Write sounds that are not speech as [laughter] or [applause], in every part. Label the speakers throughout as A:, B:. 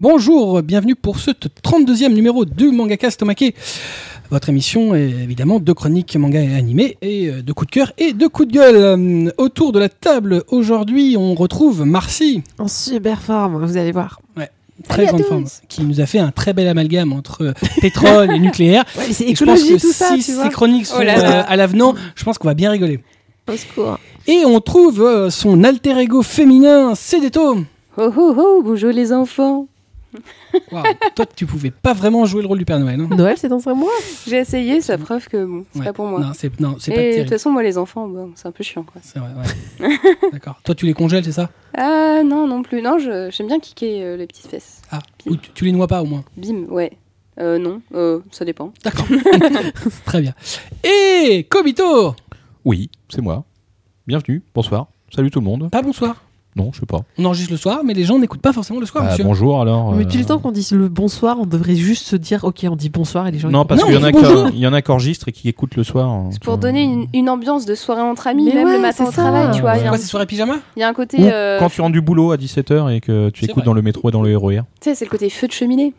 A: Bonjour, bienvenue pour ce 32e numéro du Mangaka Stomaqué. Votre émission est évidemment de chroniques manga et animé et euh, de coups de cœur et de coups de gueule. Hum, Autour de la table aujourd'hui, on retrouve Marcy,
B: En super forme, vous allez voir.
A: très
B: Salut à
A: grande
B: tous.
A: forme, qui nous a fait un très bel amalgame entre euh, pétrole et
B: [laughs]
A: nucléaire.
B: Ouais, mais c'est
A: Et je pense
B: écologie
A: que
B: tout ça,
A: si
B: tu
A: ces
B: vois.
A: chroniques sont
B: Oh là là.
A: euh, à l'avenant, je pense qu'on va bien rigoler.
B: Au secours.
A: Et on trouve euh, son alter ego féminin,
B: [laughs]
A: Cédéto.
C: Oh oh oh, bonjour les enfants.
A: Waouh, toi, tu pouvais pas vraiment jouer le rôle du Père Noël. hein.
B: Noël, c'est dans un mois.
C: J'ai essayé, ça preuve que bon, c'est
A: Ouais.
C: pas pour moi.
A: Non, c'est non, c'est pas
C: Et de toute
A: terrible.
C: façon, moi les enfants, bon, c'est un peu chiant quoi.
A: C'est vrai, ouais. [laughs] D'accord. Toi, tu les congèles, c'est ça
C: Ah non, non plus. Non, je- j'aime bien kicker euh, les petites fesses.
A: Ah, ou tu, tu les noies pas au moins.
C: Bim, ouais. Euh, non, euh, ça dépend.
A: D'accord. [laughs] Très bien. Et Kobito
D: Oui, c'est moi. Bienvenue, bonsoir. Salut tout le monde.
A: Pas bonsoir.
D: Non, je sais pas.
A: On enregistre le soir, mais les gens n'écoutent pas forcément le soir,
D: Bah,
A: monsieur.
D: bonjour
A: Oh
D: alors.
B: Mais
D: euh,
B: depuis le temps qu'on dise le bonsoir, on devrait juste se dire ok, on dit bonsoir et les gens.
D: Non,
B: ils-
D: parce
A: Non,
D: qu'il y en
A: mais
D: a
A: bonjour.
D: qu'un- il y en a qui enregistrent et qui écoutent le soir. hein,
C: C'est
D: tu
C: pour
D: vois.
C: donner une, une ambiance de soirée entre amis,
B: Mais
C: même le
B: ouais,
C: matin
B: c'est
C: au
B: ça.
C: travail, tu vois.
D: Ouais.
C: Il y, a
A: Quoi,
C: un-
A: c'est soirée pyjama
C: il y a un côté,
D: Ou
C: euh,
D: Quand
C: tu
D: tu rentres du boulot à 17h et que tu
A: C'est
D: écoutes
A: vrai.
D: dans le métro et dans le RER
C: sais, c'est le côté feu de cheminée.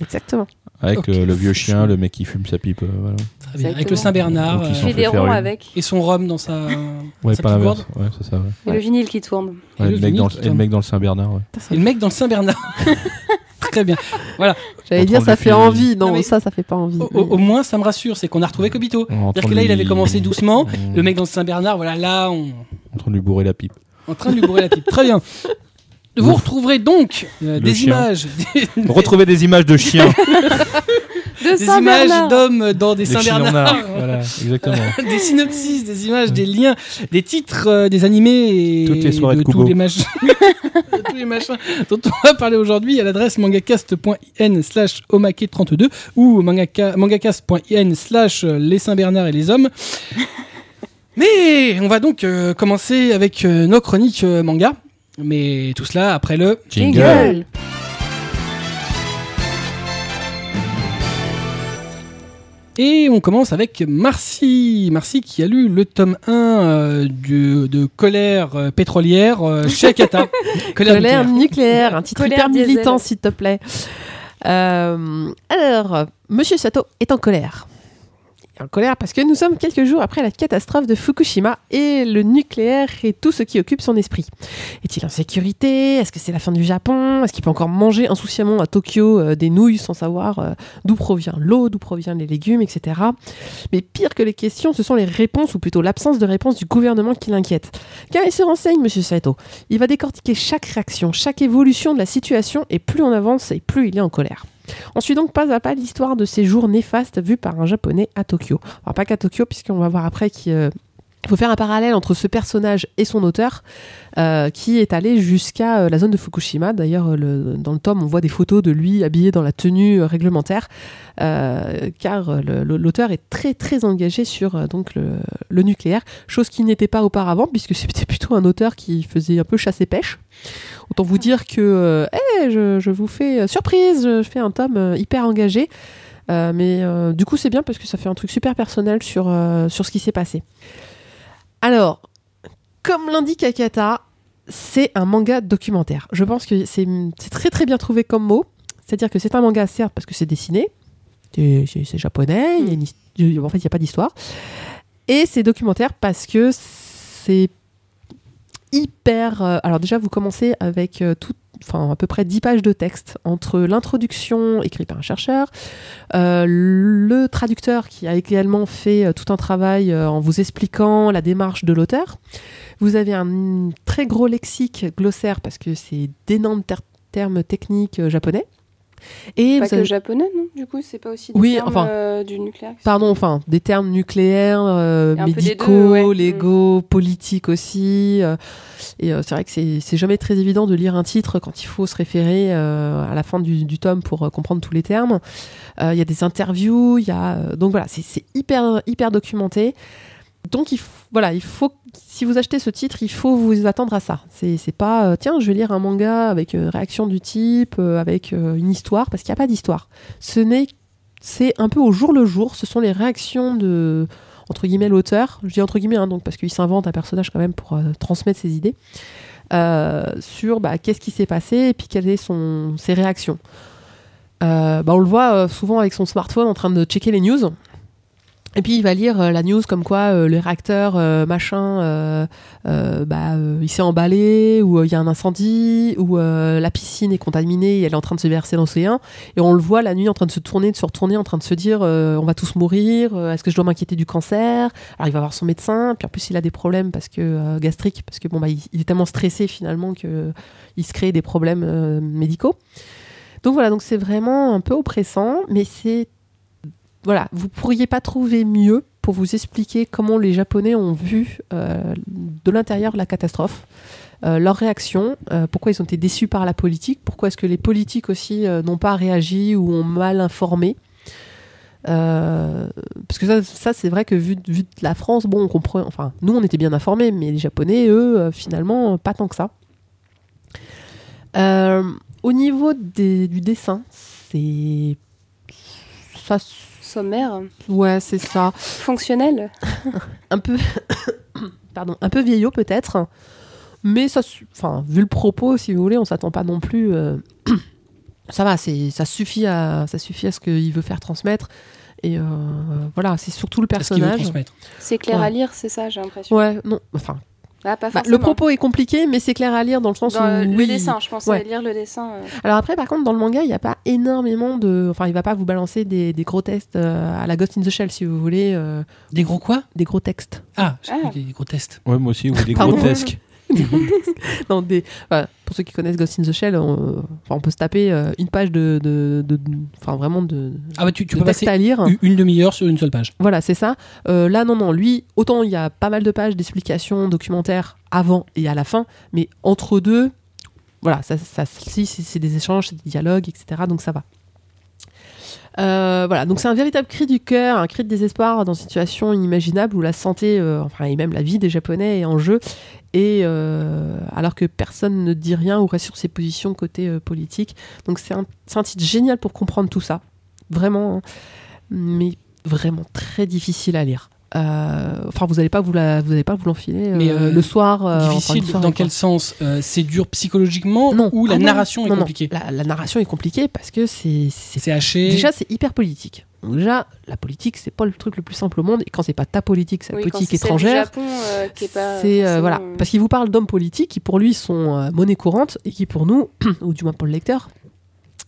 B: Exactement.
D: avec
A: Ok.
D: euh, le vieux chien, le mec qui fume sa pipe. euh, voilà.
A: Très bien. Avec
C: Exactement.
A: le Saint-Bernard
D: Donc, ils
C: Je
D: s'en
A: euh,
C: fais
D: fait
C: des
D: faire
C: ronds
D: une.
C: avec.
A: et son rhum dans sa,
D: Ouais,
A: sa
D: pas
A: petite gourde.
D: l'inverse. Ouais, c'est ça. ouais.
C: Et le vinyle qui tourne.
A: Et
D: Ouais,
A: le euh,
D: le, mec
A: vinyle
D: dans,
A: qui
D: et le
A: tourne.
D: mec dans le Saint-Bernard. ouais.
A: Et le mec dans le Saint-Bernard. [laughs] Très bien.
B: J'allais
D: On
B: dire
D: prend
B: ça
D: le
B: fait
D: fil.
B: envie. Non,
A: Non, mais-
B: ça, ça fait pas envie.
A: Au, au- au moins, ça me rassure, c'est qu'on a retrouvé Kobito.
D: On est en train
A: C'est-à-dire
D: de
A: que là, il
D: lui-
A: avait commencé doucement.
D: on-
A: Le mec dans le Saint-Bernard, voilà, là, on,
D: En train de lui bourrer
A: [laughs]
D: la pipe.
A: en train de lui bourrer la pipe. Très bien. Vous
D: Ouf.
A: retrouverez donc euh,
D: Le
A: des
D: chien.
A: images, [laughs] des,
D: Retrouver des images
A: [laughs]
D: de chiens.
C: De
A: des images
C: Saint-Bernard
A: d'hommes dans des
D: Des chiens en
A: Saint-Bernard.
D: arc, Voilà, exactement.
A: des synopsis, des images, des liens, des titres, euh, des animés et
D: Mm. Toutes les soirées de
A: tous
D: Kubo.
A: les machins, [laughs] de tous les machins dont on va parler aujourd'hui à l'adresse mangacast.in slash omake32 ou mangaka- mangacast.in slash euh, les Saint-Bernard et les
D: [laughs]
A: hommes. Mais on va donc euh, commencer avec euh, nos chroniques euh, manga. Mais tout cela après le...
D: Jingle.
A: Et on commence avec Marcy. Marcy qui a lu le tome 1 euh, du- de Colère euh, pétrolière euh, chez
B: [laughs]
A: Akata. Colère
B: Colère
A: nucléaire.
B: nucléaire, un titre
C: Colère
B: hyper
C: diesel.
B: militant, s'il te plaît. Euh, alors, Monsieur Sato est en colère. Il est En colère parce que nous sommes quelques jours après la catastrophe de Fukushima et le nucléaire et tout ce qui occupe son esprit. Est-il en sécurité Est-ce que c'est la fin du Japon Est-ce qu'il peut encore manger insouciamment à Tokyo euh, des nouilles sans savoir euh, d'où provient l'eau, d'où proviennent les légumes, etc. Mais pire que les questions, ce sont les réponses ou plutôt l'absence de réponse du gouvernement qui l'inquiète. Car il se renseigne, Monsieur Sato. Il va décortiquer chaque réaction, chaque évolution de la situation, et plus on avance, et plus il est en colère. On suit donc pas à pas l'histoire de ces jours néfastes vus par un Japonais à Tokyo. Enfin, pas qu'à Tokyo, puisqu'on va voir après qu'il euh, faut faire un parallèle entre ce personnage et son auteur, euh, qui est allé jusqu'à euh, la zone de Fukushima. D'ailleurs, euh, le- dans le tome, on voit des photos de lui habillé dans la tenue euh, réglementaire, euh, car euh, le- le- l'auteur est très très engagé sur euh, donc le, le nucléaire, chose qui n'était pas auparavant, puisque c'était plutôt un auteur qui faisait un peu chasse et pêche. Autant vous dire que, euh, hey, je, je vous fais euh, surprise, je fais un tome euh, hyper engagé. Euh, mais euh, du coup, c'est bien parce que ça fait un truc super personnel sur, euh, sur ce qui s'est passé. Alors, comme l'indique Akata, c'est un manga documentaire. Je pense que c'est c'est très très bien trouvé comme mot. C'est-à-dire que c'est un manga, certes, parce que c'est dessiné, c'est c'est- c'est japonais, il y a une his- il- en fait, il n'y a pas d'histoire. Et c'est documentaire parce que c'est hyper. euh, alors, déjà, vous commencez avec euh, tout. Enfin, à peu près 10 pages de texte entre l'introduction écrite par un chercheur, euh, le traducteur qui a également fait euh, tout un travail euh, en vous expliquant la démarche de l'auteur. Vous avez un très gros lexique glossaire parce que c'est d'énormes ter- termes techniques euh, japonais. Et
C: Pas
B: vous
C: que
B: avez-
C: japonais, non Du coup, c'est pas aussi des
B: Oui,
C: termes,
B: enfin,
C: euh, du nucléaire. qui sont-
B: Pardon, enfin, des termes nucléaires, euh,
C: Et un peu des
B: médicaux,
C: deux, ouais. Mm.
B: légaux, politiques aussi. euh, et euh, c'est vrai que c'est c'est jamais très évident de lire un titre quand il faut se référer euh, à la fin du, du tome pour euh, comprendre tous les termes. Euh, Il y a des interviews, il y a euh, donc voilà, c'est- c'est hyper hyper documenté. Donc il f- voilà, il faut si vous achetez ce titre, il faut vous attendre à ça. C'est c'est pas euh, tiens, je vais lire un manga avec une réaction du type, euh, avec euh, une histoire, parce qu'il n'y a pas d'histoire. Ce n'est c'est un peu au jour le jour. Ce sont les réactions de entre guillemets l'auteur. Je dis entre guillemets hein, donc parce qu'il s'invente un personnage quand même pour euh, transmettre ses idées. euh, sur bah, qu'est-ce qui s'est passé et puis quelles sont ses réactions. Euh, bah, on le voit euh, souvent avec son smartphone en train de checker les news. Et puis il va lire euh, la news comme quoi euh, le réacteur euh, machin, euh, euh, bah, euh, il s'est emballé, ou euh, il y a un incendie, ou euh, la piscine est contaminée et elle est en train de se verser dans l'océan. Et on le voit la nuit en train de se tourner, de se retourner, en train de se dire euh, on va tous mourir, euh, est-ce que je dois m'inquiéter du cancer Alors il va voir son médecin, puis en plus il a des problèmes parce que euh, gastriques, parce que bon bah il, il est tellement stressé finalement que euh, il se crée des problèmes euh, médicaux. Donc voilà, donc c'est vraiment un peu oppressant, mais c'est voilà, vous pourriez pas trouver mieux pour vous expliquer comment les Japonais ont vu euh, de l'intérieur la catastrophe, euh, leur réaction, euh, pourquoi ils ont été déçus par la politique, pourquoi est-ce que les politiques aussi euh, n'ont pas réagi ou ont mal informé. Euh, parce que ça, ça, c'est vrai que vu, vu de la France, bon, on comprend. Enfin, nous, on était bien informés, mais les Japonais, eux, euh, finalement, euh, pas tant que ça. Euh, au niveau des- du dessin, c'est ça
C: Sommaire,
B: Ouais, c'est ça.
C: fonctionnel.
B: Un peu, [coughs] pardon, un peu vieillot peut-être, mais ça, su- enfin, vu le propos, si vous voulez, on s'attend pas non plus. euh, [coughs] ça va, c'est, ça suffit à, ça suffit à ce qu'il veut faire transmettre. Et euh, voilà, c'est surtout le
A: Parce qu'il veut
B: personnage.
A: transmettre.
C: C'est clair
B: Ouais.
C: à lire, c'est ça, j'ai l'impression.
B: Ouais, non, enfin,
C: Ah, pas
B: bah,
C: forcément.
B: le propos est compliqué, mais c'est clair à lire dans le sens
C: Dans, euh,
B: où
C: le
B: oui,
C: dessin, je pensais
B: Ouais.
C: lire le dessin. euh.
B: Alors après, par contre, dans le manga, il n'y a pas énormément de... Enfin, il va pas vous balancer des, des gros textes euh, à la Ghost in the Shell, si vous voulez, euh,
A: Des gros quoi
B: des gros textes.
A: Ah, j'ai
C: Ah.
A: des gros tests.
D: Ouais, moi aussi, ou des
B: Pardon.
D: grotesques.
B: Non, des- enfin, pour ceux qui connaissent Ghost in the Shell, on, enfin, on peut se taper euh, une page de, de- de- de- enfin vraiment de,
A: Ah bah tu, tu
B: de
A: peux
B: texte
A: passer
B: à lire.
A: u- une demi-heure sur une seule page.
B: Voilà, c'est ça. Euh, là, non, non, lui, autant il y a pas mal de pages d'explications documentaires avant et à la fin, mais entre deux, voilà, ça, ça, si, si, c'est des échanges, c'est des dialogues, etc. Donc ça va. Euh, voilà, donc c'est un véritable cri du cœur, un cri de désespoir dans une situation inimaginable où la santé, euh, enfin et même la vie des Japonais est en jeu, et euh, alors que personne ne dit rien ou reste sur ses positions côté euh, politique. Donc c'est un, c'est un titre génial pour comprendre tout ça, vraiment, hein. mais vraiment très difficile à lire. Euh, enfin, vous n'allez pas vous la- vous allez pas vous l'enfiler euh,
A: Mais, euh,
B: le soir. euh, en fin de
A: Difficile
B: soirée,
A: dans
B: quoi.
A: quel sens Euh, C'est dur psychologiquement
B: Non.
A: ou la
B: Ah non,
A: narration
B: non,
A: est
B: non.
A: compliquée
B: La, la narration est compliquée parce que c'est. c'est-
A: C'est haché.
B: Déjà, c'est hyper politique. Donc Déjà, la politique, c'est pas le truc le plus simple au monde. Et quand c'est pas ta politique, c'est la
C: Oui, quand
B: politique
C: c'est celle du
B: étrangère.
C: Japon, euh, qui est pas
B: C'est euh,
C: forcément,
B: voilà,
C: euh,
B: parce qu'il vous parle d'hommes politiques qui pour lui sont euh, monnaie courante et qui pour nous, [clears throat] ou du moins pour le lecteur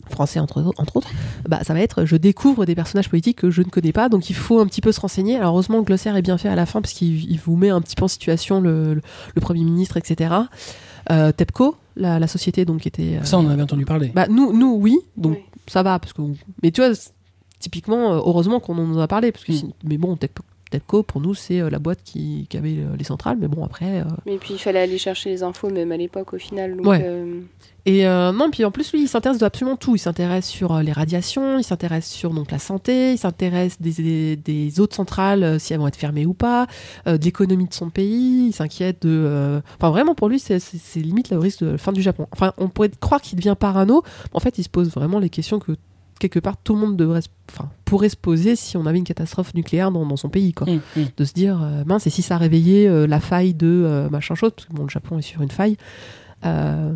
B: français entre, entre autres, bah ça va être je découvre des personnages politiques que je ne connais pas, donc il faut un petit peu se renseigner. Alors heureusement le glossaire est bien fait à la fin parce qu'il il vous met un petit peu en situation le, le- le premier ministre, etc. Euh, TEPCO, la, la société donc qui était euh,
A: Ça, on en avait entendu parler.
B: bah, nous, nous, oui, donc
C: Oui.
B: ça va. Parce que, mais tu vois, c'est- typiquement, euh, heureusement qu'on en a parlé. Parce que,
A: Mm.
B: si- Mais bon, Tec- Tecco, pour nous, c'est euh, la boîte qui, qui avait euh, les centrales. Mais bon, après. euh,
C: Mais puis il fallait aller chercher les infos, même à l'époque, au final. Donc,
B: Ouais.
C: euh,
B: Et euh, non, puis en plus, lui, il s'intéresse de absolument tout. Il s'intéresse sur euh, les radiations, il s'intéresse sur donc, la santé, il s'intéresse des, des, des autres centrales, euh, si elles vont être fermées ou pas, euh, de l'économie de son pays, il s'inquiète de... euh, Enfin, vraiment, pour lui, c'est- c'est c'est limite le risque de la fin du Japon. Enfin, on pourrait croire qu'il devient parano, mais en fait, il se pose vraiment les questions que, quelque part, tout le monde devrait... se- Enfin, pourrait se poser si on avait une catastrophe nucléaire dans, dans son pays, quoi
A: Hum, hum.
B: de se dire euh, mince et si ça réveillait euh, la faille de euh, machin chose parce que bon le Japon est sur une faille Euh,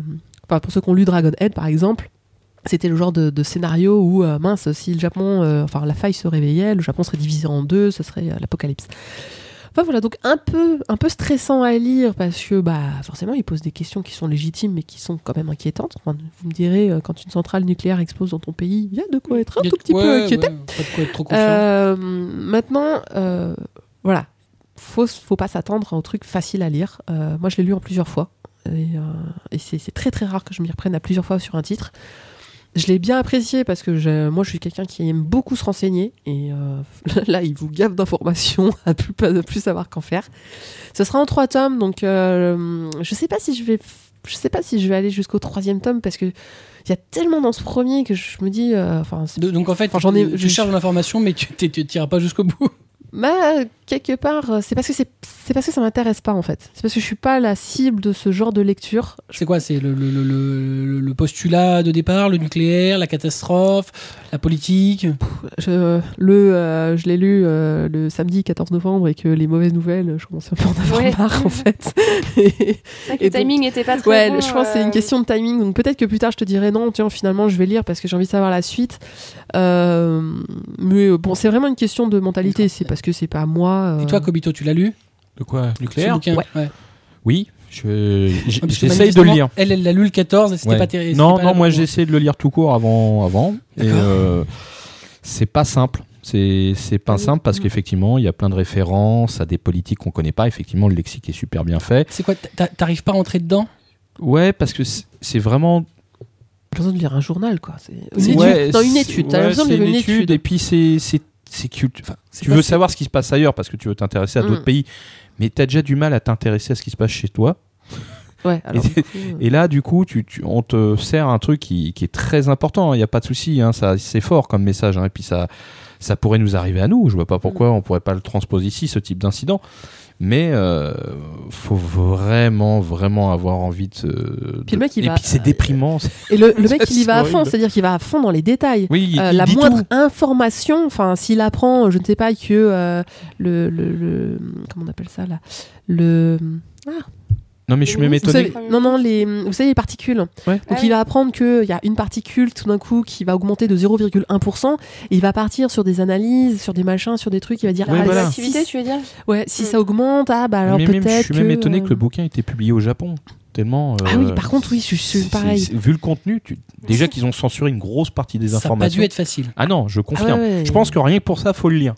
B: enfin pour ceux qui ont lu Dragonhead par exemple c'était le genre de, de scénario où euh, mince si le Japon euh, enfin la faille se réveillait le Japon serait divisé en deux ce serait euh, l'apocalypse enfin voilà donc un peu un peu stressant à lire parce que bah forcément il pose des questions qui sont légitimes mais qui sont quand même inquiétantes Enfin, vous me direz euh, quand une centrale nucléaire explose dans ton pays il y a de quoi être un
A: Il y a-
B: tout petit peu
A: ouais,
B: inquiétant
A: ouais, pas de quoi être trop confiant.
B: euh, maintenant, euh, voilà, faut, faut pas s'attendre à un truc facile à lire. Euh, moi, je l'ai lu en plusieurs fois. Et, euh, et c'est c'est très très rare que je m'y reprenne à plusieurs fois sur un titre. Je l'ai bien apprécié parce que je- moi je suis quelqu'un qui aime beaucoup se renseigner et euh, [laughs] là il vous gave d'informations à plus, pas- à plus savoir qu'en faire. Ce sera en trois tomes donc euh, je sais pas si je vais f- je sais pas si je vais aller jusqu'au troisième tome parce que il y a tellement dans ce premier que je me dis euh, enfin c'est-
A: De- donc en fait,
B: Enfin, j'en ai-
A: tu, tu
B: je-
A: cherches l'information, mais tu tu- tu tireras pas jusqu'au bout.
B: Bah, quelque part, euh, c'est parce que c'est c'est parce que ça m'intéresse pas en fait. C'est parce que je suis pas la cible de ce genre de lecture.
A: C'est quoi C'est le, le- le- le- le postulat de départ, le nucléaire, la catastrophe, la politique
B: Je le euh, je l'ai lu euh, le samedi 14 novembre et que les mauvaises nouvelles, je commençais un peu à en avoir
C: Ouais.
B: marre en fait. [laughs] Et-
C: C'est vrai que
B: Et
C: le
B: donc-
C: timing était pas très
B: ouais,
C: bon,
B: je pense que c'est
C: euh,
B: une question de timing. Donc peut-être que plus tard je te dirai non, tiens finalement je vais lire parce que j'ai envie de savoir la suite. Euh, mais euh, bon, c'est vraiment une question de mentalité. C'est parce que c'est pas moi. euh,
A: Et toi, Kobito, tu l'as lu
D: De quoi
A: ce
D: Nucléaire
A: bouquin
B: Ouais.
A: Ouais.
D: Oui, je-
B: Ah,
D: j-
A: Parce que
D: j'essaye de le lire.
A: manifestement, Elle, elle l'a lu le 14 et c'était
D: Ouais.
A: pas terrible.
D: Non, non, moi j'ai essayé de le lire tout court avant, avant. Et
A: D'accord.
D: euh, c'est pas simple. C'est c'est pas simple
B: Mm.
D: parce qu'effectivement, il y a plein de références à des politiques qu'on connaît pas. Effectivement, le lexique est super bien fait.
A: C'est quoi t'a- T'arrives pas à rentrer dedans
D: Ouais, parce que c'est- c'est vraiment
B: J'ai l'impression de lire un journal, quoi. C'est
A: C'est
B: une
A: Ouais,
B: étude. Dans une étude. T'as
D: ouais,
B: l'impression de
D: c'est
B: lire une étude.
D: Et puis c'est c'est c'est culte. Enfin, tu veux savoir ce qui se passe ailleurs parce que tu veux t'intéresser à
B: Mm.
D: d'autres pays, mais t'as déjà du mal à t'intéresser à ce qui se passe chez toi.
B: Ouais, alors,
D: Et-
B: du coup, euh,
D: Et là, du coup, tu, tu- on te sert un truc qui, qui est très important. Il n'y a pas de souci. Hein, ça, c'est fort comme message. hein, et puis ça, ça pourrait nous arriver à nous. Je vois pas pourquoi on pourrait pas le transposer ici ce type d'incident. Mais euh, faut vraiment, vraiment avoir envie de. se-
B: Puis le
D: de-
B: mec, il
D: et
B: va- Euh,
D: puis
B: [laughs]
D: c'est déprimant. c'est-
B: Et le, le mec,
D: C'est
B: il y va à
D: horrible.
B: fond, c'est-à-dire qu'il va à fond dans les détails.
D: Oui, il-
B: Euh,
D: il
B: la
D: dit
B: moindre
D: tout.
B: information, enfin, s'il apprend, je ne sais pas, que euh, le, le, le- Comment on appelle ça, là Le.
D: Non, mais je suis
C: Vous
D: même
B: Vous
D: étonné.
B: savez, non, non, les, vous savez, les particules.
D: Ouais.
B: Donc,
C: Ah
B: il
C: oui.
B: va apprendre qu'il y a une particule tout d'un coup qui va augmenter de 0,1%. Et il va partir sur des analyses, sur des machins, sur des trucs. Il va dire
D: Ouais,
B: ah,
D: voilà.
B: si-
C: L'activité, tu veux dire
B: ouais, si
C: Mm.
B: ça augmente, ah, bah alors
D: Mais même, je
B: peut-être.
D: suis même étonné que
B: euh,
D: le bouquin ait été publié au Japon. Tellement. euh,
B: Ah oui, par contre, oui, je suis- je suis
D: c'est-
B: pareil.
D: c'est- Vu le contenu, tu- déjà qu'ils ont censuré une grosse partie des
A: Ça n'a pas
D: informations.
A: dû être facile.
D: Ah non, je confirme.
B: Ah ouais, ouais.
D: Je pense que rien que pour ça, faut le lire.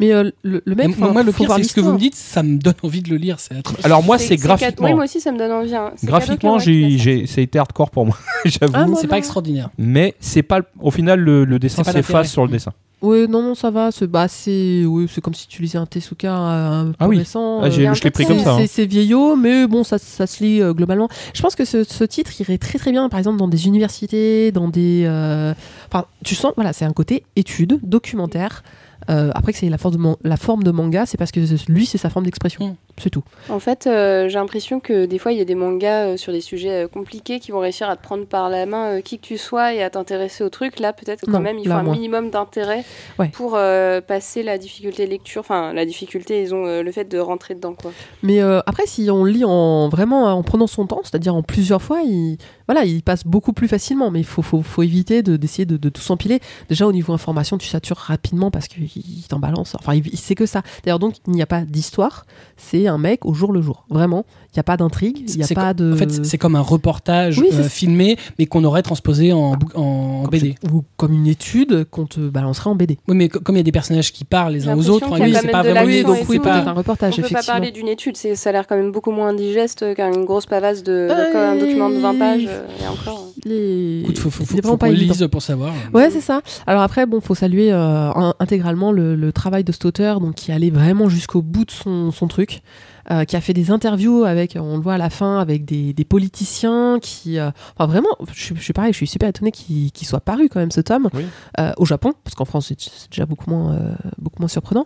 B: Mais euh, le, le mec,
A: Et moi,
B: enfin,
A: le
B: faut
A: pire,
B: voir
A: c'est ce que vous
B: l'histoire.
A: me dites, ça me donne envie de le lire. C'est atroce.
D: Alors moi, c'est
C: cadeau- Oui,
D: graphiquement.
C: moi aussi, ça me donne envie. hein. C'est
D: Graphiquement,
C: cadeau qui aurait
D: j'ai,
C: été
D: j'ai- ça a été hardcore pour moi, [laughs] j'avoue.
B: Ah, moi,
A: C'est pas
B: non.
A: extraordinaire.
D: Mais c'est pas, le- au final, le, le dessin
A: C'est pas l'intérêt.
D: s'efface sur le dessin.
B: Oui, non, non, ça va. C'est bah, c'est oui, c'est comme si tu lisais un Tezuka euh, un peu
D: Ah oui.
B: récent.
D: Ah, j'ai-
B: euh,
C: un
D: je l'ai pris
C: peu de
D: comme ça. hein.
B: c'est- C'est vieillot, mais bon, ça, ça se lit euh, globalement. Je pense que ce, ce titre irait très très bien, par exemple, dans des universités, dans des. euh, Enfin, tu sens, voilà, c'est un côté étude, documentaire. Euh, après que c'est la forme de, man- la forme de manga, c'est parce que lui, c'est sa forme d'expression.
A: Mm.
B: C'est tout.
C: En fait, euh, j'ai l'impression que des fois, il y a des mangas euh, sur des sujets euh, compliqués qui vont réussir à te prendre par la main euh, qui que tu sois et à t'intéresser au truc. Là, peut-être quand
B: Non,
C: même, il
B: là,
C: faut un
B: moins.
C: minimum d'intérêt
B: Ouais.
C: pour euh, passer la difficulté de lecture. Enfin, la difficulté, ils ont euh, le fait de rentrer dedans, quoi.
B: Mais euh, après, si on lit en vraiment en prenant son temps, c'est-à-dire en plusieurs fois, il, voilà, il passe beaucoup plus facilement. Mais il faut, faut, faut éviter de- d'essayer de, de tout s'empiler. Déjà, au niveau information, tu satures rapidement parce qu'il il t'en balance. Enfin, il, il sait que ça. D'ailleurs, donc, il n'y a pas d'histoire. C'est un mec au jour le jour. Vraiment. Il n'y a pas d'intrigue. Il n'y a
A: C'est
B: pas de.
A: En fait, c'est- c'est comme un reportage
B: Euh. Oui, c'est
A: euh,
B: ça.
A: filmé, mais qu'on aurait transposé en, bou- en
B: Comme
A: BD.
B: c'est- Ou comme une étude qu'on te balancerait en BD.
A: Oui, mais co- comme il y a des personnages qui parlent les uns aux
C: L'impression
A: autres, hein,
C: qu'il y a
A: lui,
C: quand
A: c'est
C: même
A: pas
C: de
A: vraiment.
C: l'action
A: lui,
C: et
B: oui, donc
A: c'est
C: tout,
B: oui,
A: pas-
B: peut-être un reportage,
C: On peut pas
B: effectivement.
C: parler d'une étude, c'est- ça a l'air quand même beaucoup moins euh, indigeste qu'un gros palace de,
B: Ouais.
C: comme un document de 20 pages. euh, et encore. euh.
B: Les-
A: Écoute, faut, faut,
B: il est
A: faut,
B: vraiment
A: qu'on
B: pas évident.
A: lise pour savoir.
B: Ouais, c'est ça. Alors après, bon, faut saluer euh, un- intégralement le, le travail de cet auteur, donc qui allait vraiment jusqu'au bout de son, son truc, euh, qui a fait des interviews avec, on le voit à la fin, avec des, des politiciens, qui, euh, enfin vraiment, je, suis- je suis pareil, je suis super étonné qu'il qu'il soit paru quand même ce tome
D: Oui.
B: euh, au Japon, parce qu'en France c'est c'est déjà beaucoup moins, euh, beaucoup moins surprenant,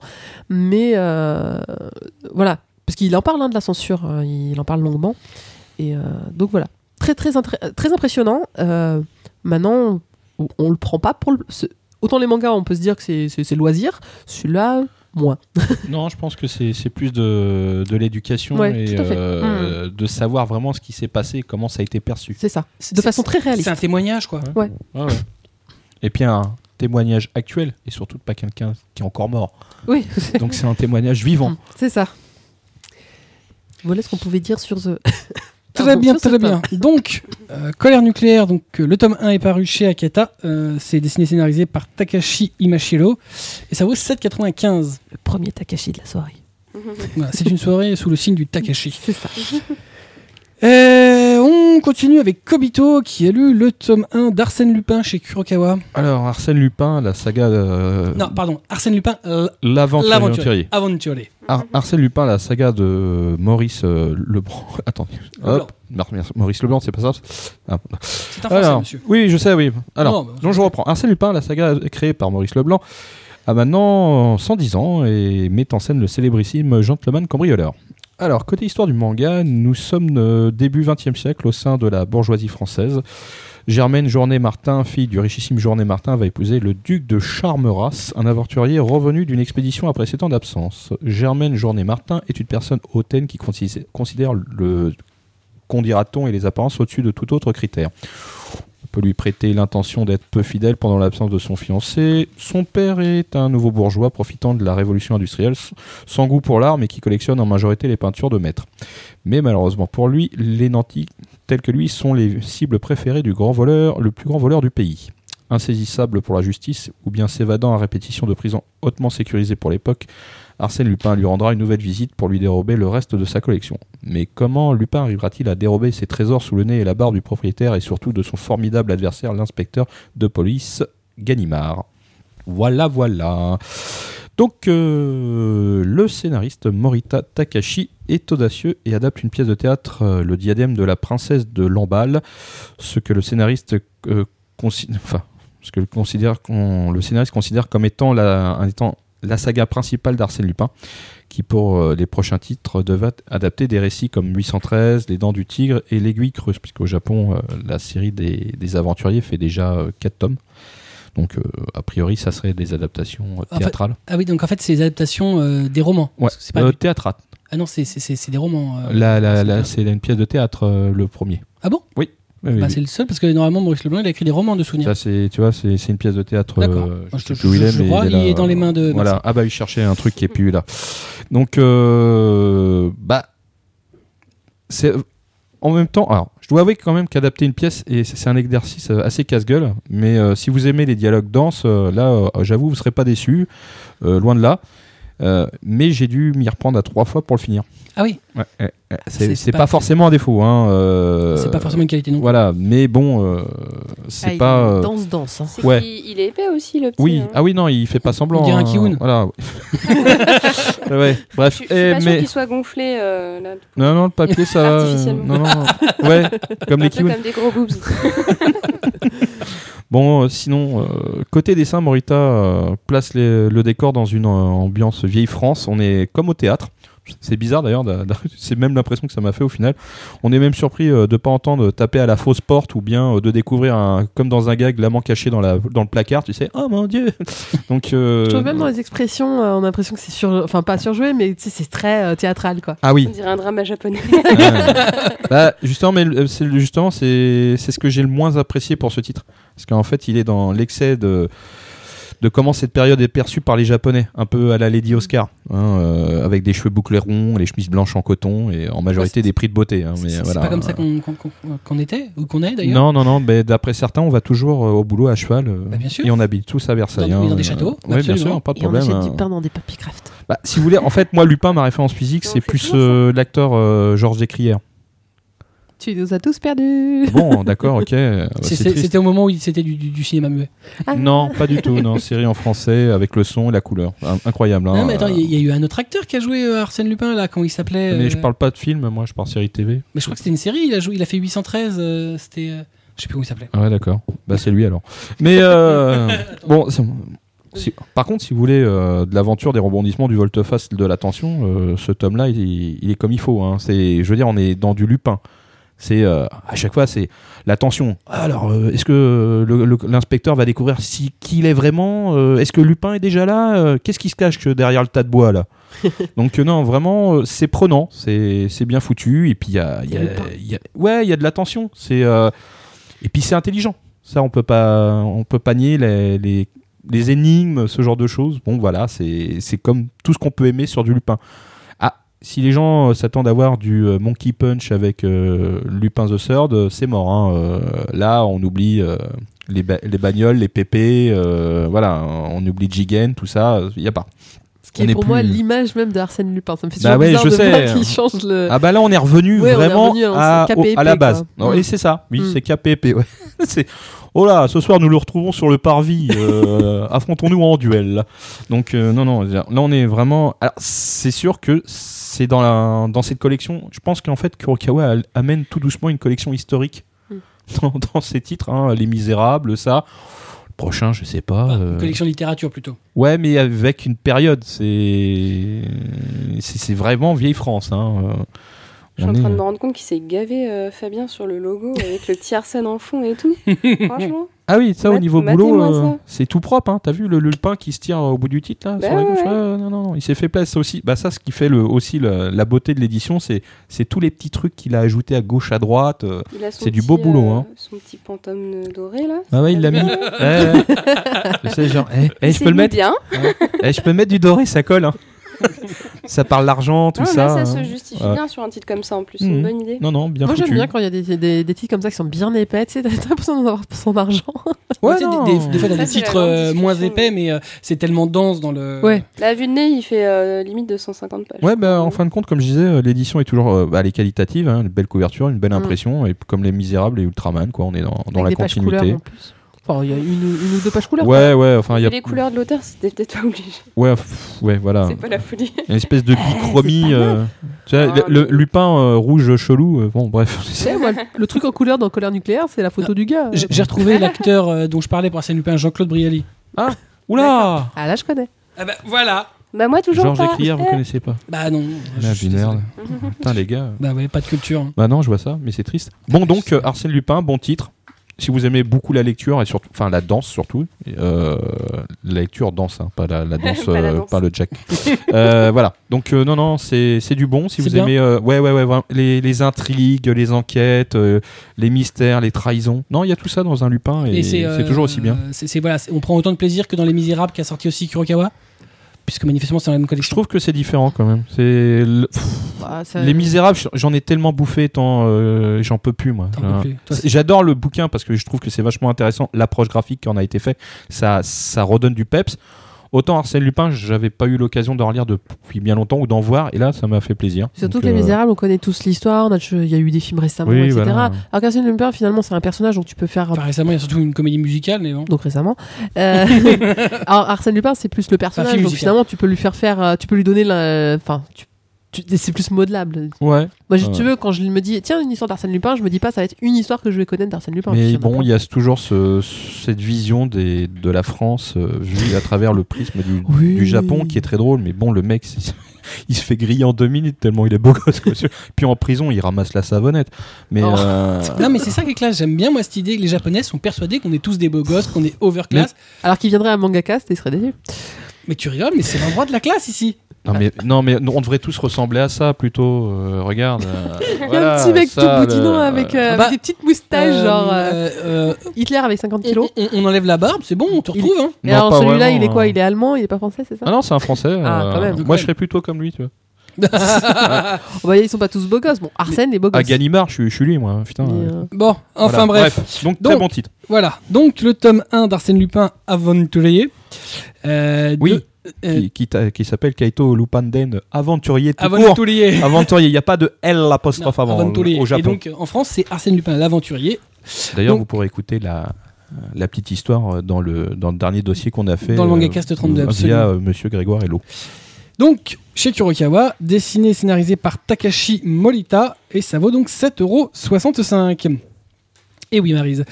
B: mais euh, voilà, parce qu'il en parle hein, de la censure, euh, il en parle longuement, et euh, donc voilà, très très intré- très impressionnant. Euh, maintenant, on, on le prend pas pour le. ce- Autant les mangas, on peut se dire que c'est- c'est c'est loisir, celui-là, moins.
D: Non, je pense que c'est, c'est plus de, de l'éducation
B: Ouais,
D: et
B: tout à fait.
D: euh, de savoir vraiment ce qui s'est passé, comment ça a été perçu.
B: C'est ça.
A: C'est-
B: De
A: c'est-
B: façon très réaliste.
A: C'est un témoignage, quoi.
D: Ah Ouais, ouais. Et puis un témoignage actuel, et surtout de pas quelqu'un qui est encore mort.
B: Oui,
D: Donc c'est un témoignage vivant.
B: [laughs] c'est ça. Voilà ce qu'on pouvait dire sur The. Ah,
A: Très bien, très bien. Donc, euh, Colère nucléaire, donc euh, le tome 1 est paru chez Akata. Euh, c'est dessiné et scénarisé par Takashi Imashiro. Et ça vaut 7,95.
B: Le premier Takashi de la soirée.
A: Voilà, c'est une soirée sous le signe du Takashi.
B: C'est ça.
A: Euh, on continue avec Kobito qui a lu le tome 1 d'Arsène Lupin chez Kurokawa.
D: Alors Arsène Lupin, la saga euh,
A: Non, pardon, Arsène Lupin, euh,
D: l'aventurier.
A: l'aventurier. Aventurier.
D: Ar- Arsène Lupin, la saga de Maurice euh, Leblanc. [laughs] Attendez.
A: Leblanc.
D: Hop. Mar- merci. Maurice Leblanc, c'est pas ça Ah.
A: C'est un français,
D: Alors,
A: monsieur.
D: Oui, je sais, oui. Alors,
A: Non, bah,
D: donc je reprends. Arsène Lupin, la saga créée par Maurice Leblanc, a maintenant 110 ans et met en scène le célébrissime gentleman cambrioleur. Alors, côté histoire du manga, nous sommes euh, début XXe siècle au sein de la bourgeoisie française. Germaine Journée Martin, fille du richissime Journée Martin, va épouser le duc de Charmeras, un aventurier revenu d'une expédition après sept ans d'absence. Germaine Journée Martin est une personne hautaine qui consi- considère le qu'on dira-t-on et les apparences au-dessus de tout autre critère. On peut lui prêter l'intention d'être peu fidèle pendant l'absence de son fiancé. Son père est un nouveau bourgeois profitant de la révolution industrielle, s- sans goût pour l'art, mais qui collectionne en majorité les peintures de maître. Mais malheureusement pour lui, les nantis tels que lui sont les cibles préférées du grand voleur, le plus grand voleur du pays. Insaisissable pour la justice ou bien s'évadant à répétition de prisons hautement sécurisées pour l'époque, Arsène Lupin lui rendra une nouvelle visite pour lui dérober le reste de sa collection. Mais comment Lupin arrivera-t-il à dérober ses trésors sous le nez et la barre du propriétaire et surtout de son formidable adversaire, l'inspecteur de police Ganimard Voilà, voilà. Donc, euh, le scénariste Morita Takashi est audacieux et adapte une pièce de théâtre, euh, Le diadème de la princesse de Lamballe, ce que le scénariste euh, considère. [laughs] Enfin, ce que le, considère qu'on- le scénariste considère comme étant la, un- étant la saga principale d'Arsène Lupin, qui pour euh, les prochains titres devait adapter des récits comme 813, Les Dents du Tigre et L'Aiguille Creuse, puisqu'au Japon, euh, la série des, des aventuriers fait déjà 4 tomes. Donc, euh, a priori, ça serait des adaptations euh,
A: fait,
D: théâtrales.
A: Ah oui, donc en fait, c'est les adaptations euh, des romans.
D: Ouais,
A: Parce que c'est pas
D: euh,
A: du-
D: théâtrale.
A: Ah non, c'est- c'est c'est- c'est des romans. euh.
D: Là, là,
A: c'est
D: là,
A: bien.
D: c'est une pièce de théâtre, euh, le premier.
A: Ah bon
D: Oui, oui,
A: Bah,
D: oui.
A: C'est le seul, parce que normalement, Maurice Leblanc, il a écrit des romans de souvenirs.
D: Ça, c'est, tu vois, c'est, c'est une pièce de théâtre.
A: D'accord.
D: euh,
A: Moi, je
D: sais
A: te-
D: plus où
A: je-
D: il est,
A: je
D: mais
A: crois, il
D: là,
A: est dans les mains de
D: Voilà.
A: Maxime.
D: Ah bah, il cherchait un truc qui est plus là. Donc, euh, bah, c'est en même temps. Alors, je dois avouer quand même qu'adapter une pièce, et c'est c'est un exercice euh, assez casse-gueule. Mais euh, si vous aimez les dialogues denses, euh, là, euh, j'avoue, vous serez pas déçus, euh, loin de là. Euh, mais j'ai dû m'y reprendre à trois fois pour le finir.
A: Ah oui,
D: Ouais, ouais, ouais. Euh, c'est,
A: C'est
D: c'est
A: pas-
D: pas, forcément un défaut. Hein, euh,
A: c'est pas forcément une qualité non plus.
D: Voilà, mais bon, euh,
C: Ah,
D: c'est pas. euh,
B: Danse, danse. hein.
C: C'est
D: Ouais.
C: qu'il- il est épais aussi, le petit.
D: Oui,
C: hein.
D: ah oui, non, il fait pas semblant.
A: On dirait un
D: hein.
A: Kihoun. [laughs]
D: Voilà. Ouais, ouais,
C: Je
D: Bref,
C: suis je suis
D: eh,
C: pas sûr
D: mais
C: qu'il soit gonflé, euh, là.
D: non, non, le papier, ça. va,
C: [laughs]
D: euh,
C: Artificiellement.
D: Non, non, non. ouais, comme les
C: un
A: [laughs]
C: peu
D: Kihoun.
C: comme des gros boobs.
D: Bon, euh, sinon, euh, côté dessin, Morita euh, place les- le décor dans une euh, ambiance vieille France. On est comme au théâtre. C'est bizarre d'ailleurs, d'a- [laughs] d'a- c'est même l'impression que ça m'a fait au final. On est même surpris euh, de pas entendre taper à la fausse porte ou bien euh, de découvrir, un- comme dans un gag, l'amant caché dans, la, dans le placard, tu sais, oh mon dieu [laughs] Donc, euh,
B: Je trouve même dans les expressions, euh, on a l'impression que c'est sur, enfin pas surjoué, mais tu sais, c'est très euh, théâtral quoi.
D: Ah oui,
C: On dirait un drama japonais.
D: Ouais. [laughs] Bah, justement, mais le- c'est justement c'est c'est ce que j'ai le moins apprécié pour ce titre, parce qu'en fait, il est dans l'excès de de comment cette période est perçue par les Japonais, un peu à la Lady Oscar, hein, euh, avec des cheveux bouclés ronds, les chemises blanches en coton et en majorité
A: Ouais, c'est-
D: des prix de beauté. hein,
A: C'est
D: mais
A: c'est
D: voilà.
A: pas comme ça qu'on qu'on- qu'on- qu'on était ou qu'on est d'ailleurs.
D: Non, non, non. mais D'après certains, on va toujours euh, au boulot à cheval. euh,
A: Bah, bien sûr.
D: Et on habite tous à Versailles.
A: Dans-
D: hein,
A: dans des
D: euh,
A: châteaux,
D: ouais, bien
A: absolument.
D: sûr, pas de
B: Et on
D: problème.
B: achète
D: hein.
B: du pain dans des papiers craft.
D: Bah, si vous voulez, en fait, moi, Lupin, ma référence physique,
C: Mais on
D: c'est
C: fait
D: plus
C: toujours ça.
D: euh, l'acteur euh, Georges Descrières.
B: Tu nous as tous perdus.
D: Bon, d'accord, ok. euh, bah,
A: [laughs] C'est-
D: c'est
A: c'est-
D: triste.
A: C'était au moment où il- c'était du, du- du cinéma muet.
B: Ah.
D: Non, pas du tout. Non, série en français avec le son et la couleur. In- Incroyable. hein.
A: non, mais attends, il y,
D: Euh,
A: a- il y a eu un autre acteur qui a joué euh, Arsène Lupin là, quand il s'appelait.
D: mais
A: euh,
D: je parle pas de film, moi je parle série TV.
A: mais je crois que c'était une série, il a, joué, il a fait 813, euh, c'était. euh, je sais plus comment il s'appelait.
D: Ah ouais, d'accord. Bah, c'est lui alors.
A: [laughs]
D: Mais euh, bon, c'est- si- par contre, si vous voulez euh, de l'aventure, des rebondissements, du volte-face, de la tension, euh, ce tome-là, il, il est comme il faut. hein. C'est, je veux dire, on est dans du Lupin. C'est euh, à chaque fois, c'est la tension. Alors, euh, est-ce que le- le- l'inspecteur va découvrir si qui il est vraiment Euh, Est-ce que Lupin est déjà là Euh, Qu'est-ce qui se cache euh, derrière le tas de bois là Donc euh, non, vraiment, euh, c'est prenant, c'est c'est bien foutu. Et puis il y a, il y a- il y a- ouais, il y a de la tension. C'est euh, et puis c'est intelligent. Ça, on peut pas, on peut pas nier les, les, les énigmes, ce genre de choses. Bon, voilà, c'est c'est comme tout ce qu'on peut aimer sur du Lupin. Ah, si les gens euh, s'attendent à voir du euh, Monkey Punch avec euh, Lupin the Third, euh, c'est mort. hein. Euh, là, on oublie euh, les, ba- les bagnoles, les pépés, euh, voilà, on oublie Jigen, tout ça, il y a pas.
B: Ce qui est,
D: On est
B: pour moi
D: plus-
B: l'image même d'Arsène Lupin. Ça me fait
D: Bah
B: toujours
D: ouais,
B: bizarre
D: je
B: de
D: sais.
B: voir qu'il change le.
D: Ah bah là on est revenu
B: euh, Ouais, on est
D: vraiment
B: revenu hein, à l'ancien
D: à, au-
B: KPP,
D: à la base.
B: quoi.
D: Non,
B: Mm.
D: Et c'est ça, oui,
B: Mm.
D: c'est KPP. Ouais. [laughs] c'est oh là, ce soir nous le retrouvons sur le parvis.
B: [laughs]
D: euh, Affrontons-nous en duel. Donc euh, non non, là on est vraiment. Alors c'est sûr que c'est dans la dans cette collection. Je pense qu'en fait Kurokawa al- amène [laughs] tout doucement une collection historique
B: Mm.
D: dans, dans ses titres, hein, Les Misérables, ça. prochain, je sais pas.
A: Bah, Une
D: euh,
A: Collection littérature plutôt.
D: Ouais, mais avec une période. C'est c'est c'est vraiment vieille France. Hein. euh,
C: Je suis
D: on
C: en train
D: est-
C: de me rendre compte qu'il s'est gavé euh, Fabien sur le logo avec le petit Arsène en fond et
D: [laughs]
C: tout. Franchement.
D: Ah oui, ça au
C: Mat-
D: niveau
C: matez-moi
D: boulot, euh,
C: ça.
D: c'est tout propre. Hein. T'as vu le, le pain qui se tire au bout du titre là
C: Bah
D: sur la gauche
C: ouais.
D: Ouais, Non, non, non, il s'est fait plaisir ça aussi. Bah ça, ce qui fait le, aussi le- la beauté de l'édition, c'est c'est tous les petits trucs qu'il a ajoutés à gauche, à droite. euh.
C: il a son
D: C'est du
C: petit, euh,
D: beau boulot, hein.
C: Son petit pantone doré là.
D: Ah ouais, il
C: [laughs]
D: l'a mis. Ouais, ouais. Je sais, genre, eh, eh, je peux le mettre.
C: bien.
D: Eh, je peux mettre du doré, ça colle. hein. ça parle l'argent, tout
C: Non,
D: ça.
C: là, ça se
D: hein.
C: justifie
D: Ouais.
C: bien sur un titre comme ça en plus.
D: Mhm.
C: Une bonne idée.
D: Non, non, bien
B: Moi,
D: foutu.
B: j'aime bien quand il y a des, des, des titres comme ça qui sont bien épais. Tu sais, [laughs] t'as l'impression d'en avoir pour son argent.
D: Ah, Ouais,
A: Tu sais, des-
D: non.
A: des, des fois, t'as
C: Ça,
A: des
C: c'est la
A: titres
C: grande
A: euh,
C: discussion.
A: moins épais, mais euh, c'est tellement dense dans le.
B: Ouais.
C: La vue de nez, il fait euh, limite 250 pages.
D: Ouais, bah, en fin de compte, comme je disais, euh, l'édition est toujours, euh, bah, elle est qualitative, hein, une belle couverture, une belle
B: Mm.
D: impression, et comme Les Misérables et Ultraman, quoi, on est dans, dans la
B: Avec des pages
D: continuité.
B: couleurs en plus. Enfin, il y a une, ou- une ou deux pages couleurs.
D: Ouais, ouais, enfin, il y
C: Et
D: a.
C: les couleurs de l'auteur, c'était peut-être pas obligé.
D: Ouais, pff, ouais, voilà.
C: C'est pas la
D: [laughs]
C: folie.
D: Une espèce de
B: Eh, c'est
D: bichromie.
B: pas mal.
D: euh, tu vois,
C: Ah,
D: le,
C: mais-
D: le lupin euh, rouge chelou, euh, bon, bref.
B: Tu sais, moi, le truc en couleur dans Colère nucléaire, c'est la
D: Euh,
B: photo du gars.
A: J- J'ai
C: [laughs]
A: retrouvé l'acteur euh, dont je parlais pour Arsène Lupin, Jean-Claude Brialy.
D: Ah.
A: Oula
B: Ah là, je connais.
A: Ah bah voilà
C: Bah moi toujours
D: Georges
C: pas.
D: Écrière, vous
C: Eh.
D: connaissez pas
A: Bah non. je
D: Ah,
A: suis
D: merde.
A: désolé.
D: Putain, les gars.
A: Bah ouais, pas de culture. hein.
D: Bah non, je vois ça, mais c'est triste. Bon, donc, euh, Arsène Lupin, bon titre. Si vous aimez beaucoup la lecture et surtout, enfin la danse surtout, euh, la lecture danse, hein, pas la, la danse,
C: Pas la
D: euh,
C: danse.
D: pas le jack. Euh, voilà. Donc euh, non non, c'est c'est du bon. Si
A: C'est
D: vous
A: bien.
D: aimez, euh, ouais ouais ouais, vraiment, les, les intrigues, les enquêtes, euh, les mystères, les trahisons. Non, il y a tout ça dans un Lupin et, c'est
A: euh,
D: toujours aussi bien.
A: C'est c'est- voilà, c'est- on prend autant de plaisir que dans Les Misérables qui a sorti aussi Kurokawa, puisque manifestement c'est dans la même
D: Je
A: collection.
D: trouve que c'est différent quand même. C'est le- pff,
B: Ah, ça-
D: les Misérables, j'en ai tellement bouffé tant euh, j'en peux plus moi.
A: T'en peux
D: Hein.
A: plus. Toi,
D: C'est- J'adore le bouquin parce que je trouve que c'est vachement intéressant l'approche graphique qui en a été faite. Ça, ça redonne du peps. Autant Arsène Lupin, j'avais pas eu l'occasion d'en relire depuis bien longtemps ou d'en voir, et là, ça m'a fait plaisir.
B: Surtout
D: Donc,
B: que Les
D: euh,
B: Misérables, on connaît tous l'histoire, on a- il y a eu des films récemment,
D: Oui,
B: etc.
D: voilà.
B: Alors qu'Arsène Lupin, finalement, c'est un personnage dont tu peux faire.
A: Enfin, récemment, il y a surtout une comédie musicale, mais bon.
B: Donc récemment. Euh, [laughs] alors Arsène Lupin, c'est plus le personnage,
A: film
B: donc
A: musical.
B: finalement, tu peux lui faire faire. euh, Tu peux lui donner. la- Enfin, tu- tu- c'est plus modelable.
D: Ouais.
B: Moi, je-
D: Ouais.
B: Bah, tu veux, quand je me dis, tiens, une histoire d'Arsène Lupin, je me dis pas, ça va être une histoire que je vais connaître d'Arsène Lupin.
D: Mais
B: Puis, en a
D: bon,
B: plein.
D: il y a toujours ce- cette vision des, de la France euh, vue à travers le prisme du,
B: Oui.
D: du Japon qui est très drôle, mais bon, le mec, c'est- [laughs] il se fait griller en deux minutes tellement il est beau
B: [laughs]
D: gosse. quoi. Puis en prison, il ramasse la savonnette. Mais
B: Oh.
D: euh,
A: Non, mais c'est ça qui est classe. J'aime bien, moi, cette idée que les Japonais sont persuadés qu'on est tous des beaux gosses, qu'on est overclass.
B: Alors qu'il viendrait à Mangacast et il serait déçu.
A: Mais tu rigoles, mais c'est l'endroit de la classe ici.
D: Non mais, non mais on devrait tous ressembler à ça plutôt. euh, regarde. euh,
B: Il y a
D: voilà,
B: un petit mec
D: ça,
B: tout boudinant
D: le-
B: avec, euh,
A: Bah,
B: avec des petites moustaches,
A: Euh,
B: genre euh,
A: euh, euh,
B: Hitler avec 50
D: [laughs]
B: kilos.
A: on, on enlève la barbe, c'est bon, on te
B: Il-
A: retrouve. hein.
B: Et
D: Non,
B: alors
D: pas
B: celui-là,
D: vraiment,
B: il est quoi
D: euh.
B: Il est allemand, il est pas français, c'est ça
D: Ah non, c'est un français.
B: Ah,
D: euh,
B: quand même.
D: moi, je serais plutôt comme lui, tu vois.
B: Oh, bah, ils sont pas tous beaux gosses. Bon, Arsène est beau
D: À
B: gosse.
D: Ah, Gallimard, je suis, je suis lui, moi. Putain.
B: Mais,
D: euh,
B: euh,
A: Bon, enfin
D: voilà.
A: bref.
D: Donc,
A: Donc-
D: très bon titre.
A: Voilà. Donc, le tome 1 d'Arsène Lupin, Aventurier. Euh,
D: Oui.
A: de- euh,
D: Qui, qui t'a- qui s'appelle Kaito Lupanden, aventurier tout court.
A: Aventurier.
D: Aventurier, il n'y a pas de L apostrophe
A: Non,
D: avant
A: Aventurier.
D: euh, au
A: Et
D: Japon.
A: donc, en France, c'est Arsène Lupin, l'aventurier.
D: D'ailleurs,
A: donc-
D: vous pourrez écouter la, la petite histoire euh, dans le, dans le dernier dossier qu'on a fait.
A: Dans le
D: euh,
A: Mangacast 32,
D: Via euh, Monsieur Grégoire Hello.
A: Donc, chez Kurokawa, dessiné et scénarisé par Takashi Morita, et ça vaut donc 7,65€. Et oui, Marise.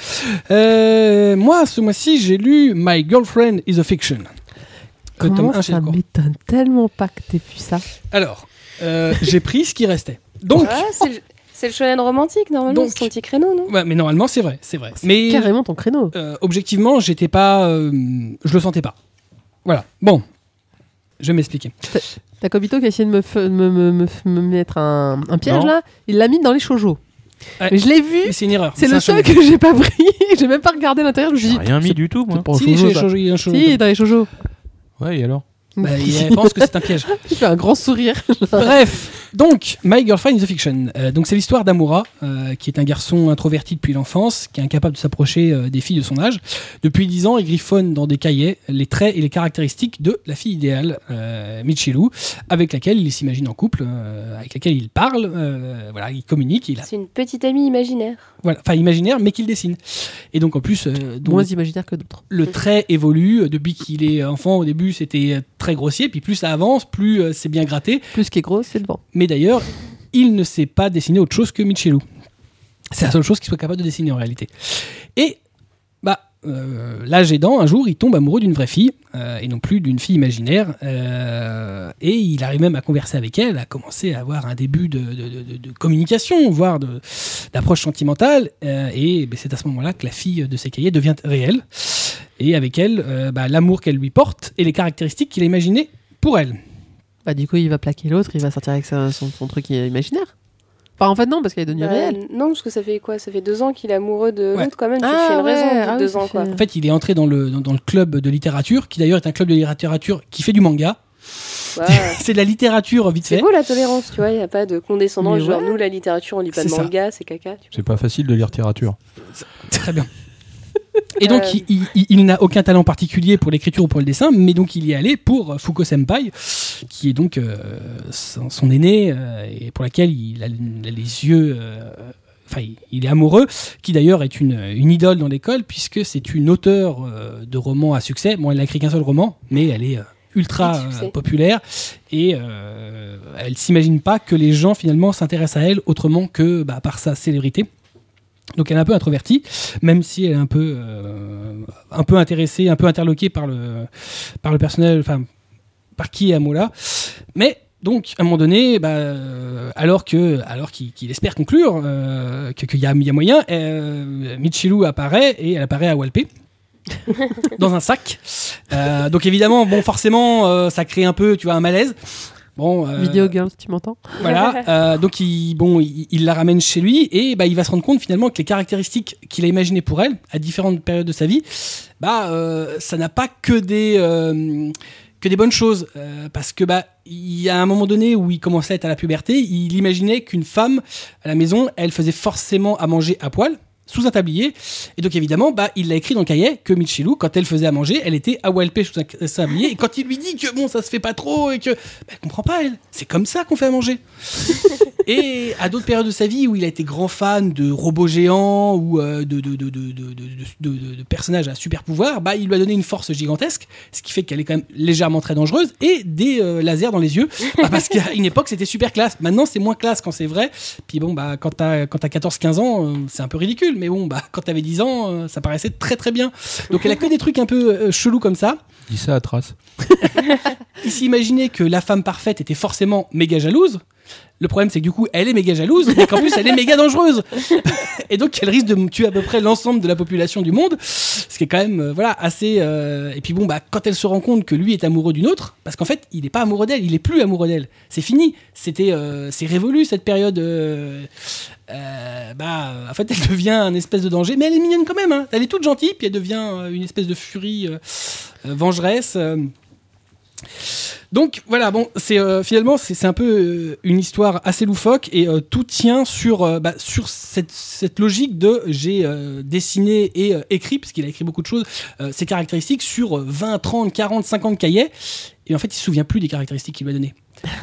A: Euh, moi, ce mois-ci, j'ai lu My Girlfriend is a Fiction. Le tome
B: Comment
A: 1 chez
B: ça
A: Delcourt.
B: m'étonne tellement pas que t'aies vu ça.
A: Alors, euh, j'ai pris ce qui restait. Donc,
C: Ouais, c'est le- c'est le shonen romantique normalement,
A: Donc-
C: c'est son petit créneau, non
A: ouais, mais normalement, c'est vrai, c'est vrai.
B: Mais...
A: Mais
B: Carrément ton créneau.
A: euh, objectivement, j'étais pas, euh, je le sentais pas. Voilà. Bon, je vais m'expliquer.
B: T'as Kobito qui a essayé de me, fe- me, me, me, me mettre un, un piège
D: Non.
B: là. Il l'a mis dans les shoujo.
A: Ouais.
B: Mais je l'ai vu.
A: Mais c'est une erreur.
B: C'est le
A: un
B: seul
A: shonen.
B: que j'ai pas pris. [laughs] J'ai même pas regardé l'intérieur. Je me
D: J'ai
B: suis dit,
D: rien mis du tout, hein. moi.
A: Si, il est chez- chez- il est un shonen.
B: si, dans les shoujo.
D: Ouais, et alors
B: [laughs]
A: Bah, il pense que c'est un piège.
B: Il fait un grand sourire. [laughs]
A: Bref, donc My Girlfriend is a Fiction. Euh, donc c'est l'histoire d'Amura, euh, qui est un garçon introverti depuis l'enfance, qui est incapable de s'approcher euh, des filles de son âge. Depuis 10 ans, il griffonne dans des cahiers les traits et les caractéristiques de la fille idéale, euh, Michiru, avec laquelle il s'imagine en couple, euh, avec laquelle il parle, euh, voilà, il communique, il a,
C: C'est une petite amie imaginaire.
A: voilà, enfin imaginaire, mais qu'il dessine. Et donc en plus, euh, donc,
B: Moins imaginaire que d'autres.
A: le trait évolue. Depuis qu'il est enfant, au début c'était euh, très grossier, puis plus ça avance, plus euh, c'est bien gratté.
B: Plus qui est gros, c'est le vent.
A: Mais d'ailleurs, il ne sait pas dessiner autre chose que Michelu. C'est la seule chose qu'il soit capable de dessiner en réalité. Et bah, euh, l'âge aidant, un jour, il tombe amoureux d'une vraie fille, euh, et non plus d'une fille imaginaire. euh, et il arrive même à converser avec elle, à commencer à avoir un début de, de- de- de communication, voire de- d'approche sentimentale. euh, et ben, c'est à ce moment-là que la fille de ses cahiers devient réelle. Et avec elle, euh, bah, l'amour qu'elle lui porte et les caractéristiques qu'il a imaginées pour elle.
B: Bah, du coup, il va plaquer l'autre, il va sortir avec sa- son, son truc imaginaire. Enfin, en fait, non, parce qu'elle est devenue
C: Bah,
B: réelle.
C: non, parce que ça fait quoi Ça fait deux ans qu'il est amoureux de
A: Ouais.
C: l'autre quand même.
B: Ah,
C: ça fait une
B: ouais,
C: raison au bout
B: ah
C: de
B: oui,
C: deux
B: ça
C: ans
B: fait-
C: quoi.
A: En fait, il est entré dans le, dans, dans le club de littérature, qui d'ailleurs est un club de littérature qui fait du manga. [laughs]
B: [laughs]
C: Ouais.
A: C'est de la littérature vite
C: C'est
A: fait.
C: beau la tolérance, tu vois, il n'y a pas de condescendance,
B: Mais
C: genre
B: ouais.
C: nous la littérature on lit pas de
A: C'est ça.
C: manga, c'est caca. tu
D: C'est pas facile de lire littérature.
A: Très bien. Et donc,
C: Euh.
A: il, il- il- il n'a aucun talent particulier pour l'écriture ou pour le dessin, mais donc il y est allé pour euh, Fuko Senpai, qui est donc euh, son, son aîné, euh, et pour laquelle il a, il a les yeux. euh, Enfin, il- il est amoureux, qui d'ailleurs est une, une idole dans l'école, puisque c'est une auteure euh, de romans à succès. Bon, elle n'a écrit qu'un seul roman, mais elle est euh, ultra
C: Quel succès.
A: euh, populaire, et euh, elle s'imagine pas que les gens, finalement, s'intéressent à elle autrement que bah, par sa célébrité. Donc elle est un peu introvertie, même si elle est un peu, euh, un peu intéressée, un peu interloquée par le, par le personnel, enfin, par qui est Amola. Mais donc, à un moment donné, bah, euh, alors que, alors qu'il qu'il espère conclure, euh, que- qu'il y, a- il y a moyen, euh, Michiru apparaît et elle apparaît à Walpé. dans un sac. Euh, donc évidemment, bon, forcément, euh, ça crée un peu, tu vois, un malaise. Bon, euh,
B: Vidéo Girls, tu m'entends
A: voilà. euh, donc il, bon, il, il la ramène chez lui et bah, il va se rendre compte finalement que les caractéristiques qu'il a imaginées pour elle à différentes périodes de sa vie, bah, euh, ça n'a pas que des euh, que des bonnes choses Euh, parce que bah il y a un moment donné où il commençait à être à la puberté, il imaginait qu'une femme à la maison, elle faisait forcément à manger à poil sous un tablier et donc évidemment bah il l'a écrit dans le cahier que Michilou quand elle faisait à manger elle était à Walpé sous un sous un tablier et quand il lui dit que bon ça se fait pas trop et que bah, elle comprend pas, elle. C'est comme ça qu'on fait à manger. et à d'autres périodes de sa vie où il a été grand fan de robots géants ou euh, de, de, de, de, de- de- de- de- de personnages à super pouvoir, bah, il lui a donné une force gigantesque, ce qui fait qu'elle est quand même légèrement très dangereuse, et des euh, lasers dans les yeux. Bah, parce qu'à une époque, c'était super classe. Maintenant, c'est moins classe quand c'est vrai. Puis bon, bah, quand t'as quand t'as 14-15 ans, euh, c'est un peu ridicule. Mais bon, bah, quand t'avais 10 ans, euh, ça paraissait très très bien. Donc elle a que des trucs un peu euh, chelous comme ça.
D: Dis ça à Trace.
A: Il s'imaginait que la femme parfaite était forcément méga jalouse. Le problème, c'est que du coup, elle est méga jalouse, mais qu'en plus, elle est méga dangereuse. Et donc, elle risque de me tuer à peu près l'ensemble de la population du monde. Ce qui est quand même, euh, voilà, assez. euh, Et puis bon, bah, quand elle se rend compte que lui est amoureux d'une autre, parce qu'en fait, il n'est pas amoureux d'elle, il est plus amoureux d'elle. C'est fini. C'était, euh, c'est révolu cette période. euh, euh, bah, euh, en fait, elle devient un espèce de danger, mais elle est mignonne quand même. hein. Elle est toute gentille, puis elle devient euh, une espèce de furie euh, euh, vengeresse. euh. Donc voilà, bon, c'est euh, finalement c'est c'est un peu euh, une histoire assez loufoque et euh, tout tient sur euh, bah, sur cette, cette logique de j'ai euh, dessiné et euh, écrit parce qu'il a écrit beaucoup de choses, euh, ses caractéristiques sur euh, 20, 30, 40, 50 cahiers et en fait il se souvient plus des caractéristiques qu'il lui a données.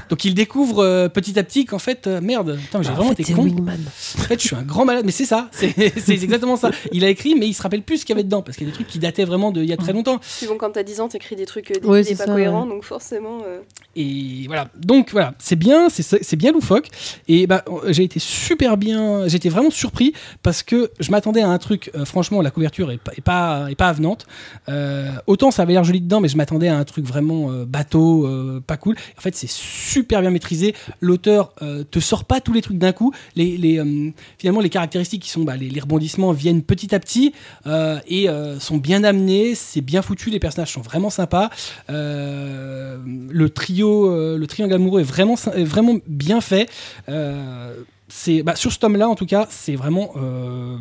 A: Donc il découvre euh, petit à petit qu'en fait euh, merde, putain, mais j'ai
B: Ah,
A: vraiment
B: en fait,
A: été
B: c'est
A: con.
B: Wingman.
A: En fait, je suis un grand malade, mais c'est ça, c'est [laughs] c'est exactement ça. Il a écrit, mais il se rappelle plus ce qu'il y avait dedans, parce qu'il y a des trucs qui dataient vraiment d'il y a très longtemps.
C: Puis bon, quand t'as 10 ans, t'écris des trucs euh, des
B: Ouais,
C: idées
B: c'est
C: pas
B: ça,
C: cohérents, donc forcément. euh,
A: Et voilà, donc voilà, c'est bien, c'est- c'est c'est bien loufoque. Et bah, j'ai été super bien, j'étais vraiment surpris, parce que je m'attendais à un truc, euh, franchement, la couverture est pas, est pas, est pas avenante. Euh, autant ça avait l'air joli dedans, mais je m'attendais à un truc vraiment euh, bateau, euh, pas cool. En fait, c'est super bien maîtrisé. L'auteur euh, te sort pas tous les trucs d'un coup. Les, les, euh, finalement, les caractéristiques qui sont bah, les, les rebondissements viennent petit à petit euh, et euh, sont bien amenés. C'est bien foutu. Les personnages sont vraiment sympas. Euh, le trio, euh, le triangle amoureux est vraiment, sy- est vraiment bien fait. Euh, c'est bah, sur ce tome-là, en tout cas, c'est vraiment, euh,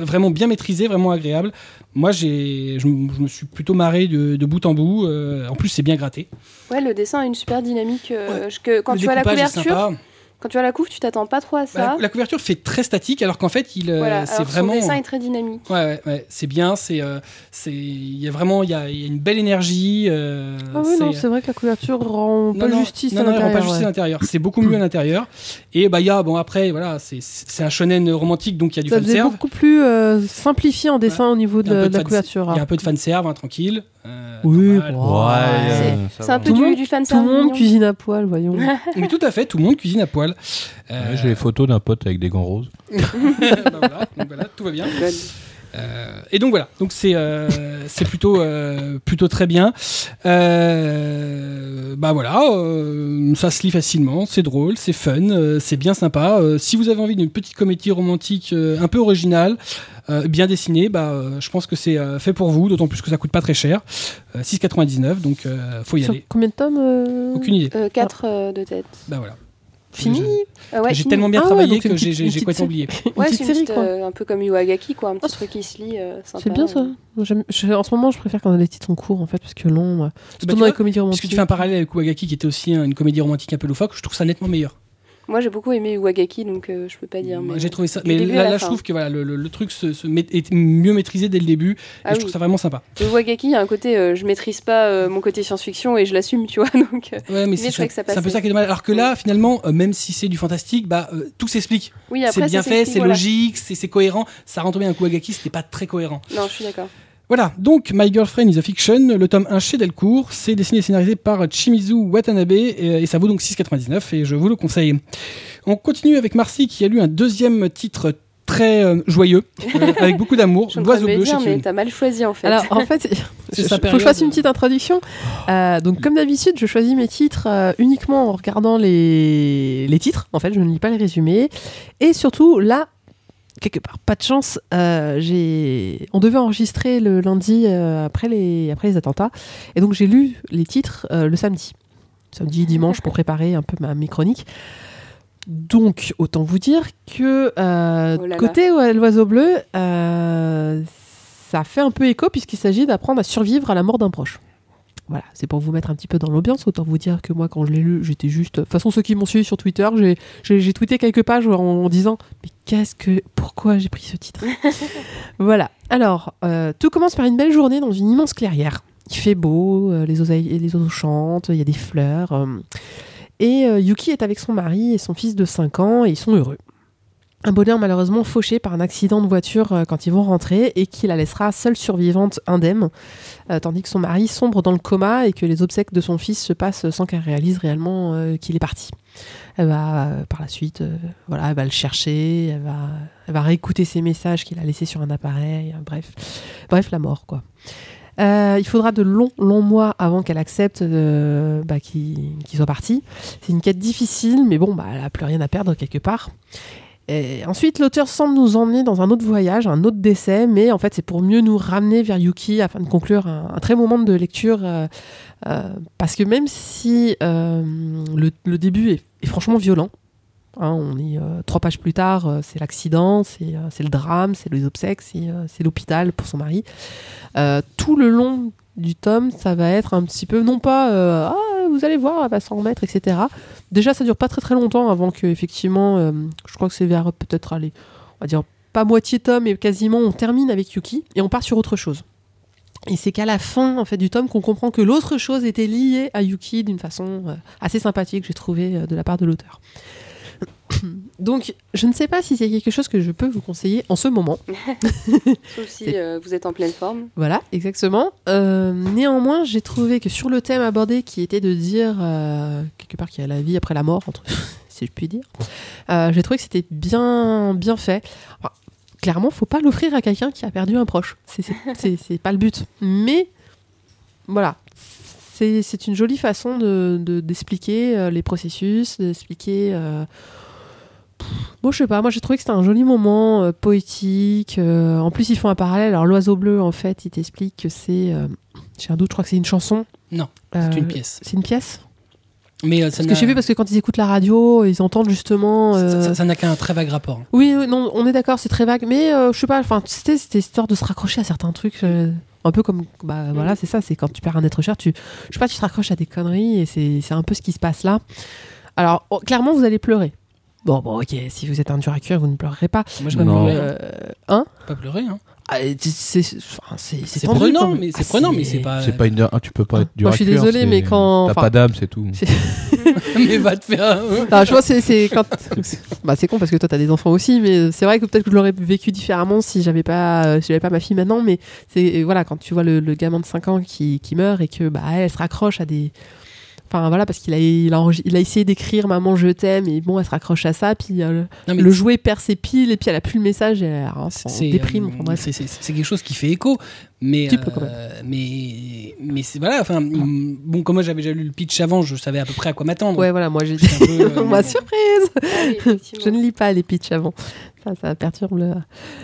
A: vraiment bien maîtrisé, vraiment agréable. Moi, j'ai, je, m- je me suis plutôt marré de, de bout en bout. Euh, en plus, c'est bien gratté.
C: Ouais, le dessin a une super dynamique. euh, je- que- quand
A: Le
C: tu vois la
A: découpage est
C: couverture,
A: sympa.
C: quand tu vois la couve, tu t'attends pas trop à
A: Bah, la,
C: ça.
A: la couverture fait très statique, alors qu'en fait, il, euh,
C: Voilà,
A: c'est
C: alors que
A: vraiment.
C: son dessin est très dynamique.
A: Ouais, ouais, ouais, c'est bien. C'est, euh, c'est, il y a vraiment, il y a, il y a une belle énergie. euh,
B: Ah oui,
A: c'est-
B: non, c'est vrai que la couverture rend
A: Non,
B: pas
A: non,
B: justice
A: non,
B: à
A: non, elle rend pas
B: l'intérieur.
A: justice à
B: ouais.
A: l'intérieur. C'est beaucoup mieux à l'intérieur. Et bah, il y a, bon, après, voilà, c'est, c'est un shonen romantique, donc il y a du
B: Ça faisait
A: fanserve.
B: beaucoup plus euh, simplifié en dessin au niveau de,
A: Il y a un peu de
B: la- de la
A: fan-
B: couverture.
A: Il y a un peu de fanserve, hein, tranquille. Euh,
B: Oui,
A: normal.
B: bon. Ouais,
C: C'est un peu
B: Tout le
C: du,
B: monde-
C: du fan
B: Tout le monde cuisine à poil, voyons.
A: Mais tout à fait, tout le monde cuisine à poil. Euh, [laughs]
D: J'ai les photos d'un pote avec des gants roses.
A: bah voilà, donc voilà, tout va bien. Euh, et donc voilà, donc c'est euh, c'est plutôt euh, plutôt très bien. Euh, bah voilà, euh, ça se lit facilement, c'est drôle, c'est fun, euh, c'est bien sympa. Euh, si vous avez envie d'une petite comédie romantique euh, un peu originale, euh, bien dessinée, bah euh, je pense que c'est euh, fait pour vous, d'autant plus que ça coûte pas très cher, Euh, 6,99, donc euh, faut y
B: Sur
A: aller.
B: combien de tomes euh,
A: Aucune idée.
C: 4 euh, de tête.
A: Bah voilà.
B: Fini
A: Je-
C: Euh, ouais,
A: J'ai
C: fini.
A: tellement bien
B: Ah ouais,
A: travaillé
B: donc c'est
A: que
B: une
A: j'ai
B: petite-
A: j'ai-
B: une
A: j'ai
B: petite
A: complètement
B: [laughs]
A: oublié. Bah,
C: Ouais,
B: petite
C: c'est une
B: série,
C: petite,
B: quoi.
C: euh, un peu comme Iwagaki, quoi, un petit
B: Oh,
C: truc qui se lit. euh, sympa.
B: C'est bien ça. J'aime- je- en ce moment, je préfère quand les titres sont courts, en fait, parce que longs. euh, Surtout dans
A: vois,
B: les comédies
A: Puisque
B: romantiques.
A: Bah, tu fais un parallèle avec Wagaki qui était aussi hein, une comédie romantique un peu loufoque, je trouve ça nettement meilleur.
C: Moi, j'ai beaucoup aimé Iwagaki, donc euh, je peux pas dire. Mais...
A: J'ai trouvé ça.
C: du
A: Mais
C: début à
A: là,
C: la
A: là, je
C: fin.
A: trouve que voilà, le, le- le truc se, se met- est mieux maîtrisé dès le début
C: Ah
A: et je
C: oui.
A: trouve ça vraiment sympa.
C: Le Iwagaki, il y a un côté, euh, je maîtrise pas euh, mon côté science-fiction et je l'assume, tu vois. [laughs] Donc, euh,
A: Ouais, mais
C: Mais
A: c'est
C: je trouvais que ça
A: c'est un peu
C: passait.
A: ça qui est dommage. Alors que là, finalement, euh, même si c'est du fantastique, bah, euh, tout s'explique.
C: oui, après,
A: C'est
C: ça
A: bien fait,
C: s'explique,
A: c'est
C: voilà.
A: logique, c'est c'est cohérent. Ça rentre bien avec Wagaki, c'était pas très cohérent.
C: Non, je suis d'accord.
A: Voilà, donc My Girlfriend is a Fiction, le tome 1 chez Delcourt, c'est dessiné et scénarisé par Chimizu Watanabe et, et ça vaut donc 6,99 et je vous le conseille. On continue avec Marcy qui a lu un deuxième titre très euh, joyeux, euh, avec beaucoup d'amour,
C: Je suis en train de
A: L'oiseau
C: me
A: bleu chez
C: dire, mais
A: Kyoun.
C: t'as mal choisi en fait.
B: Alors,
A: oh,
B: en fait,
A: [laughs] C'est
B: il
A: sa
B: faut que
A: période.
B: je fasse une petite introduction. Euh, donc, comme d'habitude, je choisis mes titres euh, uniquement en regardant les... les titres. En fait, je ne lis pas les résumés. Et surtout, là, quelque part, pas de chance, euh, j'ai... on devait enregistrer le lundi euh, après, les... après les attentats. Et donc, j'ai lu les titres euh, le samedi.
C: Ah,
B: Samedi, dimanche, pour préparer un peu ma, mes chroniques. Donc, autant vous dire que euh,
C: Oh là là.
B: côté ouais, l'oiseau bleu, euh, ça fait un peu écho puisqu'il s'agit d'apprendre à survivre à la mort d'un proche. Voilà, c'est pour vous mettre un petit peu dans l'ambiance. Autant vous dire que moi, quand je l'ai lu, j'étais juste. De toute façon, ceux qui m'ont suivi sur Twitter, j'ai- j'ai j'ai tweeté quelques pages en, en disant Mais qu'est-ce que. Pourquoi j'ai pris ce
C: [laughs]
B: titre Voilà. Alors, euh, tout commence par une belle journée dans une immense clairière. Il fait beau, euh, les, oseilles, les oiseaux chantent, il y a des fleurs. euh, et euh, Yuki est avec son mari et son fils de 5 ans et ils sont heureux. Un bonheur malheureusement fauché par un accident de voiture euh, quand ils vont rentrer et qui la laissera seule survivante indemne, euh, tandis que son mari sombre dans le coma et que les obsèques de son fils se passent sans qu'elle réalise réellement euh, qu'il est parti. Elle va euh, par la suite, euh, voilà, elle va le chercher, elle va, elle va réécouter ses messages qu'il a laissés sur un appareil, euh, bref, bref la mort quoi. Euh, il faudra de longs, longs mois avant qu'elle accepte euh, bah, qu'il qu'il soit parti. C'est une quête difficile, mais bon, bah, elle n'a plus rien à perdre quelque part. Et ensuite, l'auteur semble nous emmener dans un autre voyage, un autre décès, mais en fait, c'est pour mieux nous ramener vers Yuki afin de conclure un, un très bon moment de lecture. euh, euh, parce que même si euh, le, le début est, est franchement violent, hein, on est euh, trois pages plus tard, euh, c'est l'accident, c'est euh, c'est le drame, c'est les obsèques, c'est euh, c'est l'hôpital pour son mari. Euh, tout le long du tome, ça va être un petit peu, non pas euh, ah, vous allez voir, elle va s'en remettre, etc. Déjà, ça dure pas très très longtemps avant que, effectivement, euh, je crois que c'est vers peut-être aller, on va dire pas moitié tome, mais quasiment on termine avec Yuki et on part sur autre chose. Et c'est qu'à la fin en fait du tome qu'on comprend que l'autre chose était liée à Yuki d'une façon euh, assez sympathique, j'ai trouvé euh, de la part de l'auteur. [coughs] Donc, je ne sais pas si c'est quelque chose que je peux vous conseiller en ce moment.
C: Sauf si
B: C'est-
C: euh, vous êtes en
A: [laughs]
C: pleine forme.
B: Voilà, exactement. Euh, néanmoins, j'ai trouvé que sur le thème abordé, qui était de dire euh, quelque part qu'il y a la vie après la mort, entre, si je puis dire, euh, j'ai trouvé que c'était bien, bien fait. Enfin, clairement, faut pas l'offrir à quelqu'un qui a perdu un proche.
A: [laughs]
B: C'est- c'est- C'est c'est pas le but. Mais voilà, c'est c'est une jolie façon de- de- d'expliquer euh, les processus, d'expliquer. euh, pff, moi, je sais pas, moi j'ai trouvé que c'était un joli moment euh, poétique. euh, en plus, ils font un parallèle. Alors, l'oiseau bleu, en fait, il t'explique que c'est. euh, j'ai un doute, je crois que c'est une chanson.
A: Non,
B: Euh,
A: C'est une pièce.
B: C'est une pièce
A: Mais euh, ça
B: Parce
A: n'a-
B: que j'ai vu, parce que quand ils écoutent la radio, ils entendent justement.
A: ça-
B: euh,
A: ça- ça n'a qu'un très vague rapport. hein.
B: oui, oui, non, on est d'accord, c'est très vague, mais euh, je sais pas, enfin, c'était c'était histoire de se raccrocher à certains trucs. euh, un peu comme, bah
A: Mm.
B: voilà, c'est ça, c'est quand tu perds un être cher, tu, je sais pas, tu te raccroches à des conneries et c'est c'est un peu ce qui se passe là. Alors, oh, clairement, vous allez pleurer. Bon, bon, ok, si vous êtes un dur à cuire, vous ne pleurerez pas.
A: Moi, je vais
D: Non.
A: pleurer, hein.
B: Euh, hein
A: pas pleurer. Hein.
B: Ah, et C'est enfin, c'est- c'est
A: C'est
B: tendu, quand
A: prenant,
B: même.
A: mais
B: Ah,
A: c'est prenant, mais c'est pas.
D: C'est pas une. ah, tu peux pas être dur
B: Moi, je
D: à
B: suis
D: cuire,
B: désolée,
D: c'est-
B: mais quand-
D: T'as
B: enfin-
D: pas d'âme, c'est tout.
A: [laughs] mais va te faire. euh, un-
B: Ah, je vois, c'est c'est quand. bah, c'est con parce que toi, t'as des enfants aussi, mais c'est vrai que peut-être que je l'aurais vécu différemment si j'avais pas, euh, si j'avais pas ma fille maintenant. Mais c'est voilà, quand tu vois le, le gamin de 5 ans qui, qui meurt et que bah elle, elle se raccroche à des. enfin, Enfin voilà, parce qu'il a, il a, enregistré- il a essayé d'écrire Maman, je t'aime, et bon, elle se raccroche à ça, puis euh, le-
A: Non, Ah, mais
B: le jouet perd ses piles, et puis elle a plus le message, et elle hein, s'en déprime.
A: euh,
B: enfin, bref.
A: c'est- c'est- c'est quelque chose qui fait écho, mais
B: Petit peu, quand
A: euh, mais mais c'est voilà. Enfin mm, bon, comme moi j'avais déjà lu le pitch avant, je savais à peu près à quoi m'attendre.
B: Ouais, voilà,
A: [laughs]
B: moi j'ai dit.
A: C'est un
B: [laughs]
A: peu, euh,
B: Ma surprise Je
C: Ah effectivement.
B: ne lis pas les pitchs avant. Ça, ça perturbe le.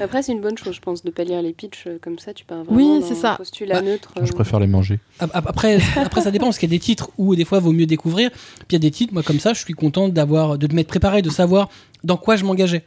C: Après, c'est une bonne chose, je pense, de pas lire les pitchs euh, comme ça. Tu pars
B: Oui,
C: vraiment dans
B: c'est ça.
C: un postulat
A: Bah,
C: neutre. euh.
D: Je préfère les manger.
A: ap- ap- après après ça dépend parce qu'il y a des titres où des fois vaut mieux découvrir. Puis il y a des titres, moi comme ça, je suis content d'avoir de m'être préparé, de savoir dans quoi je m'engageais.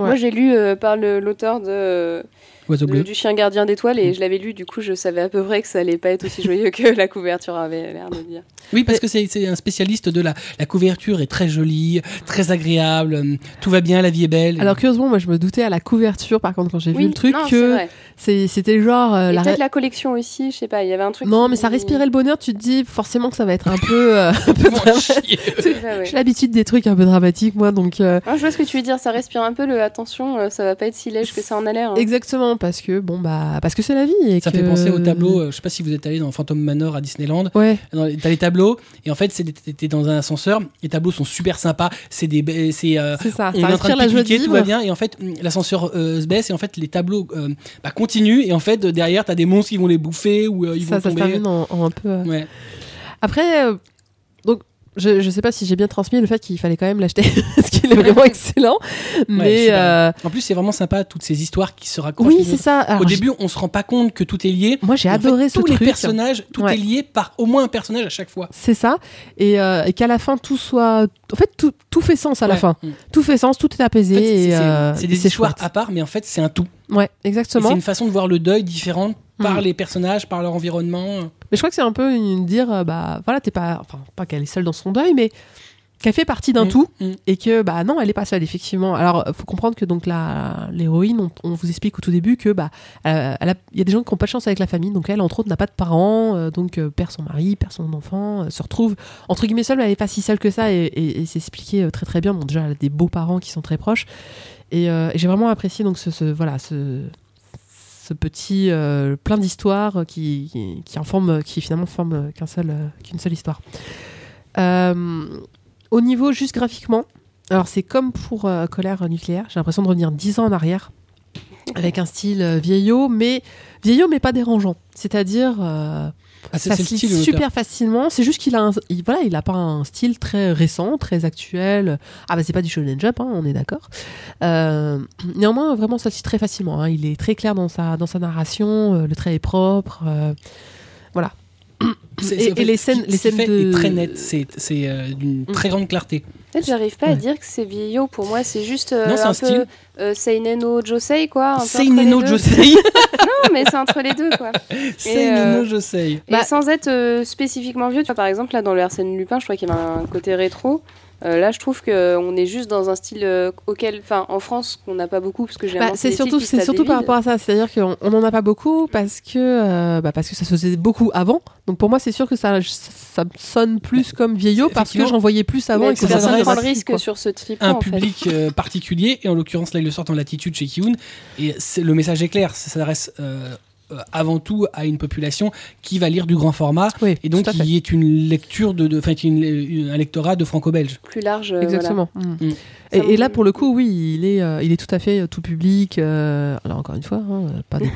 C: euh. Moi, j'ai lu euh, par le- l'auteur de,
A: Oiseau
C: de-
A: bleu. Mm.
C: du Chien gardien d'étoiles et je l'avais lu. Du coup, je savais à peu près que ça allait pas être aussi joyeux [laughs] que la couverture avait l'air de dire.
A: Oui, parce que c'est c'est un spécialiste de la la couverture est très jolie, très agréable, hum, tout va bien, la vie est belle.
B: Alors, curieusement, moi je me doutais à la couverture, par contre, quand j'ai vu le truc,
C: non, c'est
B: que
C: vrai.
B: c'est- c'était genre. euh,
C: Et
B: la
C: peut-être
B: re-
C: la collection aussi, je sais pas. Il y avait un truc.
B: Non,
C: qui-
B: mais ça respirait
C: [laughs]
B: le bonheur, tu te dis forcément que ça va être un peu. euh, un [laughs] peu
A: Comment
B: dramatique.
A: chier.
C: Ouais, ouais.
B: J'ai l'habitude des trucs un peu dramatiques, moi, donc. euh,
C: Ah, je vois ce que tu veux dire, ça respire un peu le attention, euh, ça va pas être si léger que ça en a l'air. hein.
B: Exactement, parce que bon bah parce que c'est la vie. Et
A: Ça
B: que-
A: fait penser au tableau. euh, Je sais pas si vous êtes allé dans Phantom Manor à Disneyland.
B: Ouais.
A: Dans les- T'as les tableaux, et en fait, c'est des- t'es t'es dans un ascenseur, les tableaux sont super sympas, c'est des... ba- c'est, euh,
B: C'est ça,
A: on
B: ça
A: est en train
B: respire
A: de
B: la joie de
A: pique-niquer, tout va
B: vivre.
A: bien, et en fait, mm, l'ascenseur euh, se baisse, et en fait, les tableaux euh, bah, continuent, et en fait, euh, derrière, t'as des monstres qui vont les bouffer, ou euh, ils
B: Ça,
A: vont
B: ça se
A: tomber.
B: termine en, en un peu. euh.
A: Ouais.
B: Après, euh, donc je, je sais pas si j'ai bien transmis le fait qu'il fallait quand même l'acheter [laughs] parce qu'il est vraiment excellent.
A: je sais
B: Mais
A: pas.
B: euh,
A: En plus, c'est vraiment sympa, toutes ces histoires qui se racontent.
B: oui, c'est ça. Alors,
A: Au
B: j'ai-
A: début, on se rend pas compte que tout est lié.
B: moi j'ai
A: Et en fait,
B: adoré ce
A: tous
B: truc.
A: les personnages, tout
B: Ouais.
A: est lié par au moins un personnage à chaque fois.
B: C'est ça. Et, euh, et qu'à la fin tout soit, en fait tout, tout fait sens à la
A: Ouais.
B: fin.
A: Mm.
B: Tout fait sens, tout est
A: En
B: apaisé.
A: fait, c'est-
B: et,
A: c'est-
B: euh,
A: c'est
B: et
A: des
B: c'est
A: histoires
B: chouette.
A: à part, mais en fait, c'est un tout.
B: Ouais,
A: Et
B: exactement.
A: C'est une façon de voir le deuil différente par
B: Hmm.
A: les personnages, par leur environnement.
B: Mais je crois que c'est un peu une dire, euh, bah voilà, t'es pas, enfin pas qu'elle est seule dans son deuil, mais qu'elle fait partie d'un
A: Mm,
B: tout
A: mm.
B: et que bah non, elle est pas seule effectivement. Alors faut comprendre que donc la l'héroïne, on, on vous explique au tout début que bah euh, elle a- il y a des gens qui ont pas de chance avec la famille, donc elle entre autres n'a pas de parents, euh, donc euh, perd son mari, perd son enfant, euh, se retrouve entre guillemets seule, mais elle est pas si seule que ça et, et, et c'est expliqué euh, très très bien. Bon déjà elle a des beaux parents qui sont très proches et, euh, et j'ai vraiment apprécié donc ce, ce voilà ce ce petit euh, plein d'histoires qui, qui, qui en forme, qui finalement forme qu'un seul, euh, qu'une seule histoire. Euh, au niveau juste graphiquement, alors c'est comme pour euh, Colère nucléaire, j'ai l'impression de revenir 10 ans en arrière avec un style euh, vieillot, mais vieillot mais pas dérangeant. C'est-à-dire euh,
A: Ah, c'est
B: ça
A: c'est
B: se
A: le
B: lit
A: style de l'auteur.
B: super facilement. C'est juste qu'il a, un, il- voilà, il a pas un style très récent, très actuel. Ah bah c'est pas du shonen jump, hein, on est d'accord. Euh, néanmoins, vraiment, ça se lit très facilement. hein. Il est très clair dans sa dans sa narration. euh, le trait est propre. euh,
A: C'est-
B: et-
A: c'est- en
B: et
A: fait, ce
B: les
A: qui-
B: scènes-
A: ce
B: les
A: qui
B: scènes
A: fait
B: de- Mm.
A: est très net. C'est c'est, euh, d'une très grande clarté.
C: Peut-être j'arrive pas
B: Ouais.
C: à dire que c'est vieillot pour moi, c'est juste euh,
A: Non, c'est un
C: un,
A: style.
C: peu euh, Seineno Josei quoi. un
B: Ah,
C: peu entre
A: Seineno
C: les deux.
A: Josei.
C: [laughs] Non, mais c'est entre les deux quoi.
A: [laughs] Seineno Josei.
C: Et
B: Bah-
C: sans être euh, spécifiquement vieux, tu vois, par exemple là dans le Arsène Lupin, je crois qu'il y avait un côté rétro. Euh, là, je trouve qu'on est juste dans un style euh, auquel, enfin, en France, qu'on n'a pas beaucoup, parce que j'ai
B: Bah,
C: inventé
B: c'est
C: des
B: surtout
C: titres qui
B: c'est
C: se
B: surtout par
C: tapent des
B: rapport à ça. C'est-à-dire qu'on on en a pas beaucoup parce que euh, bah, parce que ça se faisait beaucoup avant. Donc pour moi, c'est sûr que ça ça me sonne plus comme vieillot parce que
A: Bah, Effectivement.
B: j'en voyais plus
C: vides.
B: avant
C: Mais
B: et que
A: ça
B: personne
C: personne
A: s'adresse
B: ne
C: prend
A: à
C: le
B: suit,
C: risque
B: quoi.
C: sur ce trip.
A: Un
C: en fait.
A: public euh, particulier. Et en l'occurrence, là, il le sort en latitude chez Kiun. Et c'est- le message est clair. Ça s'adresse euh, euh, avant tout à une population qui va lire du grand format.
B: Oui,
A: Et donc,
B: tout à fait.
A: qui est une lecture de, de- enfin, qui est une- une- un lectorat de franco-belge.
C: plus large. euh,
B: Exactement.
A: Mm.
B: Et,
C: Ça me-
B: et là, pour le coup, oui, il est, euh, il est tout à fait euh, tout public. euh, alors encore une fois, hein, euh, pas,
C: [laughs]
B: des-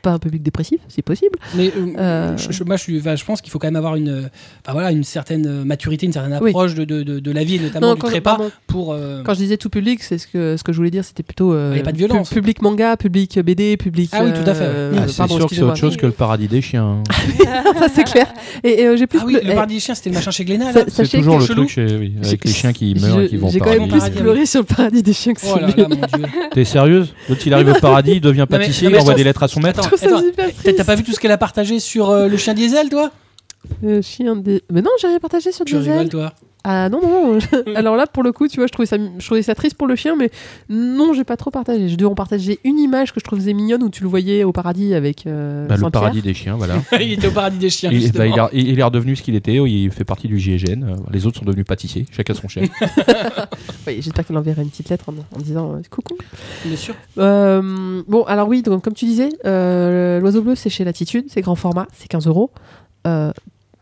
B: pas un public dépressif, c'est possible.
A: Mais euh,
B: Euh,
A: je, je- moi, je, suis- enfin, je pense qu'il faut quand même avoir une, euh, enfin, voilà, une certaine euh, maturité, une certaine
B: Oui.
A: approche de, de, de, de la vie, et notamment du
B: quand,
A: trépas,
B: pardon,
A: pour. euh,
B: quand je disais tout public, c'est ce que ce que je voulais dire, c'était plutôt euh,
A: Il y a pas de violence.
B: pu- public manga, public BD, public.
A: Ah oui, tout à fait.
B: euh,
A: Oui,
D: Ah,
B: euh,
D: c'est
B: pardon,
D: sûr que c'est
B: excusez-moi.
D: autre chose que le paradis des chiens. hein.
B: ça c'est clair. Et, et, euh, j'ai plus.
A: Ah oui,
B: ple-
A: le
B: eh,
A: paradis des chiens, c'était le machin chez Glénat,
B: ça-
A: là.
D: C'est
B: sachez
D: toujours
A: que-
D: le
A: chelou.
D: truc chez- oui,
B: j'ai-
D: avec les chiens qui
B: je-
D: meurent et qui vont au
B: J'ai quand même
D: paradis.
B: plus
A: Paradis.
B: pleuré sur le paradis des chiens que
A: Oh là
B: celui-là.
A: là, mon
B: [laughs]
A: dieu.
D: T'es sérieuse L'autre, il arrive au paradis, il devient
A: mais-
D: pâtissier,
A: non, mais
D: il envoie
A: attends,
D: des lettres à son maître.
B: Je trouve ça
A: Attends,
B: super
A: T'as-
B: triste.
A: T'as pas vu tout ce qu'elle a partagé sur euh, le chien diesel, toi
B: Le Euh, chien des- Mais non, j'ai rien partagé sur
A: Tu
B: Diesel.
A: rigoles, toi. [laughs]
B: Ah non, non, non. alors là pour le coup, tu vois, je trouvais ça, je trouvais ça triste pour le chien, mais non, j'ai pas trop partagé. J'ai dû en partager une image que je trouvais mignonne où tu le voyais au paradis avec euh,
D: Bah, le
B: Saint-Pierre.
D: paradis des chiens, voilà.
A: il était au paradis des chiens.
D: Il, bah,
A: justement.
D: il a- il- il est redevenu ce qu'il était, il fait partie du GIGN. euh, Les autres sont devenus pâtissiers, chacun son chien.
B: Oui, j'espère qu'il enverrait une petite lettre en, en disant euh, coucou.
A: Bien sûr.
B: Euh, bon, alors oui, donc comme tu disais, euh, l'oiseau bleu c'est chez Latitude, c'est grand format, c'est 15 euros. Euh,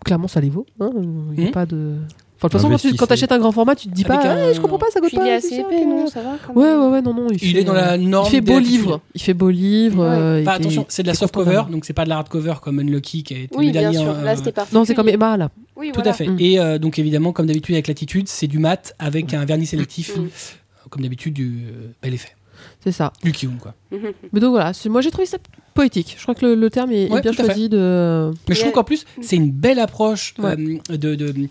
B: clairement, ça les vaut. hein, Il n'y a
A: Mhm.
B: pas de. Ah, Enfin, de toute façon, quand tu
D: Investissez.
B: quand achètes un grand format, tu te dis pas,
A: Avec un-
B: Ah, je comprends pas, ça coûte
C: Puis il
B: pas.
C: est
B: c'est
C: assez
B: cher,
C: épais,
B: t'es-
C: non Ça va quand
B: Ouais,
C: même.
B: ouais, ouais, non, non.
A: Il
B: fait, euh,
A: est dans la norme.
B: Il fait
A: des
B: beau
A: latitudes.
B: livre. Il fait beau livre.
C: Ouais.
B: euh, il
A: Enfin,
B: fait-
A: attention, c'est de la
B: il est
A: soft
B: content
A: cover,
B: d'avoir.
A: donc c'est pas de la hard cover comme Unlucky qui a été
C: Oui,
A: le
C: bien
A: dernier,
C: sûr.
D: hein,
A: euh,
C: Là, c'était parti.
B: Non, c'est comme Emma, là.
C: Oui,
A: Tout à
C: voilà.
A: fait.
B: Mm.
A: Et euh, donc évidemment, comme d'habitude avec l'attitude, c'est du mat avec un vernis sélectif,
C: Mm.
A: comme d'habitude du euh, bel effet,
B: C'est ça.
A: du Kiyun quoi.
C: Mhm.
B: Mais donc voilà, c'est- moi j'ai trouvé ça poétique. Je crois que le, le terme est, est
A: Ouais,
B: bien
A: tout à fait.
B: choisi de.
A: Mais je trouve
C: Et-
A: qu'en plus, c'est une belle approche euh,
B: Ouais.
A: de, de, de-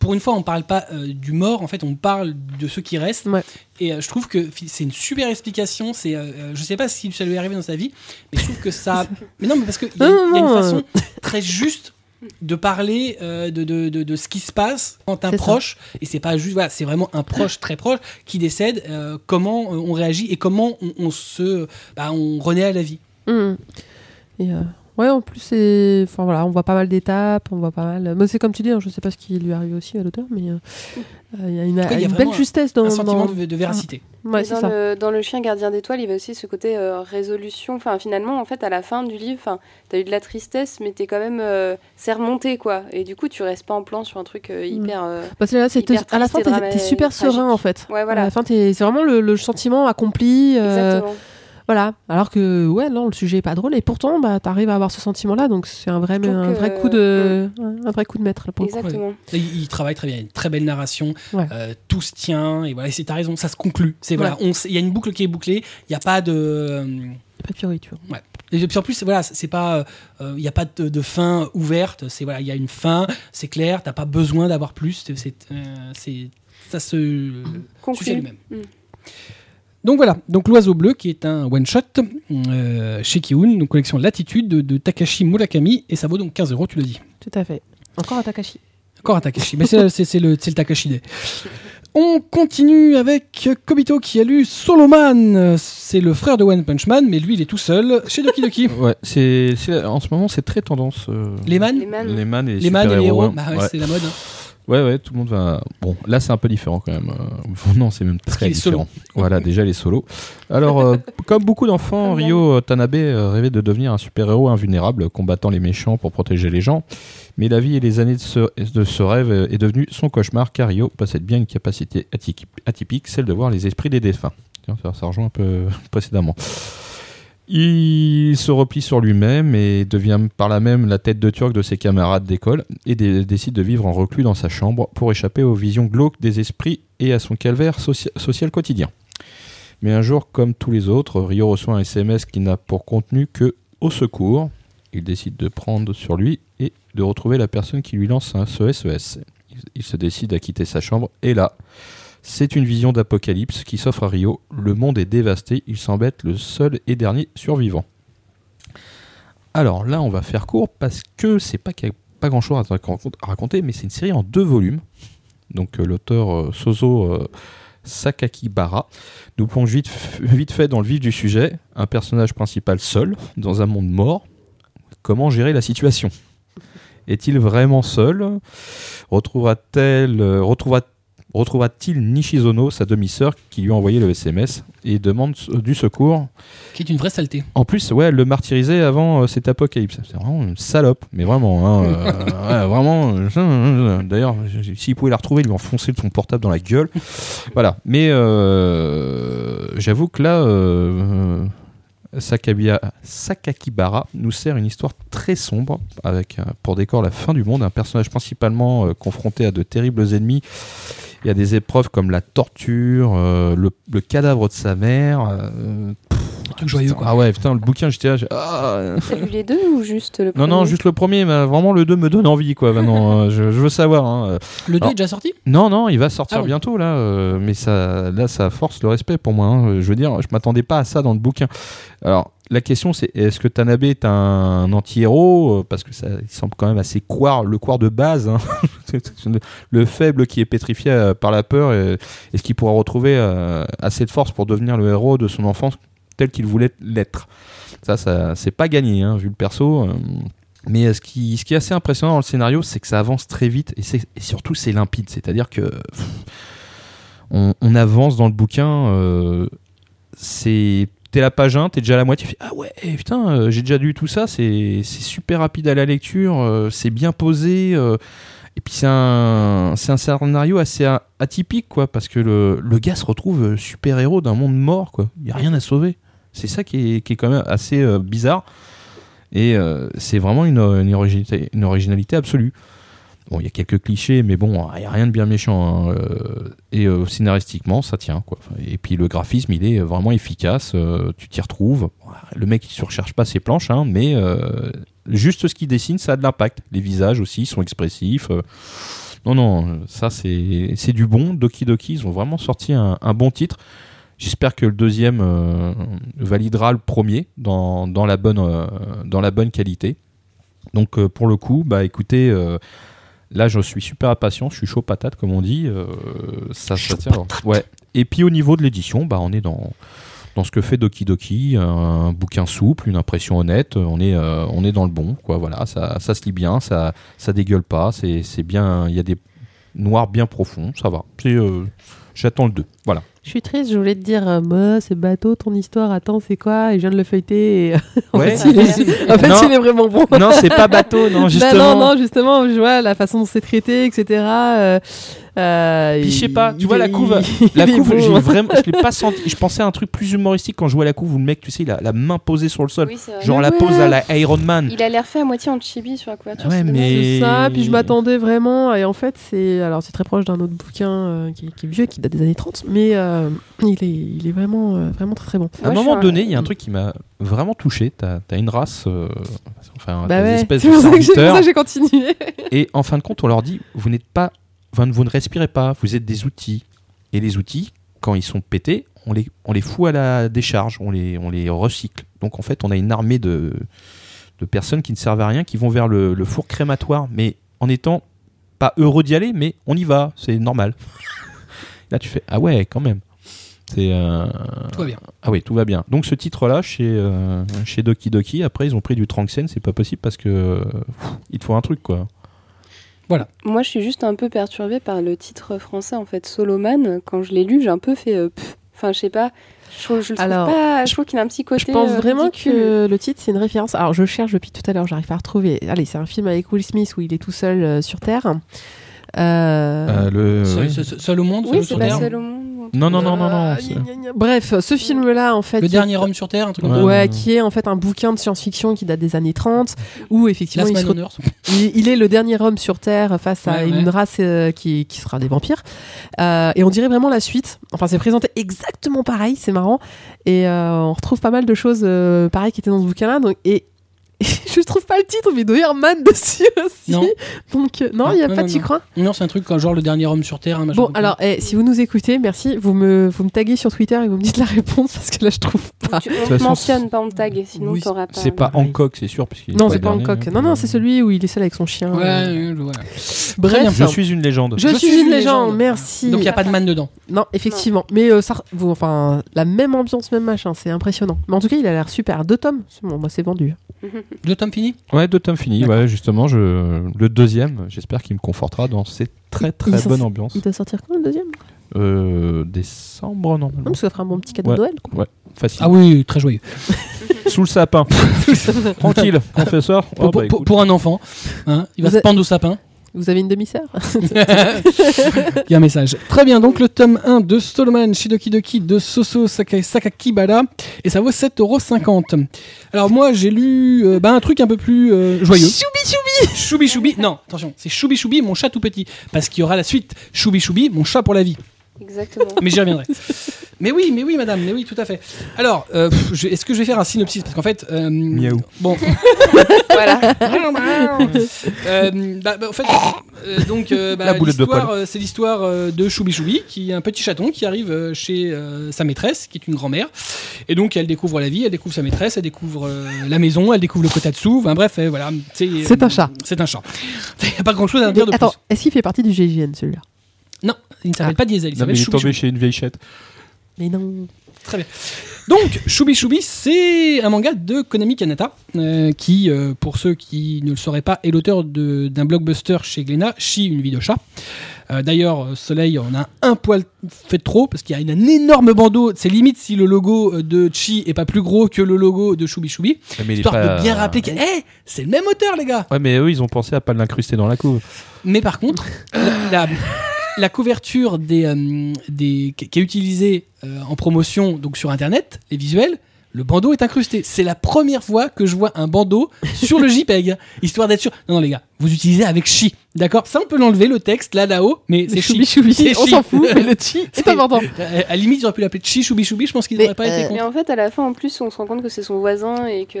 A: Pour une fois, on parle pas euh, du mort, en fait, on parle de ceux qui restent.
B: Ouais.
A: Et euh, je trouve que fi- c'est une super explication. C'est, euh, euh, je sais pas si ça lui est arrivé dans sa vie, mais je trouve que
B: [laughs]
A: ça. mais non, mais parce qu'il y, a-
B: Non, non,
A: il y a une
B: non,
A: façon très juste de parler euh, de, de, de, de ce qui se passe quand un
B: C'est ça.
A: proche, et c'est pas juste, voilà, c'est vraiment un proche très proche qui décède, euh, comment euh, on réagit et comment on, on se. bah, on renaît à la vie.
B: Mhm. Et euh, ouais, en plus, c'est. Enfin voilà, on voit pas mal d'étapes, on voit pas mal. Mais c'est comme tu dis, hein, je sais pas ce qui lui arrive aussi à l'auteur, mais euh, euh, il y a une,
A: Mm. cas, il y a
B: une
A: vraiment
B: belle justesse dans.
A: un sentiment
B: dans-
A: de, de véracité.
B: Ouais,
C: Et
B: c'est
C: dans,
B: ça.
C: le, dans le chien gardien d'étoiles, il y avait aussi ce côté euh, résolution. Enfin, finalement, en fait, à la fin du livre, enfin, t'as eu de la tristesse, mais t'es quand même. euh, c'est remonté, quoi. Et du coup, tu restes pas en plan sur un truc
B: Mm.
C: euh, hyper. euh,
B: Parce que là, c'est
C: hyper
B: à la
C: triste
B: fin,
C: et
B: t'es
C: drama-
B: t'es super
C: tragique.
B: serein en fait.
C: Ouais, voilà.
B: À la fin, t'es- c'est vraiment le, le sentiment accompli. euh,
C: Exactement.
B: voilà. Alors que, ouais, non, le sujet est pas drôle. Et pourtant, bah, t'arrives à avoir ce sentiment-là. Donc, c'est un vrai,
C: Je trouve
B: un
C: que- Mm.
B: vrai coup de, un vrai coup de maître. Là, pour le coup.
C: Exactement.
A: Et Il, il travaille très bien, il y a une très belle narration,
B: Ouais.
A: euh, tout se tient, et voilà, et c'est ta raison, ça se conclut. C'est
B: Ouais.
A: voilà, on s- il y a une boucle qui est bouclée, il n'y a pas de. euh,
B: Pas de fioriture.
A: et puis en plus, c'est- voilà, c'est pas, euh, euh, il n'y a pas de, de fin ouverte. C'est voilà, il y a une fin, c'est clair, t'as pas besoin d'avoir plus. c'est- C'est, euh, c'est- ça se
C: Conclu.
A: suffit à lui-même.
C: Mm.
A: Donc voilà, donc l'oiseau bleu qui est un one shot euh, chez Kiun, donc collection Latitude de, de Takashi Murakami, et ça vaut donc 15 euros, tu l'as dit.
B: Tout à fait. Encore à Takashi.
A: Encore un Takashi. Mais c'est c'est- c'est le, c'est le Takashi Day. On continue avec Kobito qui a lu Soloman. C'est le frère de One Punch Man, mais lui, il est tout seul chez Doki
D: [laughs]
A: Doki.
D: Ouais, c'est, c'est- en ce moment, c'est très tendance. euh,
A: Les man
C: Les man-
D: les man et les,
A: Les man et les
D: super-héros,
A: héros.
D: hein.
A: Bah ouais,
D: ouais.
A: C'est la mode. hein.
D: Ouais, ouais, tout le monde va. Bon, là, c'est un peu différent quand même. Euh, [laughs] non, c'est même très
A: qu'il est
D: différent.
A: [laughs]
D: Voilà, déjà les solos. Alors, euh, comme beaucoup d'enfants,
C: Comme
D: Ryo Tanabe euh, rêvait de devenir un super-héros invulnérable, combattant les méchants pour protéger les gens. Mais la vie et les années de ce, de ce rêve euh, est devenu son cauchemar, car Ryo possède bien une capacité atypique, atypique, celle de voir les esprits des défunts. Tiens, ça, ça rejoint un peu [laughs] précédemment. Il se replie sur lui-même et devient par là même la tête de turc de ses camarades d'école et dé- décide de vivre en reclus dans sa chambre pour échapper aux visions glauques des esprits et à son calvaire socia- social quotidien. Mais un jour, comme tous les autres, Rio reçoit un SMS qui n'a pour contenu que au secours. Il décide de prendre sur lui et de retrouver la personne qui lui lance un- E ce SES. Il- Il se décide à quitter sa chambre et là, c'est une vision d'apocalypse qui s'offre à Rio. Le monde est dévasté, il semble être le seul et dernier survivant. Alors là, on va faire court parce que c'est pas, qu'il y a pas grand chose à raconte- à raconter, mais c'est une série en deux volumes. Donc euh, l'auteur euh, Sozo euh, Sakakibara nous plonge vite, f- vite fait dans le vif du sujet. Un personnage principal seul, dans un monde mort. Comment gérer la situation Est-il vraiment seul Retrouvera-t-elle. euh, retrouvera Retrouvera-t-il Nishizono, sa demi-sœur, qui lui a envoyé le SMS et demande euh, du secours
A: Qui est une vraie saleté.
D: en plus, ouais, elle le martyrisait avant euh, cet apocalypse. C'est vraiment une salope, mais vraiment, hein, euh, [laughs] ouais, vraiment. euh, D'ailleurs, j- s'il pouvait la retrouver, il lui enfonçait son portable dans la gueule. Voilà. Mais euh, j'avoue que là, euh, Sakabia- Sakakibara nous sert une histoire très sombre, avec euh, pour décor la fin du monde, un personnage principalement euh, confronté à de terribles ennemis. Il y a des épreuves comme la torture, euh, le, le cadavre de sa mère. euh,
A: Un truc joyeux,
D: Putain,
A: quoi.
D: Ah ouais, putain, le bouquin, j'étais là. j'ai- ah.
C: T'as lu les deux ou juste le
D: Non, non,
C: premier
D: juste le premier, mais vraiment le 2 me donne envie, quoi. Maintenant, Euh, je, je veux savoir. hein. Euh,
A: Le 2
D: Alors-
A: est déjà
D: [laughs]
A: sorti
D: Non, non, il va sortir
A: Ah bon.
D: bientôt, là. euh, mais ça, là, ça force le respect pour moi. hein. Je veux dire, je m'attendais pas à ça dans le bouquin. Alors, la question, c'est est-ce que Tanabe est un anti-héros Euh, Parce que ça il semble quand même assez coir, le coir de base. hein. [laughs] le faible qui est pétrifié euh, par la peur. euh, Est-ce qu'il pourra retrouver euh, assez de force pour devenir le héros de son enfance tel qu'il voulait l'être Ça, ça c'est pas gagné, hein, vu le perso. euh, mais euh, ce qui, ce qui est assez impressionnant dans le scénario, c'est que ça avance très vite et, c'est- et surtout c'est limpide. C'est-à-dire que pff, on, on avance dans le bouquin, euh, c'est t'es la page 1, t'es déjà à la moitié. tu fais, ah ouais, eh, putain, euh, j'ai déjà lu tout ça. C'est c'est super rapide à la lecture. euh, c'est bien posé. euh, et puis c'est un, c'est un scénario assez a- atypique, quoi, parce que le, le gars se retrouve euh, super-héros d'un monde mort, quoi. Il n'y a rien à sauver. C'est ça qui est, qui est quand même assez euh, bizarre. Et euh, c'est vraiment une, euh, une originalité, une originalité absolue. Bon, il y a quelques clichés, mais bon, il n'y a rien de bien méchant. hein. Euh, Et euh, scénaristiquement, ça tient. Quoi. Enfin, Et puis le graphisme, il est vraiment efficace. euh, tu t'y retrouves. Le mec, il ne surcharge pas ses planches, hein, mais euh, juste ce qu'il dessine, ça a de l'impact. Les visages aussi ils sont expressifs. euh. Non, non, ça, c'est c'est du bon. Doki Doki, ils ont vraiment sorti un, un bon titre. J'espère que le deuxième euh, validera le premier dans, dans la bonne, euh, dans la bonne qualité. Donc, euh, pour le coup, bah, écoutez. euh, Là, je suis super impatient, je suis chaud patate, comme on dit. euh, ça, ça tient. alors. Ouais. Et puis au niveau de l'édition, bah, on est dans, dans ce que fait Doki Doki, un, bouquin souple, une impression honnête. On est, euh, on est dans le bon, quoi. Voilà, ça, ça se lit bien, ça, ça dégueule pas. C'est c'est bien, il y a des noirs bien profonds, ça va. C'est, euh, J'attends le 2. Voilà.
B: Je suis triste, je voulais te dire, euh, moi, c'est bateau, ton histoire, attends, c'est quoi Et je viens de le feuilleter. et- en [laughs]
D: Ouais.
B: fait, il est, en fait,
D: Non.
B: il est vraiment bon.
D: Non, c'est pas bateau,
B: [laughs]
D: non,
B: Bah
D: justement.
B: non, non, justement, je vois la façon dont c'est traité, etc. Euh, euh,
D: Puis je sais
B: il-
D: pas, tu
B: il
D: vois
B: est-
D: la couve,
B: il
D: la
B: est
D: couve,
B: beau. [laughs]
D: j'ai vraiment, je l'ai pas senti. Je pensais à un truc plus humoristique quand je vois la couve où le mec, tu sais, il a la main posée sur le sol.
C: Oui, c'est vrai.
D: Genre
B: euh, Mais
D: la
B: ouais.
D: pose à la Iron Man.
C: Il a l'air fait à moitié en chibi sur la couverture.
D: Ouais,
C: c'est dommage.
D: mais-
B: C'est ça, puis je
D: Et-
B: m'attendais vraiment. Et en fait, c'est alors c'est très proche d'un autre bouquin euh, qui, qui est vieux, qui date des années 30, mais euh, il, est, il est vraiment, euh, vraiment très très bon.
D: À un
C: Moi, je
D: moment
C: suis
D: donné, il y a un truc qui m'a vraiment touché. T'as as une race, euh, enfin,
B: Bah
D: des
B: ouais,
D: espèces
B: c'est
D: de
B: pour ça que j'ai- pour ça
D: serviteurs,
B: que j'ai continué.
D: et en fin de compte, on leur dit vous n'êtes pas, enfin, vous ne respirez pas, vous êtes des outils. Et les outils, quand ils sont pétés, on les, on les fout à la décharge, on les, on les recycle. Donc en fait, on a une armée de, de personnes qui ne servent à rien, qui vont vers le, le four crématoire, mais en étant pas heureux d'y aller, mais on y va, c'est normal. [laughs] Là, tu fais ah ouais, quand même. C'est euh,
A: Tout va bien.
D: ah oui, tout va bien. Donc ce titre-là, chez, euh, chez Doki Doki, après ils ont pris du Tranksen, c'est pas possible parce que euh, pff, il te faut un truc quoi.
C: Moi, je suis juste un peu perturbée par le titre français, en fait, Soloman. Quand je l'ai lu, j'ai un peu fait. euh, pff. Enfin, je sais pas. Je, trouve- je le trouve
B: Alors,
C: pas. Je trouve qu'il a un petit côté.
B: Je pense
C: euh,
B: vraiment
C: ridicule.
B: que le titre, c'est une référence. Alors, je cherche depuis tout à l'heure, j'arrive pas à retrouver. Allez, c'est un film avec Will Smith où il est tout seul euh, sur Terre. Euh,
D: Euh, le-
A: Seul,
D: oui.
A: seul- seul au monde,
C: Oui,
A: seul
C: c'est
A: sur
C: pas
A: Terre.
C: seul au monde.
D: Non, non, non, non, non.
B: euh,
D: c'est-
B: gna, gna, gna. Bref, ce film-là, en fait.
A: Le
B: il-
A: dernier homme sur Terre, un truc comme
D: Ouais.
A: ça.
B: Ouais, qui est en fait un bouquin de science-fiction qui date des années 30, où effectivement
A: Last
B: il, se
A: Man on Earth.
B: Il, il est le dernier homme sur Terre face à
A: Ouais,
B: une
A: ouais.
B: race euh, qui, qui sera des vampires. Euh, et on dirait vraiment la suite. Enfin, c'est présenté exactement pareil, c'est marrant. Et euh, on retrouve pas mal de choses euh, pareilles qui étaient dans ce bouquin-là. Donc, et [laughs] je trouve pas le titre, mais il doit y avoir Man dessus aussi.
A: Non.
B: Donc, euh, non,
A: Non,
B: il n'y a
A: non,
B: pas
A: non,
B: de tu
A: non.
B: crois.
A: Non, c'est un truc quand genre le dernier homme sur Terre. un machin
B: Bon,
A: comme ça.
B: alors, eh, si vous nous écoutez, merci. Vous me, vous me taguez sur Twitter et vous me dites la réponse parce que là, je trouve pas.
C: Tu- on
D: façon,
C: mentionne pas en tag, sinon
A: oui,
C: t'auras pas.
D: C'est pas
B: oui.
D: Hancock, c'est sûr. Parce qu'il est
B: Non,
D: le
B: c'est pas
D: dernier,
B: Hancock.
D: hein.
B: Non, non, c'est celui où il est seul avec son chien.
A: Ouais, ouais,
B: Euh,
A: voilà.
B: Bref, euh,
D: Je suis une légende.
B: je, suis une légende. Merci.
A: Donc il n'y a pas de man dedans.
B: Non, effectivement. Mais euh, ça, vous, enfin, la même ambiance, même machin, c'est impressionnant. Mais en tout cas, il a l'air super. Deux tomes, c'est bon, moi c'est vendu.
A: Deux tomes finis
D: Ouais, deux tomes finis. Ouais, justement, je... le deuxième, j'espère qu'il me confortera dans cette très
B: Ils
D: très
B: sont-
D: bonne ambiance.
B: Il doit sortir quand le deuxième Non,
D: Euh, décembre normalement.
B: parce que ça fera un bon petit cadeau de Noël. quoi.
D: Facile.
A: Ah oui, très joyeux.
D: Sous le sapin. Tranquille, confesseur.
A: Pour, pour-
D: Oh, bah,
A: pour-
D: écoute.
A: pour un enfant, hein, il va
B: Vous
A: se
B: êtes-
A: pendre au sapin.
B: Vous avez une demi-sœur
A: il y a un message. Très bien, donc le tome 1 de Stallman, Shidoki Doki de Soso Saka- Sakakibara, et ça vaut 7,50€. Alors moi, j'ai lu euh, bah, un truc un peu plus euh, joyeux.
B: Choubi, choubi
A: Choubi Choubi, non, attention, c'est Choubi Choubi, mon chat tout petit, parce qu'il y aura la suite. Choubi Choubi, mon chat pour la vie.
C: [laughs] Exactement.
A: Mais j'y reviendrai. [laughs] mais oui, mais oui, madame, mais oui, tout à fait. Alors, euh, pff, je- est-ce que je vais faire un synopsis Parce qu'en fait. euh,
D: Miaou.
A: [laughs] Bon.
C: voilà.
A: [laughs] Euh, bah, bah, en fait, euh, donc, euh, bah,
D: La boulette de
A: l'histoire, euh, c'est l'histoire euh, de Choubi Choubi, qui est un petit chaton qui arrive euh, chez euh, sa maîtresse, qui est une grand-mère. Et donc, elle découvre la vie, elle découvre sa maîtresse, elle découvre euh, la maison, elle découvre le kotatsu. Enfin, bref, euh, voilà.
B: C'est un chat.
A: C'est un chat. [laughs] Il n'y a pas grand-chose à dire de
B: Attends, Ah. est-ce qu'il fait partie du GIGN celui-là
A: plus. Non, il ne s'appelle pas Diesel, il
D: Non, mais
A: s'appelle
D: il est
A: Choubi
D: tombé chez une vieille chette.
B: Mais non.
A: Donc, Choubi Choubi, c'est un manga de Konami Kanata, euh, qui, euh, pour ceux qui ne le sauraient pas, est l'auteur de- d'un blockbuster chez Glénat, Chi, une vie de chat. Euh, D'ailleurs, euh, Soleil en a un poil fait trop parce qu'il y a une, un énorme bandeau. C'est limite si le logo euh, de Chi est pas plus gros que le logo de Choubi Choubi.
D: Mais il est
A: Histoire
D: pas-
A: de bien rappeler que Eh, c'est le même auteur, les gars.
D: Ouais, mais eux, ils ont pensé à pas l'incruster dans la couve.
A: Mais par contre, la, la- la couverture des, euh, des, qui qui est utilisée euh, en promotion donc sur Internet, les visuels, le bandeau est incrusté. C'est la première fois que je vois un bandeau sur le JPEG, [laughs] histoire d'être sûr. Non, non, les gars, vous utilisez avec chi, d'accord Ça, on peut l'enlever, le texte, là, là-haut, mais c'est
B: C'est
A: chi.
B: choubi choubi,
A: C'est
B: on
A: chi.
B: s'en fout, mais le
A: [laughs]
B: chi c'est
A: C'est-
B: important.
A: Euh, À la limite, j'aurais pu l'appeler chi, choubi, choubi, je pense qu'ils
B: Mais,
A: n'auraient pas été
B: euh,
C: Mais
A: contents.
C: en fait, à la fin, en plus, on se rend compte que c'est son voisin et qu'ils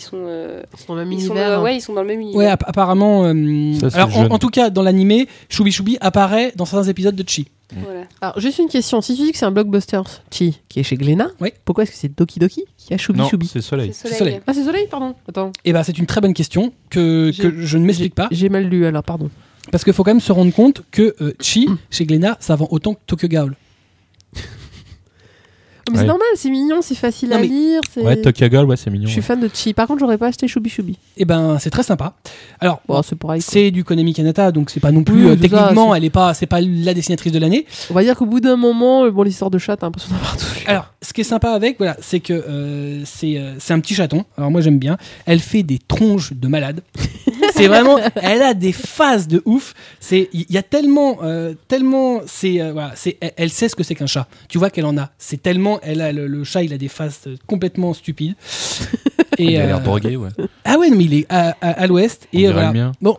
C: sont, euh,
B: Ils sont dans le même
C: ils, sont,
B: univers.
C: euh,
B: hein.
C: ouais, ils sont dans le même univers.
A: Ouais, app- apparemment. euh,
D: Ça, c'est
A: alors, en,
D: jeune.
A: en tout cas, dans l'animé, Choubi Choubi apparaît dans certains épisodes de Chi.
C: Voilà.
B: Alors, juste une question. Si tu dis que c'est un blockbuster, Chi, qui est chez Glénat,
A: Oui.
B: pourquoi est-ce que c'est Doki Doki qui a Choubi
D: Non,
B: Choubi
D: c'est
C: C'est
D: Soleil.
C: soleil.
A: Soleil.
B: Ah, c'est Soleil, pardon. Attends,
A: Et ben, c'est une très bonne question que,
B: J'ai-
A: que je ne m'explique pas.
B: j'ai mal lu alors, pardon.
A: Parce qu'il faut quand même se rendre compte que euh, Chi, chez Glénat, ça vend autant que Tokyo Gaul.
B: Oh, Mais c'est
D: Ouais.
B: normal, c'est mignon, c'est facile
A: Non,
B: à
A: mais-
B: lire. c'est-
D: Ouais, Tokyo Ghoul, ouais, c'est mignon.
B: Je suis fan de Chi. Par contre, j'aurais pas acheté Choubi Choubi.
A: Et ben, c'est très sympa. Alors,
B: Bon, c'est pareil. quoi.
A: c'est du Konami Kanata, donc c'est pas non plus.
B: Oui,
A: euh,
B: c'est ça,
A: techniquement,
B: c'est-
A: elle est pas, c'est pas la dessinatrice de l'année.
B: On va dire qu'au bout d'un moment, euh, bon, l'histoire de chat, t'as l'impression d'avoir tout lu.
A: Alors, ce qui est sympa avec, voilà, c'est que euh, c'est euh, c'est un petit chaton. Alors moi j'aime bien. Elle fait des tronches de malade. c'est vraiment, elle a des phases de ouf. C'est, il y a tellement, euh, tellement, c'est euh, voilà, c'est, elle, elle sait ce que c'est qu'un chat. Tu vois qu'elle en a. C'est tellement, elle a le, le chat, il a des phases euh, complètement stupides. Et,
D: Il a
A: euh,
D: l'air drogué, [laughs] ouais.
A: Ah ouais, non, mais il est à, à- à l'ouest
D: On
A: et
D: dirait
A: voilà.
D: le mien.
B: [laughs]
A: Bon,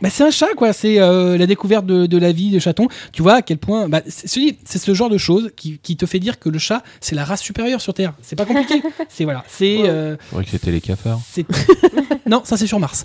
A: bah, c'est un chat, quoi. C'est euh, la découverte de, de la vie des chatons. Tu vois à quel point. Bah, c'est c'est- c'est ce genre de choses qui, qui te fait dire que le chat, c'est la race supérieure sur Terre. C'est pas
B: [laughs]
A: compliqué. c'est voilà. C'est.
B: Ouais.
A: euh,
D: Faudrait que c'était les cafards.
A: c'est- non, ça c'est sur Mars.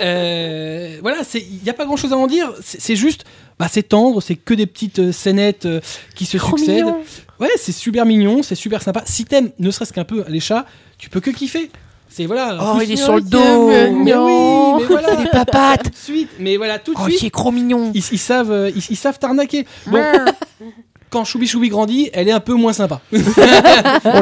A: Euh, voilà, c'est- il n'y a pas grand chose à en dire. C'est c'est juste. Bah, c'est tendre, c'est que des petites euh, scénettes euh, qui se
B: Trop
A: succèdent.
B: mignon.
A: Ouais, c'est super mignon, c'est super sympa. Si t'aimes ne serait-ce qu'un peu les chats, tu peux que kiffer. C'est voilà. en
E: Oh,
A: plus,
E: il est sur le
B: c'est
E: dos.
A: mais oui,
B: mignon.
A: mais voilà.
E: Des papates.
A: Tout de suite, mais voilà, tout de
E: Oh,
A: suite.
E: il est trop mignon.
A: Ils, ils savent, euh, ils, ils savent t'arnaquer. Bon, quand Choubi Choubi grandit, elle est un peu moins sympa.
D: Oh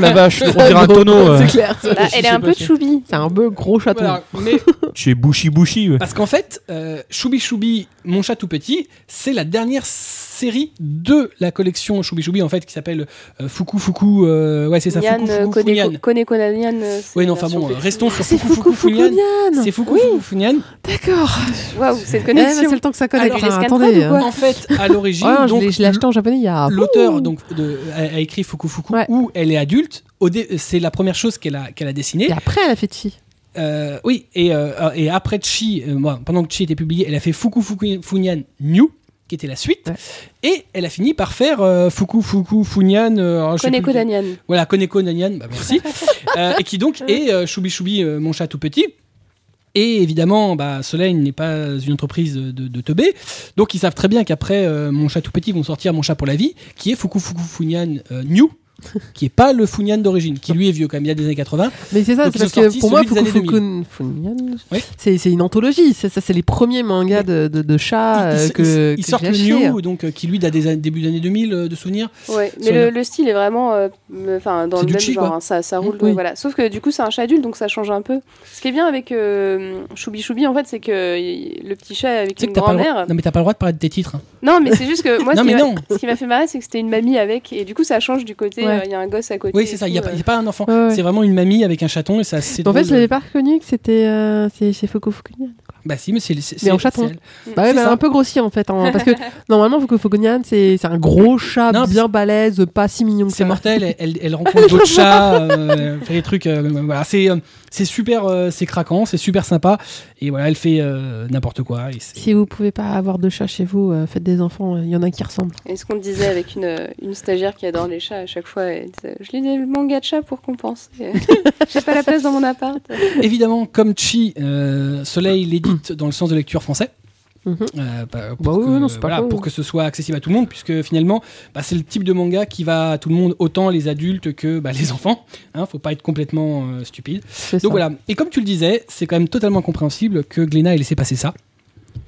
D: la vache, on dirait un tonneau. euh.
B: C'est clair. ça.
C: Bah,
A: Je
C: elle
A: sais
C: est un
A: pas
C: peu
A: si-
C: choubi.
B: C'est un peu gros chaton.
A: Voilà, mais
D: Chez Bouchi Bouchi, ouais.
A: parce qu'en fait, euh, Choubi Choubi, mon chat tout petit, c'est la dernière série de la collection Choubi Choubi en fait qui s'appelle euh, Fuku Fuku. euh, ouais, c'est ça.
C: Yann
A: Fuku Fuku
C: Kone-
A: Funyan.
C: Kone Konanian, euh, c'est
A: Ouais, non,
C: la
A: enfin bon,
C: version
A: euh, restons
B: Ah,
A: sur
B: C'est
A: Fuku Fuku
B: Fuku
A: Funyan.
B: Fukunyan.
A: C'est Fuku Fuku Funyan.
B: D'accord.
C: Waouh, c'est le
B: Eh, [laughs] bah, c'est
C: connexion.
B: le temps que ça
C: Ah,
B: connecte.
C: du
B: Enfin,
C: Lescan
B: attendez.
C: Trad ou quoi
B: hein.
A: En fait, à l'origine,
B: Ouais, Oh, je
A: donc,
B: l'ai- je l'ai acheté en japonais il y a.
A: L'auteur donc de- a, a écrit Fuku Fuku
B: Ah Ouais.
A: où elle est adulte. Au dé- c'est la première chose qu'elle a, qu'elle a dessinée.
B: Et après, elle a fait Chi.
A: Euh, oui, et, euh, et après Chi, euh, moi, pendant que Chi était publié, elle a fait Fuku Fuku Funyan New, qui était la suite. Et elle a fini par faire euh, Fuku Fuku Funyan. euh, alors, je sais
C: Kone
A: plus-
C: Konanian.
A: Voilà, Koneko Nanyan, bah
C: [laughs]
A: merci. Euh, et qui donc est euh, Choubi Choubi, euh, mon chat tout petit. Et évidemment, bah, Soleil n'est pas une entreprise de, de teubés. Donc ils savent très bien qu'après euh, Mon chat tout petit vont sortir Mon chat pour la vie, qui est Fuku Fuku Funyan euh, New, qui est pas le Funyan d'origine, qui lui est vieux quand même, il y a des années 80.
B: Mais c'est ça,
A: Donc, ils
B: c'est parce
A: sont
B: que
A: sortis
B: pour moi,
A: celui des
B: Fuku
A: années 2000.
B: Fuku- Fukunyan,
A: Oui.
B: c'est c'est une anthologie. C'est- Ça, c'est les premiers mangas de, de, de chats
A: Ils-
B: euh,
A: ils-
B: que,
A: ils,
B: que
A: sortent
B: j'ai
A: le
B: acheté.
A: New, donc, euh, qui lui date des années- début des années 2000 euh, de souvenirs.
C: Ouais, mais
A: Sur
C: le,
A: la-
C: le style est vraiment euh, me- enfin dans
A: C'est
C: le
A: du
C: même
A: chi,
C: genre,
A: quoi.
C: hein, ça, ça roule,
B: Oui.
C: ouais, voilà. Sauf que du coup, c'est un chat adulte, donc ça change un peu. Ce qui est bien avec euh, Choubi Choubi, en fait, c'est que y- le petit chat avec
A: Tu sais
C: une
A: que t'as pas le droit-
C: grand-mère.
A: Non, mais t'as pas le droit de parler de tes titres. hein.
C: Non, mais c'est juste que moi,
A: [laughs] Non,
C: ce qui
A: mais
C: m'a-
A: non.
C: [laughs] ce qui m'a fait marrer, c'est que c'était une mamie avec, et du coup, ça change du côté. Il
B: Ouais.
C: y a un gosse à côté.
A: Oui,
C: et
A: c'est ça, il
C: tout,
A: n'y a, pas-
C: euh.
A: y a pas un enfant.
B: Ouais, ouais.
A: C'est vraiment une mamie avec un chaton et ça, c'est
B: En fait, je
A: drôle.
B: l'avais pas reconnu que c'était euh, c'est chez Fuku Fukunyan.
A: Bah si, mais c'est c'est-
B: Mais en
A: c'est- c'est
B: chaton.
A: elle.
B: Bah ouais,
A: C'est
B: bah,
A: ça.
B: un peu grossier en fait. hein,
A: [laughs]
B: parce que normalement, Fuku Fukunyan, c'est c'est un gros chat
A: Non,
B: bien balèze, pas si mignon que
A: C'est
B: ça.
A: mortel,
B: [laughs]
A: elle, elle- elle rencontre d'autres chats, euh, elle fait des trucs. euh, voilà, c'est euh, c'est super, euh, c'est craquant, c'est super sympa. Et voilà, elle fait euh, n'importe quoi. et
B: [laughs]
A: c'est-
B: Si vous pouvez pas avoir de chat chez vous, euh, faites des enfants. Il y en a qui ressemblent.
C: euh, Et ce qu'on disait avec une, euh, une stagiaire qui adore les chats à chaque fois, elle disait, je lisais le manga de chat pour compenser. [laughs] J'ai pas la place dans mon appart.
A: Évidemment, comme Chi, euh, Soleil l'édite dans le sens de lecture français.
B: Mhm.
A: Euh, bah,
B: Bah
A: pour,
B: oui,
A: que,
B: non, c'est pas
A: voilà,
B: con.
A: pour que ce soit accessible à tout le monde, puisque finalement, bah, c'est le type de manga qui va à tout le monde, autant les adultes que bah, les [laughs] enfants. Hein, faut pas être complètement euh, stupide.
B: C'est ça.
A: Donc voilà. Et comme tu le disais, c'est quand même totalement compréhensible que Glénat ait laissé passer ça.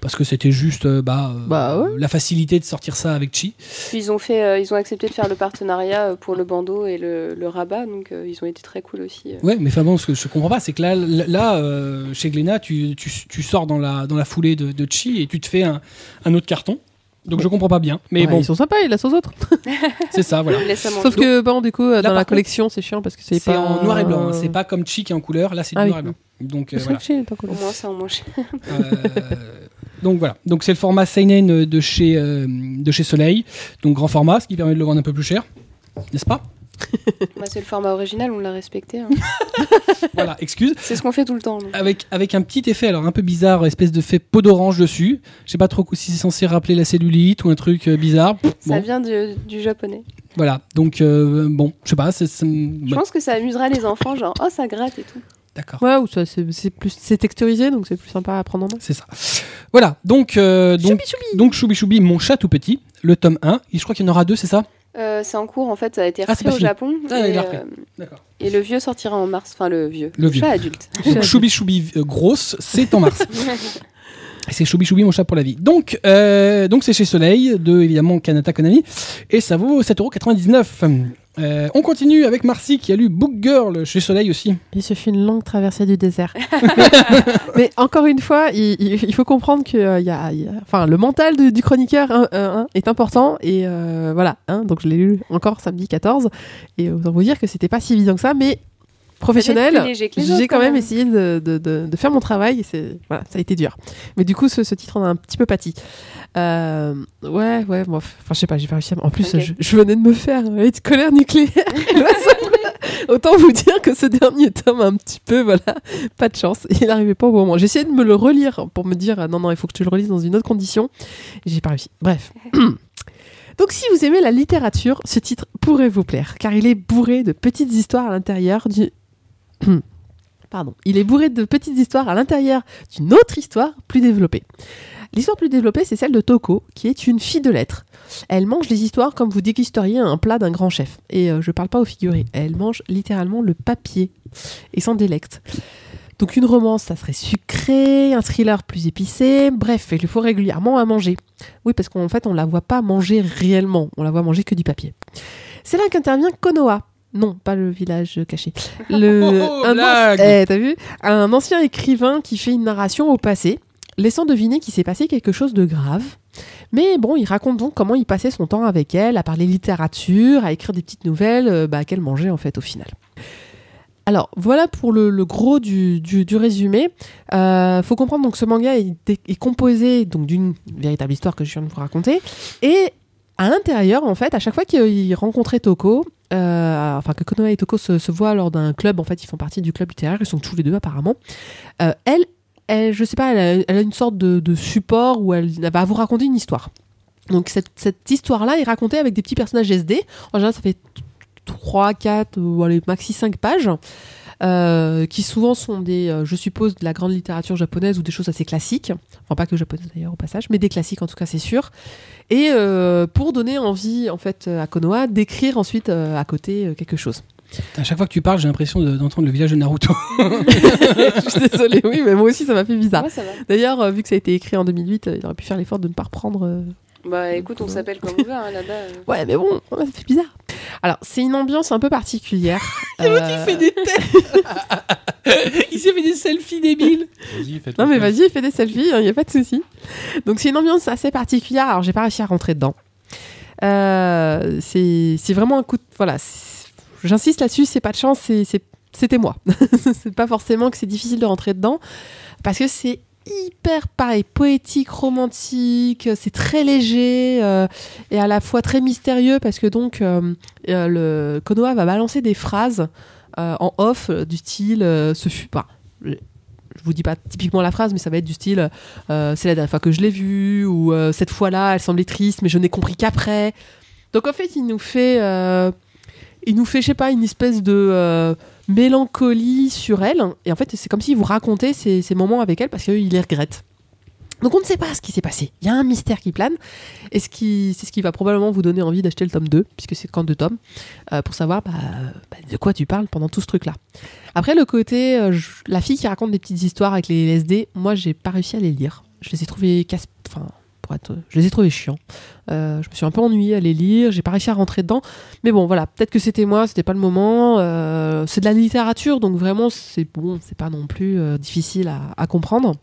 A: parce que c'était juste euh, bah, euh,
B: Bah ouais.
A: la facilité de sortir ça avec Chi.
C: Puis ils ont, fait, euh, ils ont accepté de faire le partenariat euh, pour le bandeau et le, le rabat, donc euh, ils ont été très cool aussi. euh.
A: Ouais, mais enfin bon, ce que je comprends pas, c'est que là, là euh, chez Glénat, tu, tu, tu sors dans la, dans la foulée de, de Chi et tu te fais un, un autre carton. Donc je comprends pas bien. Mais
B: Ouais,
A: bon,
B: ils sont sympas, ils la sans autres.
A: c'est ça, voilà.
C: Ils laissent à
B: Sauf
C: manger.
B: que, bon, du coup, euh, dans
A: par
B: la
A: contre,
B: collection, c'est chiant parce que [laughs] c'est
A: C'est
B: pas
A: en noir et blanc, hein. c'est pas comme Chi qui est en couleur, là c'est du
B: Ah oui.
A: noir et blanc. Donc
B: [laughs]
A: euh,
B: C'est
A: voilà.
C: Au moins, ça en mange.
A: Euh, donc voilà. Donc c'est le format Seinen euh, de chez, euh, de chez Soleil, donc grand format, ce qui permet de le vendre un peu plus cher, n'est-ce pas
C: Bah, c'est le format original, on l'a respecté. hein.
A: Voilà, excuse.
C: [laughs] C'est ce qu'on fait tout le temps. donc.
A: Avec, avec un petit effet, alors un peu bizarre, espèce de fait peau d'orange dessus. Je sais pas trop si c'est censé rappeler la cellulite ou un truc euh, bizarre. Pff,
C: Ça
A: Bon,
C: vient du, du japonais.
A: voilà. Donc euh, bon, je sais pas. c'est- c'est-
C: Je
A: bah,
C: pense que ça amusera les enfants, genre, oh, ça gratte et tout.
A: D'accord.
B: Ouais, ou ça, c'est c'est plus, c'est texturisé, donc c'est plus sympa à prendre en main.
A: C'est ça. Voilà. Donc euh, donc
B: Choupi, choupi.
A: donc Choubi Choubi, mon chat tout petit, le tome 1. Et je crois qu'il y en aura deux, c'est ça
C: Euh, c'est en cours, en fait, ça a été
A: Ah, c'est
C: repris
A: pas
C: au
A: fini.
C: Japon.
A: Ah, il
C: et,
A: l'a repris.
C: euh,
A: D'accord.
C: et le vieux sortira en mars, enfin le vieux,
A: Le vieux.
C: chat adulte.
A: Donc Choubi Choubi euh, grosse, c'est en mars. Et C'est Choubi Choubi, mon chat pour la vie. Donc, euh, donc c'est chez Soleil, de évidemment Kanata Konami, et ça vaut 7,99€. Euh, on continue avec Marcy qui a lu Book Girl chez Soleil aussi.
B: Il se fait une longue traversée du désert. [laughs] mais, mais encore une fois, il, il- il faut comprendre que euh, il y a, il y a- enfin, le mental de- du chroniqueur hein, hein, hein, est important. Et euh, voilà, hein, donc je l'ai lu encore samedi 14. Et autant vous dire que c'était pas si évident que ça, mais
C: Peut-être plus
B: professionnel,
C: léger que les autres,
B: j'ai quand même essayé de, de- de- de faire mon travail. et c'est- Voilà, ça a été dur. Mais du coup, ce, ce titre en a un petit peu pâti. Euh, ouais, ouais, moi, f- enfin, je sais pas, j'ai pas réussi à. m- En plus,
C: Ok.
B: je, je venais de me faire euh, une colère nucléaire. Là, ça- Autant vous dire que ce dernier tome, un petit peu, voilà, pas de chance. Il n'arrivait pas au bon moment. J'essayais de me le relire pour me dire, ah, non, non, il faut que tu le relises dans une autre condition. J'ai pas réussi. Bref. [clears throat] Donc, si vous aimez la littérature, ce titre pourrait vous plaire, car il est bourré de petites histoires à l'intérieur du. [clears throat] Pardon. Il est bourré de petites histoires à l'intérieur d'une autre histoire plus développée. L'histoire plus développée, c'est celle de Toko, qui est une fille de lettres. Elle mange les histoires comme vous dégusteriez un plat d'un grand chef. Et euh, je parle pas au figuré, elle mange littéralement le papier et sans délecte. Donc une romance, ça serait sucré, un thriller plus épicé, bref, il lui faut régulièrement à manger. Oui, parce qu'en fait, on la voit pas manger réellement, on la voit manger que du papier. C'est là qu'intervient Konoha. Non, pas le village caché. Le,
A: [laughs] Oh, oh,
B: un an-
A: blague.
B: Eh, t'as vu Un ancien écrivain qui fait une narration au passé, laissant deviner qu'il s'est passé quelque chose de grave. Mais bon, il raconte donc comment il passait son temps avec elle, à parler littérature, à écrire des petites nouvelles euh, bah, qu'elle mangeait en fait au final. Alors voilà pour le, le gros du, du- du résumé. Euh, faut comprendre donc que ce manga est, est composé donc d'une véritable histoire que je viens de vous raconter et à l'intérieur en fait à chaque fois qu'il rencontrait Toko, euh, enfin que Konoha et Toko se, se voient lors d'un club en fait ils font partie du club littéraire ils sont tous les deux apparemment. Euh, elle, elle, je sais pas, elle a, elle a une sorte de, de support où elle, elle va vous raconter une histoire. Donc cette, cette histoire-là est racontée avec des petits personnages SD. En général, ça fait 3, 4 ou allez, maxi 5 pages. euh, qui souvent sont des, euh, je suppose, de la grande littérature japonaise ou des choses assez classiques. Enfin, pas que japonaise d'ailleurs au passage, mais des classiques en tout cas, c'est sûr. Et euh, pour donner envie, en fait, euh, à Konoha d'écrire ensuite euh, à côté euh, quelque chose. [laughs]
A: À chaque fois que tu parles, j'ai l'impression de- d'entendre le village de Naruto.
B: Je suis désolée, oui, mais moi aussi, ça m'a fait bizarre.
C: Moi, ça va.
B: D'ailleurs, euh, vu que ça a été écrit en 2008, euh, il aurait pu faire l'effort de ne pas reprendre. euh.
C: Bah écoute, on s'appelle comme on veut hein, là-bas. euh.
B: Ouais, mais bon, ça fait bizarre. Alors, c'est une ambiance un
A: [laughs]
B: peu particulière. Euh,
A: des têtes
B: [laughs]
A: Il s'est fait des selfies débiles
D: Vas-y, faites-le.
B: Non, mais vas-y, fais des selfies, il n'y a pas de souci. Donc, c'est une ambiance assez particulière. Alors, j'ai pas réussi à rentrer dedans. Euh, c'est c'est vraiment un coup de. Voilà, c'est- j'insiste là-dessus, c'est pas de chance, c'est- c'est- c'était moi. [laughs] c'est pas forcément que c'est difficile de rentrer dedans parce que c'est hyper pareil, poétique, romantique, c'est très léger euh, et à la fois très mystérieux parce que donc euh, euh, le Konoha va balancer des phrases euh, en off euh, du style euh, ce fut pas. je je vous dis pas typiquement la phrase, mais ça va être du style euh, c'est la dernière fois que je l'ai vue ou euh, cette fois-là elle semblait triste mais je n'ai compris qu'après. Donc en fait il nous fait euh, il nous fait je sais pas une espèce de euh, mélancolie sur elle. Et en fait, c'est comme s'il vous racontait ces, ces moments avec elle parce qu'il les regrette. Donc on ne sait pas ce qui s'est passé. Il y a un mystère qui plane. Et ce qui, c'est ce qui va probablement vous donner envie d'acheter le tome 2, puisque c'est quand deux tomes, euh, pour savoir bah, euh, bah, de quoi tu parles pendant tout ce truc-là. Après, le côté, euh, je- la fille qui raconte des petites histoires avec les LSD, moi, j'ai pas réussi à les lire. je les ai trouvés casse. Enfin, pour être, je les ai trouvés chiants. Euh, je me suis un peu ennuyée à les lire, j'ai pas réussi à rentrer dedans. Mais bon, voilà, peut-être que c'était moi, c'était pas le moment. euh, c'est de la littérature, donc vraiment, c'est bon, c'est pas non plus euh, difficile à, à comprendre.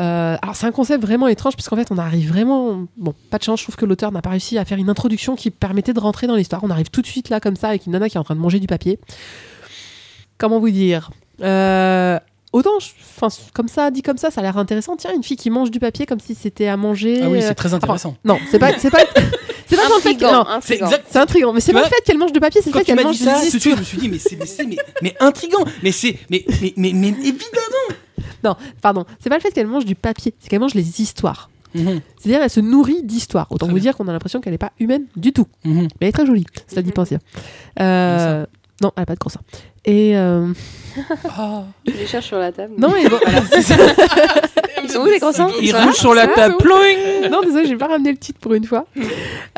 B: Euh, alors, c'est un concept vraiment étrange, puisqu'en fait, on arrive vraiment. Bon, pas de chance, je trouve que l'auteur n'a pas réussi à faire une introduction qui permettait de rentrer dans l'histoire. On arrive tout de suite là, comme ça, avec une nana qui est en train de manger du papier. Comment vous dire Euh, Autant, je- enfin, comme ça, dit comme ça, ça a l'air intéressant. Tiens, une fille qui mange du papier comme si c'était à manger.
A: Ah oui, c'est
B: euh,
A: très intéressant.
B: non, c'est pas, c'est pas,
C: [laughs]
B: c'est pas dans le fait que, non,
C: Intrigant,
A: C'est
C: intrigant.
A: exact.
B: c'est intriguant, mais
A: Tu
B: c'est pas le
A: vois,
B: fait qu'elle mange de papier, c'est le
A: Quand
B: fait
A: tu
B: qu'elle
A: m'as
B: mange
A: dit ça,
B: des
A: tout de suite, je me suis dit, mais c'est mais, c'est- mais, mais intrigant, mais c'est mais, mais, mais, mais évidemment.
B: Non, pardon, c'est pas le fait qu'elle mange du papier, c'est qu'elle mange les histoires.
A: Mhm,
B: C'est-à-dire, elle se nourrit d'histoires. Autant
A: Très
B: vous
A: bien.
B: dire qu'on a l'impression qu'elle n'est pas humaine du tout.
A: mhm.
B: Mais elle est très jolie, cela dit
C: Mhm.
B: pensière. Euh, non, elle n'a pas de gros seins. Et euh,
C: Je les cherche sur la table.
B: non, mais bon,
C: [laughs] Ils sont où les croissants
A: Il
C: sont là
A: roule sur la
C: Ils sont là,
A: table.
C: c'est où
A: Ploing
B: [laughs] non, désolé, j'ai pas ramené le titre pour une fois.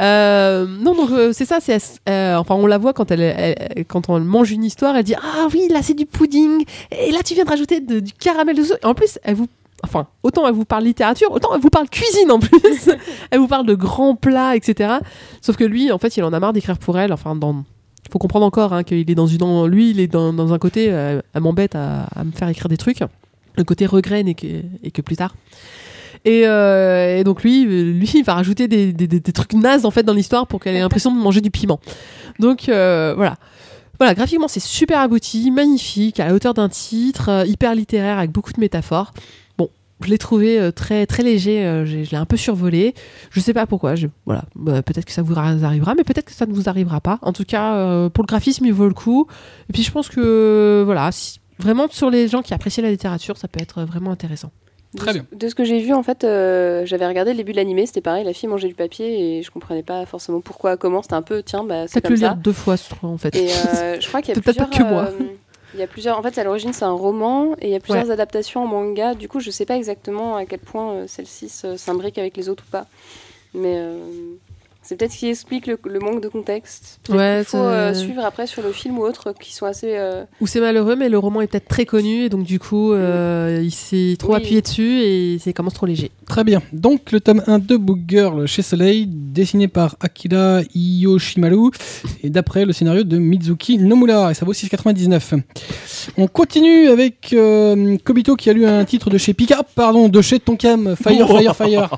B: Euh, non, donc euh, c'est ça. C'est euh, enfin, on la voit quand elle, elle- quand on mange une histoire, elle dit ah oui, là c'est du pudding et là tu viens de rajouter de- du caramel dessous. En plus, elle vous Enfin, autant elle vous parle littérature, autant elle vous parle cuisine en plus. elle vous parle de grands plats, etc. Sauf que lui, en fait, il en a marre d'écrire pour elle. Enfin, dans... faut comprendre encore hein, qu'il est dans une. en- Lui, il est dans, dans un côté. euh, elle m'embête à, à me faire écrire des trucs. Le côté regret n'est que, et que plus tard. Et, euh, et donc lui, euh, lui, il va rajouter des, des- des- des trucs nazes en fait dans l'histoire pour qu'elle ait l'impression de manger du piment. Donc euh, voilà. Voilà, graphiquement c'est super abouti, magnifique, à la hauteur d'un titre, euh, hyper littéraire avec beaucoup de métaphores. Bon, je l'ai trouvé euh, très très léger, euh, j'ai- je l'ai un peu survolé. Je sais pas pourquoi. Je, voilà, Bah, peut-être que ça vous ra- arrivera, mais peut-être que ça ne vous arrivera pas. En tout cas, euh, pour le graphisme, il vaut le coup. Et puis je pense que euh, voilà, si- vraiment sur les gens qui apprécient la littérature, ça peut être vraiment intéressant.
C: De
A: Très
C: ce-
A: bien.
C: De ce que j'ai vu, en fait, euh, j'avais regardé le début de l'animé, c'était pareil, la fille mangeait du papier et je comprenais pas forcément pourquoi, comment. C'était un peu, tiens, bah, c'est
B: Peut-être le
C: comme
B: lire
C: ça.
B: deux fois, je trouve, en fait.
C: Et euh, je crois qu'il y a
B: Peut-être pas
C: plusieurs.
B: que moi.
C: euh, il y a plusieurs. En fait, à l'origine, c'est un roman et il y a plusieurs adaptations en manga. Du coup, je sais pas exactement à quel point euh, celle-ci se- s'imbrique avec les autres ou pas. Mais euh, c'est peut-être ce qui explique le, le manque de contexte. Peut-être
B: Ouais,
C: qu'il faut
B: ça-
C: euh, suivre après sur le film ou autre qui sont assez. euh,
B: [laughs] Ou c'est malheureux, mais le roman est peut-être très connu, et donc du coup, euh, il s'est trop
C: Mm. Oui.
B: appuyé dessus et c'est commence trop léger.
A: Très bien. Donc, le tome 1 de Book Girl chez Soleil, dessiné par Akira Yoshimaru, et d'après le scénario de Mizuki Nomura, et ça vaut 6,99. On continue avec euh, Kobito qui a lu un titre de chez Pika, pardon, de chez Tonkam, Fire,
D: [laughs]
A: Fire, Fire.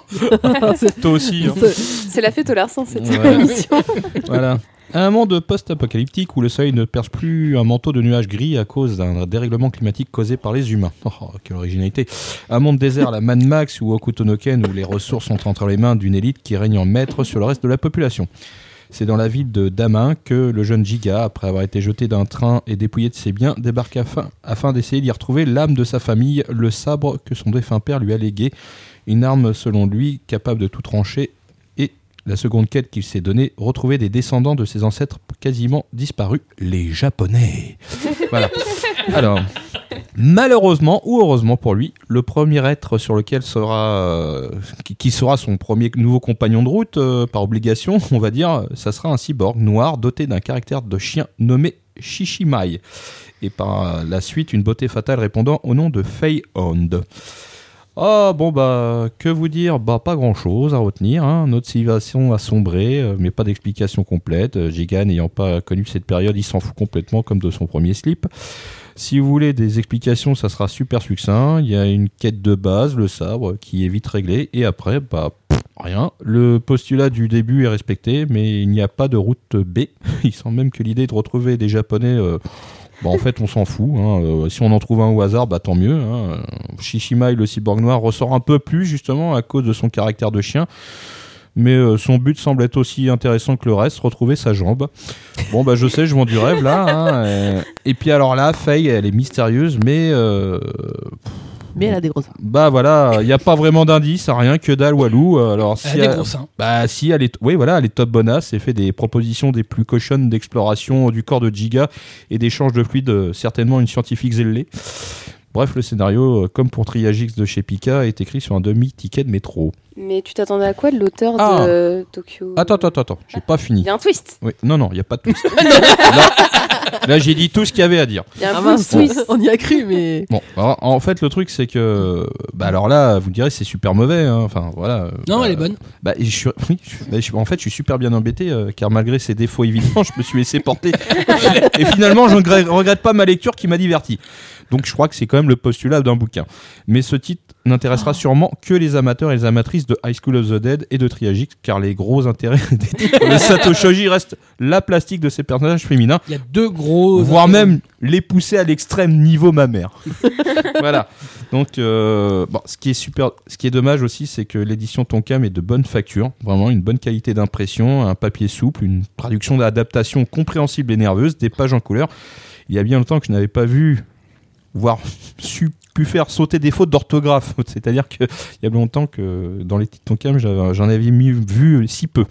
D: Toi aussi. hein.
C: [laughs] C'est la fête au larcin, cette
D: Ouais.
C: émission.
D: Voilà. Un monde post-apocalyptique où le soleil ne perce plus un manteau de nuages gris à cause d'un dérèglement climatique causé par les humains. [laughs] Oh, quelle originalité. Un monde désert à la Mad Max ou Okutonoken où les ressources sont entre les mains d'une élite qui règne en maître sur le reste de la population. C'est dans la ville de Damin que le jeune Giga, après avoir été jeté d'un train et dépouillé de ses biens, débarque afin, afin d'essayer d'y retrouver l'âme de sa famille, le sabre que son défunt père lui a légué, une arme selon lui capable de tout trancher la seconde quête qu'il s'est donnée, retrouver des descendants de ses ancêtres quasiment disparus, les Japonais. voilà. Alors, malheureusement ou heureusement pour lui, le premier être sur lequel sera, euh, qui, qui sera son premier nouveau compagnon de route, euh, par obligation, [laughs] on va dire, ça sera un cyborg noir doté d'un caractère de chien nommé Shishimai. Et par la suite, une beauté fatale répondant au nom de Fei Hound. Ah bon bah que vous dire bah pas grand chose à retenir hein. notre civilisation a sombré euh, mais pas d'explication complète Euh, Giga n'ayant pas connu cette période il s'en fout complètement comme de son premier slip si vous voulez des explications ça sera super succinct il y a une quête de base le sabre qui est vite réglée et après bah pff, rien le postulat du début est respecté mais il n'y a pas de route B [laughs] il semble même que l'idée de retrouver des japonais euh, bah, en fait, on s'en fout. hein. Euh, si on en trouve un au hasard, bah tant mieux. hein. Shishimai, le cyborg noir, ressort un peu plus justement à cause de son caractère de chien. Mais euh, son but semble être aussi intéressant que le reste, retrouver sa jambe. Bon, bah je sais, je vends du rêve là. hein. Euh, Et puis alors là, Faye, elle est mystérieuse, mais euh,
B: Mais elle a des gros seins.
D: bah voilà, il n'y a pas vraiment d'indice, rien que dalle Walou. Euh, Alors, si
A: Elle hein. a des gros seins.
D: bah si, elle est, oui voilà, elle est top bonasse et fait des propositions des plus cochonnes d'exploration du corps de Giga et d'échange de fluides, euh, certainement une scientifique zélée. Bref, le scénario, euh, comme pour Triagix de chez Pika, est écrit sur un demi-ticket de métro.
C: Mais tu t'attendais à quoi de l'auteur
D: Ah.
C: de Tokyo
D: Attends, attends, attends, attends, j'ai pas
C: Il
D: fini.
C: y a un twist.
A: [laughs]
D: Oui, non, non, il n'y a pas de twist. non. Là, j'ai dit tout ce qu'il y avait à dire.
C: Il y a
B: Ah
C: un plot
B: mince, [laughs]
C: twist.
B: on y a cru,
D: [laughs]
B: mais.
D: Bon, alors, en fait, le truc, c'est que. Bah, alors là, vous me direz, c'est super mauvais. hein. Enfin, voilà. euh,
A: Non,
D: bah,
A: elle est bonne.
D: Bah, je suis, oui, je- bah, je- en fait, je suis super bien embêté, euh, car malgré ses défauts évidents, je me suis laissé porter. Et finalement, je ne regre- regrette pas ma lecture qui m'a diverti. Donc, je crois que c'est quand même le postulat d'un bouquin. Mais ce titre n'intéressera sûrement que les amateurs et les amatrices de High School of the Dead et de Triagic, car les gros intérêts [laughs] des titres de Sato Shoji restent la plastique de ces personnages féminins,
A: Il y a deux gros.
D: voire même les pousser à l'extrême niveau ma mère. voilà. Donc, euh, bon, ce qui est super, ce qui est dommage aussi, c'est que l'édition Tonkam est de bonne facture, vraiment une bonne qualité d'impression, un papier souple, une traduction d'adaptation compréhensible et nerveuse, des pages en couleur. Il y a bien longtemps que je n'avais pas vu, voire su, pu faire sauter des fautes d'orthographe. [laughs] C'est-à-dire que il y a longtemps que dans les titres Tonkam, j'avais- j'en avais mis, vu si peu.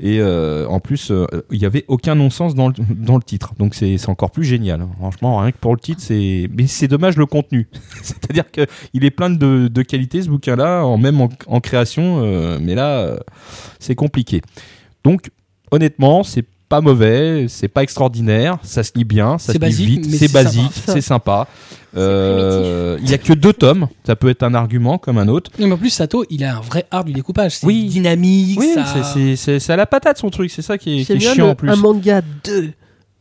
D: Et euh, en plus, euh, il n'y avait aucun non-sens dans le, [laughs] dans le titre. Donc c'est c'est encore plus génial. hein. Franchement, rien que pour le titre, c'est. Mais c'est dommage le contenu. [laughs] C'est-à-dire que il est plein de, de qualités ce bouquin-là, en, même en, en création, euh, mais là, euh, c'est compliqué. Donc, honnêtement, c'est pas mauvais, c'est pas extraordinaire, ça se lit bien,
A: C'est
D: ça se
A: basique,
D: lit vite,
A: mais
D: c'est
A: c'est
D: basique,
A: sympa.
D: c'est sympa. Euh, il y a que deux tomes, ça peut être un argument comme un autre.
A: Non, mais en plus, Sato, il a un vrai art du découpage. C'est
D: Oui.
A: dynamique.
D: Oui,
A: ça...
D: c'est- c'est- c'est c'est à la patate son truc, c'est ça qui est, qui est
B: J'aime bien
D: chiant
B: le-
D: en plus.
B: un manga de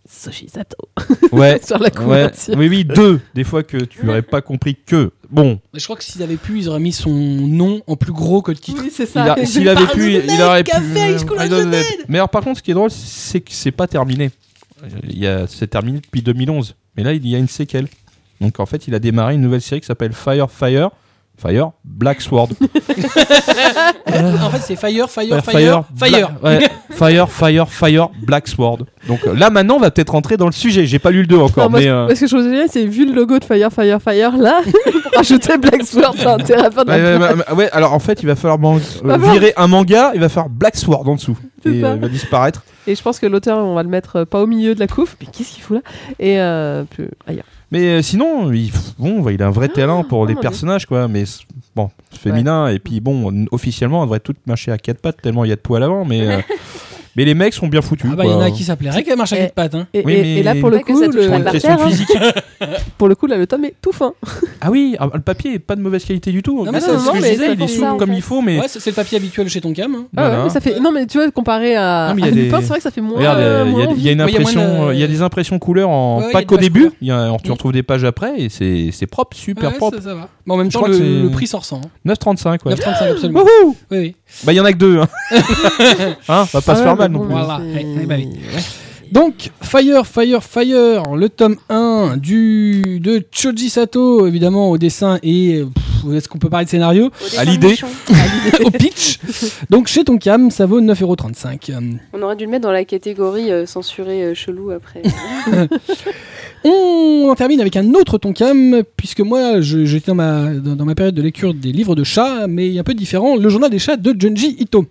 B: Sato
D: Eh, Ouais,
B: [laughs] sur la
D: Ouais,
B: couverture.
D: oui, oui, deux. Des fois que tu aurais pas compris que. Bon,
A: Mais Je crois que s'ils avaient pu, ils auraient mis son nom en plus gros que le titre.
B: Oui, c'est
D: il
B: ça.
D: a- s'il avait pu, il, aurait pu. euh,
B: Café, je coule
D: I
B: un
D: don't
B: jeu
D: know. Mais alors, par contre, ce qui est drôle, c'est que c'est pas terminé. Euh, Il y a- C'est terminé depuis 2011. Mais là, il y a une séquelle. Donc, en fait, il a démarré une nouvelle série qui s'appelle Fire Fire. Fire, Black Sword.
A: en fait, c'est Fire, Fire, Fire, Fire.
D: Fire, Bla- ouais. Fire, Fire, Fire, Black Sword. Donc euh, là, maintenant, on va peut-être rentrer dans le sujet. J'ai pas lu le 2 encore,
B: Non, moi,
D: mais. euh,
B: Parce que je trouve génial, c'est vu le logo de Fire, Fire, Fire,
C: [laughs]
B: là, pour ajouter Black Sword, t'as intérêt à faire de la
D: Ouais, ouais, ouais, ouais, alors en fait, il va falloir man-
B: Pas
D: euh, virer un manga, il va falloir Black Sword en dessous.
B: C'est
D: Et
B: ça.
D: euh, il va disparaître.
B: Et je pense que l'auteur, on va le mettre euh, pas au milieu de la couve, mais qu'est-ce qu'il fout là Et euh, plus ailleurs.
D: Mais euh, sinon, il, bon, bah, il a un vrai talent pour
B: oh
D: les
B: mon Dieu.
D: personnages, quoi. Mais c- bon, féminin, et puis bon, n- officiellement, on devrait toutes marcher à quatre pattes tellement il y a de poids à l'avant, mais, euh, mais les mecs sont bien foutus.
A: Ah bah, il y en
D: quoi.
A: a qui s'appelleraient qu'elle marche à
B: Eh.
A: quatre pattes. Hein.
B: Et,
D: Oui,
B: et-
D: mais-
B: et là, pour le,
C: Pas que
B: coup,
C: ça touche
D: Pour
C: la
D: une
C: barre.
B: le,
C: barbares,
D: question
C: hein.
D: physique.
B: pour le coup, là, le tome est tout fin.
D: Ah oui, ah, le papier est pas de mauvaise qualité du tout.
A: Non, mais
D: Ah,
A: ça,
D: c'est ce
A: non,
D: que je
A: mais
D: disais,
B: ça
D: il est
B: fait
D: souple
C: ça, en
D: comme
C: fait.
D: il faut, mais.
A: Ouais, c'est c'est le papier habituel chez Tonkam. hein.
B: Ah ouais,
D: Voilà.
B: mais ça fait... Non, mais tu vois, comparé à,
D: Non, mais il y
B: à
D: a des-
B: Lupin, c'est vrai que ça fait moins.
D: Regarde, il y a-
B: euh,
D: il y,
B: moins
D: a- il y a une
A: envie. Ouais, il y a
D: impression,
A: moins de-
D: euh, il y a des impressions couleurs en
A: Ouais, il y a
D: pas
A: des
D: qu'au
A: pages
D: début.
A: couleurs.
D: il y a- on te retrouve des pages après et c'est c'est propre, super
A: Ouais,
D: propre.
A: Ça, ça va. Mais en même
D: Je
A: temps,
D: crois que c'est-
A: le, le prix s'en ressent. hein.
D: 9,35 ouais.
A: 9,35 absolument.
D: Wouhou
A: Oui, oui.
D: Bah il y en a que deux. Hein. Hein, on
B: Ah
D: va pas se
B: ouais,
D: faire
B: mais
D: mal non
B: bon,
D: plus.
A: Voilà.
B: c'est-
A: Ouais, ouais, bah oui. Donc, Fire, Fire, Fire, le tome 1 du, de Choji Sato, évidemment, au dessin et. euh, pff, Est-ce qu'on peut parler de [laughs] scénario
C: Au dessin
D: À l'idée.
C: méchant.
A: Au pitch Donc, chez Tonkam, ça vaut 9,35€.
C: On aurait dû le mettre dans la catégorie euh, censurée euh, chelou après.
A: On en termine avec un autre Tonkam, puisque moi, je- j'étais dans ma, dans, dans ma période de lecture des livres de chats, mais un peu différent, le journal des chats de Junji Ito.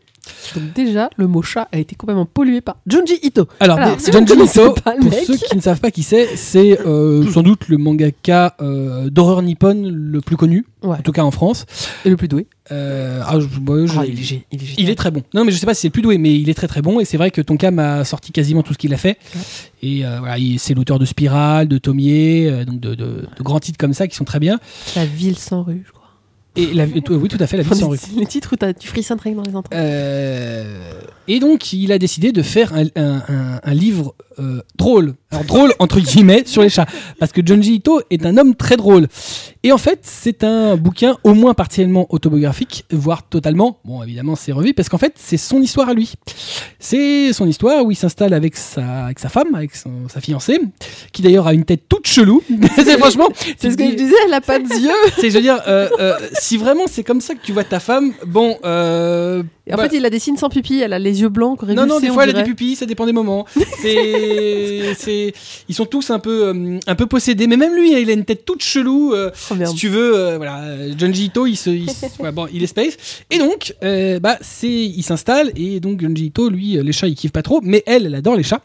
B: Donc déjà, le mot chat a été complètement pollué par Junji Ito.
A: Alors,
B: Alors,
A: des-
B: si vous ne [laughs]
A: Junji
B: connaissez
A: Ito,
B: pas le
A: pour
B: mec.
A: ceux qui ne savent pas qui c'est, c'est euh, sans doute le mangaka euh, d'horreur nippone le plus connu,
B: Ouais.
A: en tout cas en France.
B: Et le plus doué.
A: Euh, ah, je- moi, je-
B: Ah, il est gé- il est génial.
A: il est très bon. Non, mais je sais pas si c'est le plus doué, mais il est très très bon. Et c'est vrai que Tonkam a sorti quasiment tout ce qu'il a fait.
B: Ouais.
A: Et euh, voilà, il- c'est l'auteur de Spiral, de Tomier, euh, donc de, de- de grands titres comme ça qui sont très bien.
B: La ville sans rue, je crois.
A: Et la, et tout- oui, tout à fait, la vie sans rue.
B: Les titres où t'as du frisson rien que dans les entrailles.
A: Euh, et donc, il a décidé de faire un, un- un- un livre euh, drôle. Alors, drôle, entre guillemets, sur les chats. Parce que Junji Ito est un homme très drôle. Et en fait, c'est un bouquin au moins partiellement autobiographique, voire totalement. Bon, évidemment, c'est revu, parce qu'en fait, c'est son histoire à lui. C'est son histoire où il s'installe avec sa, avec sa femme, avec son- sa fiancée, qui d'ailleurs a une tête toute chelou. [laughs] c'est franchement.
B: C'est ce que
A: tu
B: je
A: dis-
B: disais, elle a pas de yeux.
A: [laughs] C'est, je veux dire, euh, euh, si vraiment c'est comme ça que tu vois ta femme, bon. euh,
B: Et en
A: bah,
B: fait, il la dessine sans pupille, elle a les yeux blancs,
A: non, non,
B: révulsés,
A: des
B: on
A: fois, elle a
B: dirait.
A: des pupilles, ça dépend des
B: [laughs]
A: moments. C'est, c'est, ils sont tous un peu, euh, un peu possédés, mais même lui, il a une tête toute chelou. euh,
B: Oh, merde.
A: si tu veux, euh, voilà, euh, Junji Ito, il se, il
B: [laughs]
A: se- ouais, bon, il est space. Et donc, euh, bah, c'est, il s'installe et donc Junji Ito, lui, euh, les chats, il kiffe pas trop, mais elle, elle adore les chats.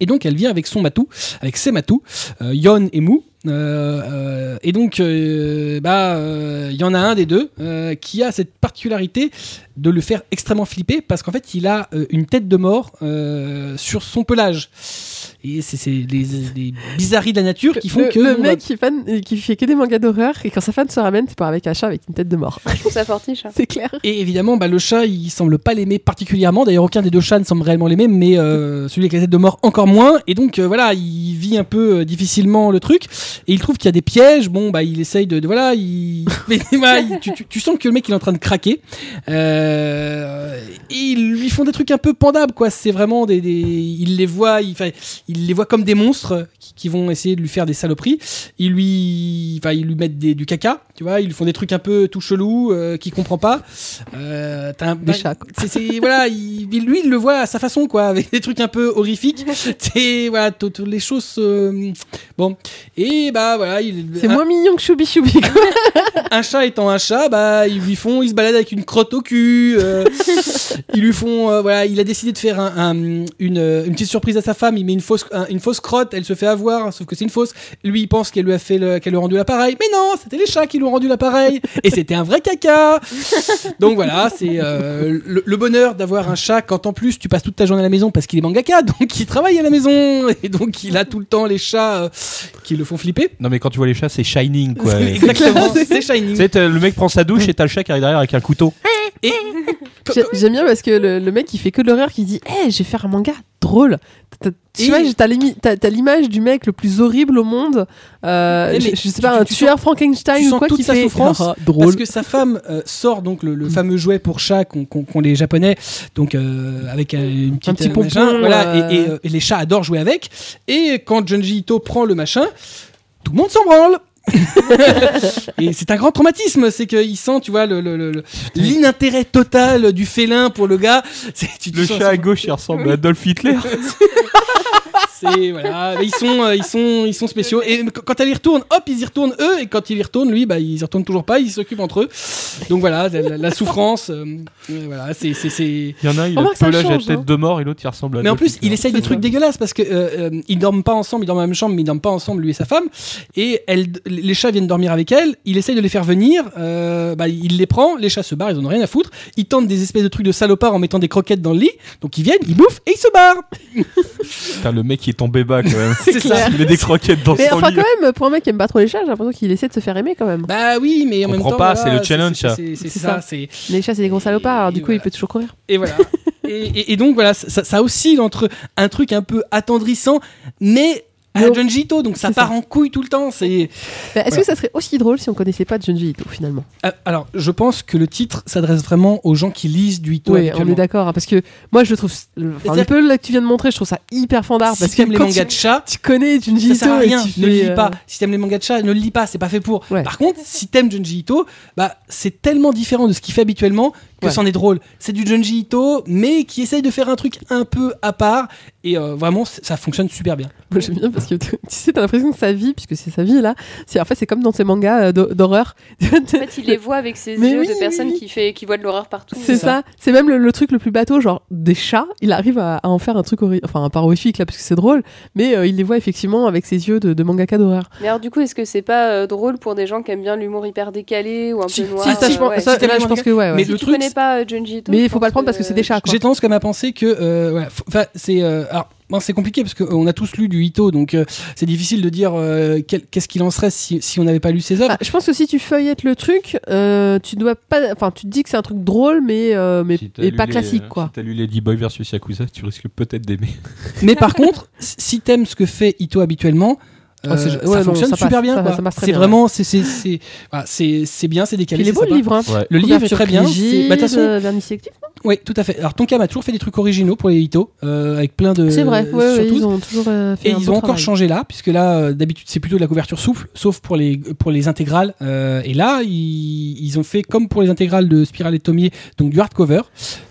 A: Et donc, elle vient avec son matou, avec ses matous, euh, Yon et Mou. Euh, euh, et donc, euh, bah, euh, il y en a un des deux euh, qui a cette particularité de le faire extrêmement flipper parce qu'en fait, il a euh, une tête de mort euh, sur son pelage. Et c'est c'est les, les bizarreries de la nature qui font
B: le,
A: que
B: le
A: bon, bah,
B: mec qui, fan, euh, qui fait que des mangas d'horreur et quand sa fan se ramène, c'est pour avec un chat avec une tête de
D: [laughs]
B: mort.
C: Je trouve ça fortiche. hein.
B: c'est clair.
D: Ah.
A: Et évidemment, bah, le chat, il semble pas l'aimer particulièrement. D'ailleurs, aucun des deux chats ne semble réellement l'aimer, mais euh, celui avec la tête de mort encore moins. Et donc, euh, voilà, il vit un peu euh, difficilement le truc. Et il trouve qu'il y a des pièges. Bon, bah, il essaye de, de- voilà,
B: [laughs]
A: il, mais, voilà, il- tu, tu- tu sens que le mec il est en train de craquer. Euh, et ils lui font des trucs un peu pendables, quoi. C'est vraiment des, des- il les voit, il, enfin, il les voit comme des monstres qui, qui vont essayer de lui faire des saloperies ils lui, enfin, ils lui mettent des- du caca, tu vois, ils lui font des trucs un peu tout chelou, euh, qu'il comprend pas. Euh, t'as un,
B: Des chats, quoi.
A: c'est, c'est- voilà, il, il- lui, il le voit à sa façon, quoi, avec des trucs un peu horrifiques. [laughs] C'est, voilà, toutes les choses. euh, bon, et bah voilà, il,
B: C'est
A: un,
B: moins mignon que Choubi Choubi. quoi.
A: un chat étant un chat, bah ils lui font, ils se baladent avec une crotte au cul. euh, ils lui font, euh, voilà, il a décidé de faire un- un- une, euh, une petite surprise à sa femme. Il met une fausse, un- une fausse crotte, elle se fait avoir, hein, sauf que c'est une fausse. Lui, il pense qu'elle lui a fait, le- qu'elle lui a rendu l'appareil, mais non, c'était les chats qui lui ont rendu l'appareil, et c'était un vrai caca. Donc voilà, c'est euh, le, le bonheur d'avoir un chat quand en plus tu passes toute ta journée à la maison parce qu'il est mangaka, [laughs] donc il travaille à la maison et donc il a tout le temps les chats euh, qui le font flipper.
D: Non, mais quand tu vois les chats, c'est Shining, quoi.
A: C'est [laughs]
D: tu
A: Exactement, c'est Shining.
D: sais, t'as- le mec prend sa douche et t'as le chat qui arrive derrière avec un couteau.
B: J'ai- J'aime bien parce que le, le mec il fait que de l'horreur qui dit Eh, je vais faire un manga drôle. T'as- t'as-
A: Et-
B: Tu vois, t'as l'imi- t'as t'as l'image du mec le plus horrible au monde. Euh,
A: Mais
B: je,
A: Eh, mais
B: je sais
A: tu-
B: pas,
A: tu-
B: un
A: tu
B: tueur Frankenstein
A: tu
B: ou
A: sens
B: quoi
A: toute
B: qui
A: sa
B: fait
A: souffrance,
B: Ah, drôle. Mm.
A: Parce que sa femme euh, sort donc le, le fameux jouet pour chat qu'ont qu'ont- qu'ont les japonais, donc euh, avec euh, une petite,
B: petit
A: euh,
B: pompon,
A: machin, voilà, et- et,
B: euh,
A: euh, et les chats adorent jouer avec. Et quand Junji Ito prend le machin, tout le monde s'en branle.
B: [laughs]
A: et c'est un grand traumatisme, c'est qu'il sent, tu vois, le- le- le- le- l'inintérêt total du félin pour le gars. C'est- tu- tu
D: Le
A: sens-
D: chat à gauche, il ressemble à Adolf Hitler.
A: c'est voilà, mais ils sont euh, ils sont ils sont spéciaux et qu- quand elle y retourne, hop, ils y retournent eux et quand ils y retournent, lui bah ils y retournent toujours pas, ils s'occupent entre eux. Donc voilà, la, la- la souffrance euh, euh, voilà, c'est c'est c'est
D: Il y en a un, il
B: On voit
D: a le
B: que ça
D: pelage à
B: change,
D: tête
B: hein.
D: de mort et l'autre, il ressemble à
A: mais en
D: Adolf
A: plus,
D: Hitler.
A: il essaye des
B: c'est
A: trucs
B: vrai.
A: dégueulasses parce que euh, euh, ils dorment pas ensemble, ils dorment dans la même chambre, mais ils dorment pas ensemble, lui et sa femme. Et elle, les chats viennent dormir avec elle. Il essaye de les faire venir. euh, bah, il les prend, les chats se barrent, ils en ont rien à foutre. Ils tentent des espèces de trucs de salopards en mettant des croquettes dans le lit. Donc ils viennent, ils bouffent et ils se barrent.
D: Putain, le mec, il est tombé bas quand même.
A: [laughs] C'est ça.
D: Il met des croquettes dans
B: Mais
D: son
B: enfin,
D: lit.
B: quand même, pour un mec qui aime pas trop les chats, j'ai l'impression qu'il essaie de se faire aimer quand même.
A: Bah oui, mais en même
D: Comprends
A: temps,
D: pas,
A: voilà,
D: c'est le challenge,
A: c'est-
D: ça.
A: c'est- C'est
B: C'est
A: ça,
B: ça.
A: c'est
B: Les chats, c'est des gros salopards,
A: Et
B: du coup,
A: voilà.
B: il peut toujours courir.
A: Et
B: [laughs]
A: voilà. et, et- et donc voilà, ça, ça- ça oscille entre un truc un peu attendrissant, mais à
B: Non.
A: John Gito, donc ça
B: C'est
A: part
B: ça.
A: en couille tout le temps. C'est
B: Bah, Est-ce
A: Voilà.
B: que ça serait aussi drôle si on connaissait pas Junji Ito finalement
A: Euh, alors, je pense que le titre s'adresse vraiment aux gens qui lisent du Ito.
B: Oui, on
A: habituellement.
B: est d'accord, hein, parce que moi je trouve. Enfin,
A: C'est-à-dire-
B: le peu là que tu viens de montrer, je trouve ça hyper fandard.
A: Si
B: parce que
A: t'aimes les
B: quand
A: mangas de
B: tu,
A: chat,
B: tu connais
A: ça
B: Junji Ito.
A: sert à
B: et
A: rien.
B: tu
A: Ne
B: fais,
A: le lis
B: euh,
A: pas. Si t'aimes les mangas de chat, ne le lis pas. C'est pas fait pour.
B: Ouais.
A: Par contre, si t'aimes Junji Ito, bah c'est tellement différent de ce qu'il fait habituellement que
B: Ouais.
A: c'en est drôle. C'est du Junji Ito, mais qui essaye de faire un truc un peu à part. Et euh, vraiment, c- ça fonctionne super bien.
B: Moi j'aime bien parce que tu tu sais, t'as l'impression que sa vie, puisque c'est sa vie là, c'est en fait c'est comme dans ces mangas euh, d'hor- d'horreur. [laughs]
C: En fait, il les voit avec ses
B: Mais
C: yeux
B: oui,
C: de personne
B: oui, oui.
C: qui, fait, qui voit de l'horreur partout. euh.
B: c'est ça, c'est même le, le truc le plus bateau, genre des chats, il arrive à, à en faire un truc, horri- enfin un pas horrifique là, parce que c'est drôle, mais euh, il les voit effectivement avec ses yeux de, de mangaka d'horreur.
C: Mais alors, du coup, est-ce que c'est pas euh, drôle pour des gens qui aiment bien l'humour hyper décalé ou un
A: Si,
C: peu noir
A: si,
B: ça,
C: euh,
B: je pense,
C: ouais.
B: ça,
A: Si t'as
B: là,
A: les
B: je pense que ouais, ouais.
A: Mais
C: Si
A: le
C: tu
A: truc,
C: connais
A: c'est-
C: pas euh, Junji Ito, euh,
B: Mais
C: je
B: il faut
C: pense
B: pas le prendre parce que c'est des chats. quoi.
A: J'ai tendance quand même à penser que. euh, voilà, faut- enfin, c'est. euh, alors, ben, c'est compliqué parce qu'on a tous lu du Ito, donc euh, c'est difficile de dire euh, quel- qu'est-ce qu'il en serait si, si on n'avait pas lu ses œuvres.
B: Bah, je pense que si tu feuillettes le truc, euh, tu dois pas, enfin tu te dis que c'est un truc drôle, mais euh, mais
D: Si t'as
B: mais
D: lu
B: pas
D: les-
B: classique
D: Si
B: quoi.
D: t'as lu Lady Boy versus Yakuza, tu risques peut-être d'aimer.
A: Mais par contre, si t'aimes ce que fait Ito habituellement, euh,
B: Oh, c'est-
A: ça
B: ouais, non,
A: fonctionne
B: ça
A: super
B: passe,
A: bien.
B: ça-
A: quoi.
B: ça passe très
A: c'est
B: bien,
A: vraiment, c'est c'est c'est voilà, c'est- c'est bien, c'est
B: Puis
A: décalé.
B: il est
A: c'est
B: beau le
A: sympa.
B: livre. Hein.
D: Ouais.
A: Le livre est
B: Couverture
A: très bien. c'est-
B: rigide,
A: bah, de toute façon,
B: euh, vernis sélectif.
A: oui, tout à fait. Alors Tonkam a toujours fait des trucs originaux pour les Ito, euh, avec plein de.
B: C'est vrai, ouais, ouais,
A: surtout-
B: ils ont toujours euh, fait
A: Et
B: un
A: ils
B: bon
A: ont encore
B: travail.
A: changé là, puisque là, euh, d'habitude, c'est plutôt de la couverture souple, sauf pour les, pour les intégrales. Euh, et là, ils, ils ont fait comme pour les intégrales de Spiral et Tomier, donc du hardcover,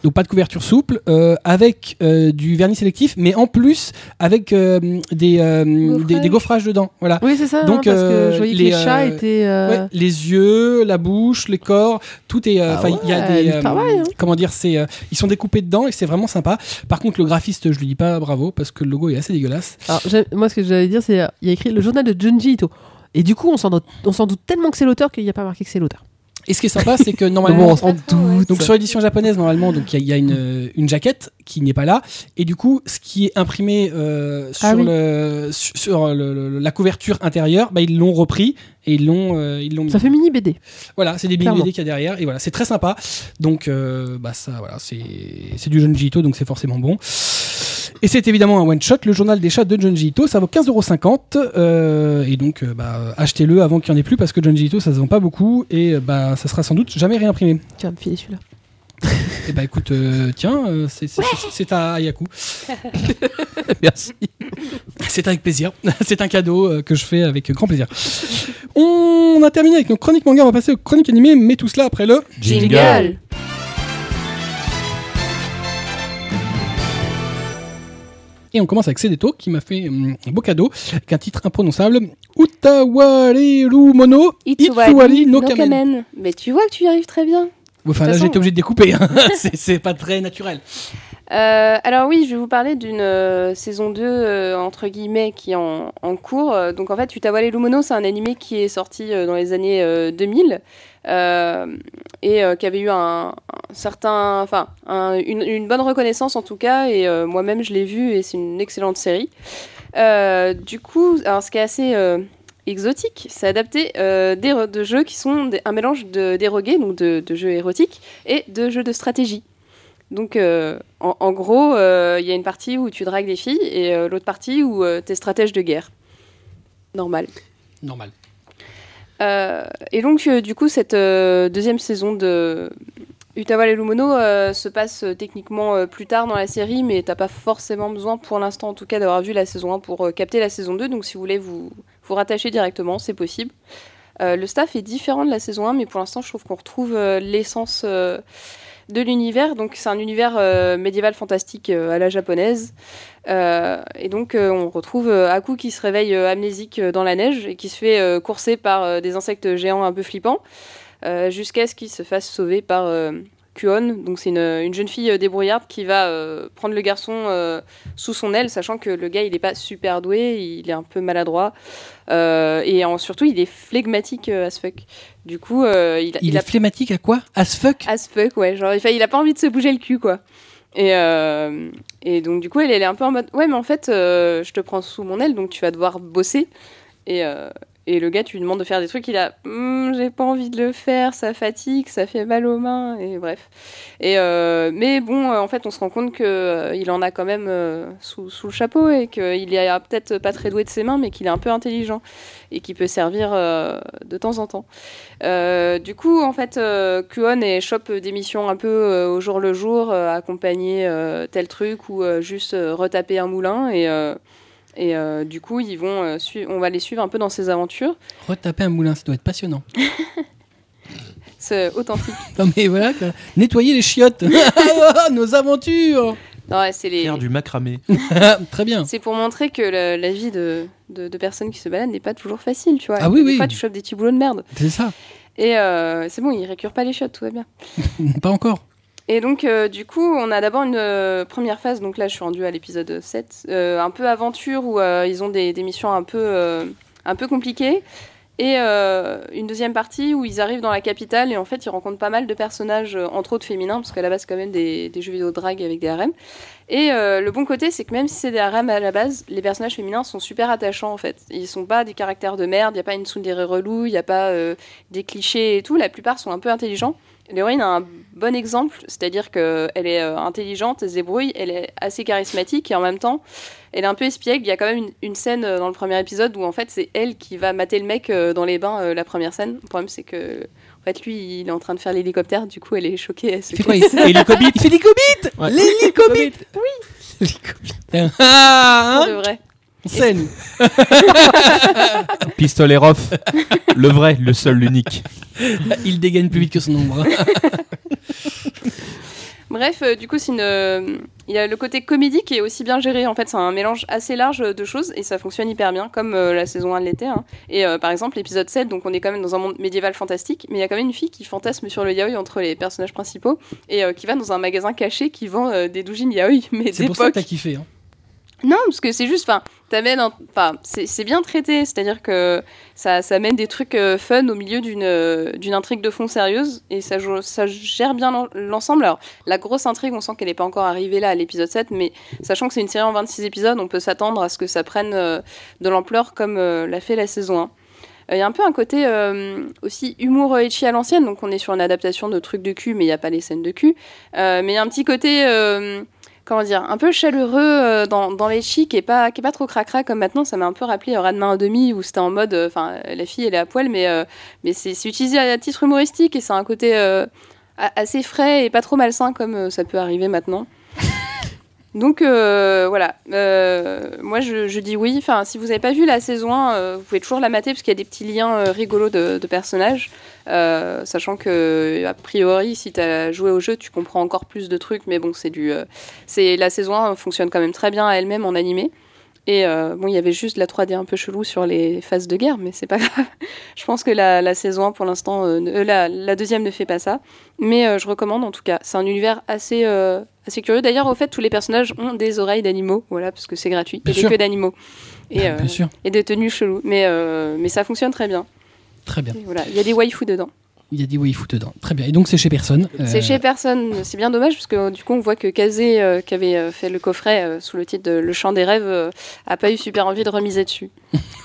A: donc pas de couverture souple, euh, avec euh, du vernis sélectif, mais en plus avec euh, des, euh, des, des gaufrages dedans. Voilà.
B: Oui, c'est ça,
A: Donc,
B: Donc, parce
A: euh,
B: que je voyais que
A: les,
B: les chats
A: euh,
B: étaient. euh,
A: Ouais, les yeux, la bouche, les corps, tout est. euh,
B: Ah
A: enfin, il y a
B: ouais,
A: des.
B: du travail, hein.
A: Comment dire c'est, euh, Ils sont découpés dedans et c'est vraiment sympa. Par contre, le graphiste, je lui dis pas bravo parce que le logo est assez dégueulasse.
B: Alors, j'ai- moi, ce que j'allais dire, c'est euh, il y a écrit le journal de Junji Ito. Et du coup, on s'en doute, on s'en doute tellement que c'est l'auteur qu'il n'y a pas marqué que c'est l'auteur.
A: Et ce qui est sympa, c'est
B: [laughs]
A: que normalement.
D: Bon, on s'en doute.
A: Donc sur l'édition japonaise normalement, donc il y, a- il y a une, une jaquette qui n'est pas là, et du coup ce qui est imprimé euh, sur,
B: Ah oui.
A: le, sur- sur le- le- la couverture intérieure, bah, ils l'ont repris et ils l'ont euh, ils l'ont mis.
B: Ça fait mini BD.
A: Voilà, c'est des mini
B: Clairement.
A: BD qu'il y a derrière et voilà c'est très sympa. Donc euh, bah ça voilà c'est c'est du Junji Ito donc c'est forcément bon. Et c'est évidemment un one shot, le journal des chats de Junji Ito, ça vaut 15,50€ euh, et donc euh, bah, achetez-le avant qu'il n'y en ait plus parce que Junji Ito ça se vend pas beaucoup et euh, bah ça sera sans doute jamais réimprimé.
B: Tu vas me filer celui-là.
A: Eh bah écoute, euh, tiens, euh, c'est- c'est c'est à Ayaku.
D: [laughs] Merci.
A: C'est avec plaisir. [laughs] C'est un cadeau euh, que je fais avec grand plaisir. On a terminé avec nos chroniques manga, on va passer aux chroniques animées, mais tout cela après le... Et on commence avec Sedeto qui m'a fait hum, un beau cadeau, avec un titre imprononçable, Utawareru Mono Itsuwari no Kamen.
C: Kamen. Mais tu vois que tu y arrives très bien.
A: Enfin là
C: façon-
A: j'étais obligé de découper, hein. C'est- c'est pas très naturel.
C: Euh, alors oui, je vais vous parler d'une euh, saison 2 euh, entre guillemets qui est en, en cours. Euh, Donc en fait, Utawale Lumono, c'est un animé qui est sorti euh, dans les années euh, 2000 euh, et euh, qui avait eu un, un certain, enfin un- une, une bonne reconnaissance en tout cas. Et euh, moi-même, je l'ai vu et c'est une excellente série. Euh, du coup, alors ce qui est assez euh, exotique, c'est adapté euh, des re- de jeux qui sont des- un mélange de dérogués, donc de, de jeux érotiques et de jeux de stratégie. Donc, euh, en, en gros, euh, il y a une partie où tu dragues des filles et euh, l'autre partie où euh, t'es stratège de guerre. Normal.
A: Normal.
C: Euh, et donc, euh, du coup, cette euh, deuxième saison de Utawal et Lumono euh, se passe euh, techniquement euh, plus tard dans la série, mais t'as pas forcément besoin, pour l'instant en tout cas, d'avoir vu la saison 1 pour euh, capter la saison 2. Donc, si vous voulez vous, vous rattacher directement, c'est possible. Euh, le staff est différent de la saison 1, mais pour l'instant, je trouve qu'on retrouve euh, l'essence euh, de l'univers. Donc, c'est un univers euh, médiéval fantastique euh, à la japonaise. Euh, et donc, euh, on retrouve euh, Haku qui se réveille euh, amnésique euh, dans la neige et qui se fait euh, courser par euh, des insectes géants un peu flippants, euh, jusqu'à ce qu'il se fasse sauver par euh, Kuon. Donc, c'est une, une jeune fille euh, débrouillarde qui va euh, prendre le garçon euh, sous son aile, sachant que le gars, il n'est pas super doué, il est un peu maladroit. Euh, et en- surtout, il est flegmatique euh, as fuck. Du coup, euh, il, a-
A: Il, Ah.
C: il a
A: est flématique à quoi As fuck
C: As fuck, ouais. Genre, il, fait- il a pas envie de se bouger le cul, quoi. Et, euh, et donc, du coup, elle, elle est un peu en mode Ouais, mais en fait, euh, je te prends sous mon aile, donc tu vas devoir bosser. Et, euh, et le gars, tu lui demandes de faire des trucs, il a Hmm, J'ai pas envie de le faire, ça fatigue, ça fait mal aux mains, et bref. Et, euh, mais bon, euh, en fait, on se rend compte que euh, il en a quand même euh, sous, sous le chapeau et qu'il est peut-être pas très doué de ses mains, mais qu'il est un peu intelligent et qu'il peut servir euh, de temps en temps. Euh, du coup, en fait, euh, Kuon et chope des missions un peu euh, au jour le jour, euh, accompagner euh, tel truc ou euh, juste euh, retaper un moulin. Et, euh, et euh, du coup, ils vont, euh, su- on va les suivre un peu dans ces aventures.
A: Retaper un moulin, ça doit être passionnant. [laughs]
C: C'est authentique.
A: Non mais voilà, quoi. nettoyer les chiottes. [laughs] Ah, nos aventures
C: [laughs]
A: [laughs]
C: Non, ouais, c'est les-
D: Faire du [laughs] macramé.
A: Très bien.
C: C'est pour montrer que la, la vie de, de, de personnes qui se baladent n'est pas toujours facile, tu vois.
A: Ah oui,
C: des
A: oui.
C: fois, tu chopes des petits boulots de merde.
A: C'est ça.
C: Et euh, c'est bon, ils récurent pas les chiottes, tout va bien.
A: Pas encore.
C: Et donc, euh, du coup, on a d'abord une euh, première phase. Donc là, je suis rendue à l'épisode 7. euh, un peu aventure où euh, ils ont des, des missions un peu, euh, un peu compliquées. Et euh, une deuxième partie où ils arrivent dans la capitale et en fait, ils rencontrent pas mal de personnages, euh, entre autres féminins, parce qu'à la base, c'est quand même, des, des jeux vidéo de drague avec des harems. Et euh, le bon côté, c'est que même si c'est des harems à la base, les personnages féminins sont super attachants en fait. Ils sont pas des caractères de merde, il n'y a pas une tsundere relou, il n'y a pas euh, des clichés et tout. La plupart sont un peu intelligents. L'héroïne a un bon exemple, c'est-à-dire qu'elle est euh, intelligente, elle se débrouille, elle est assez charismatique et en même temps, elle est un peu espiègle. Il y a quand même une, une scène euh, dans le premier épisode où en fait c'est elle qui va mater le mec euh, dans les bains euh, la première scène. Le problème c'est que en fait lui il est en train de faire l'hélicoptère, du coup elle est choquée. Elle se
A: Il fait quoi [laughs] il... Hélicobite Il fait l'hélicobite
D: Ouais.
A: L'hélicobite Oui Ah hein
C: casse de vrai.
A: Scène
D: Pistolet Roff. le vrai, le seul, l'unique.
A: Ah, Il dégaine plus vite que son ombre.
C: Bref, euh, du coup, c'est une, euh, il y a le côté comédie qui est aussi bien géré. En fait, c'est un mélange assez large euh, de choses et ça fonctionne hyper bien, comme euh, la saison 1 de l'été. hein. Et euh, par exemple, l'épisode 7, donc on est quand même dans un monde médiéval fantastique, mais il y a quand même une fille qui fantasme sur le yaoi entre les personnages principaux et euh, qui va dans un magasin caché qui vend euh, des doujins yaoi, mais
A: C'est pour ça que t'as
C: d'époque.
A: kiffé. Hein.
C: Non, parce que c'est juste, enfin, t'amènes, un- enfin, c'est c'est bien traité, c'est-à-dire que ça, ça amène des trucs euh, fun au milieu d'une euh, d'une intrigue de fond sérieuse et ça, jo- ça gère bien l'en- l'ensemble. Alors, la grosse intrigue, on sent qu'elle n'est pas encore arrivée là à l'épisode 7, mais sachant que c'est une série en 26 épisodes, on peut s'attendre à ce que ça prenne euh, de l'ampleur comme euh, l'a fait la saison 1. Il y a un peu un côté euh, aussi humour euh, etchi à l'ancienne, donc on est sur une adaptation de trucs de cul, mais il n'y a pas les scènes de cul. Euh, mais il y a un petit côté, euh, comment dire, un peu chaleureux euh, dans, dans les chics et pas, qui est pas trop cracra comme maintenant. Ça m'a un peu rappelé euh, Rademain à demi où c'était en mode, euh, enfin, la fille elle est à poil, mais, euh, mais c'est c'est utilisé à titre humoristique et c'est un côté euh, a- assez frais et pas trop malsain comme euh, ça peut arriver maintenant. Donc euh, voilà, Euh, moi je, je dis oui. Enfin, si vous n'avez pas vu la saison 1, euh, vous pouvez toujours la mater parce qu'il y a des petits liens euh, rigolos de, de personnages. Euh, sachant que a priori, si tu as joué au jeu, tu comprends encore plus de trucs. Mais bon, c'est du, euh, c'est la saison 1 fonctionne quand même très bien à elle-même en animé. Et euh, bon, il y avait juste la 3D un peu chelou sur les phases de guerre, mais c'est pas [laughs] grave. Je pense que la, la saison 1 pour l'instant, euh, ne- euh, la, la deuxième ne fait pas ça. Mais euh, je recommande en tout cas. C'est un univers assez, euh, assez curieux. D'ailleurs, au fait, tous les personnages ont des oreilles d'animaux, voilà, parce que c'est gratuit.
A: Bien
C: et des
A: sûr.
C: queues d'animaux. Et, euh,
A: [laughs] Bien sûr,
C: et des tenues cheloues. Mais, euh, mais ça fonctionne très bien.
A: très bien.
C: Et voilà, il y a des waifus dedans.
A: Il y a des waifus dedans. Très bien. Et donc c'est chez personne.
C: C'est
A: Euh,
C: chez personne, c'est bien dommage parce que euh, du coup on voit que Kazé, euh, qui avait euh, fait le coffret euh, sous le titre de Le Chant des Rêves, euh, a pas eu super envie de
A: [laughs]
C: remiser dessus.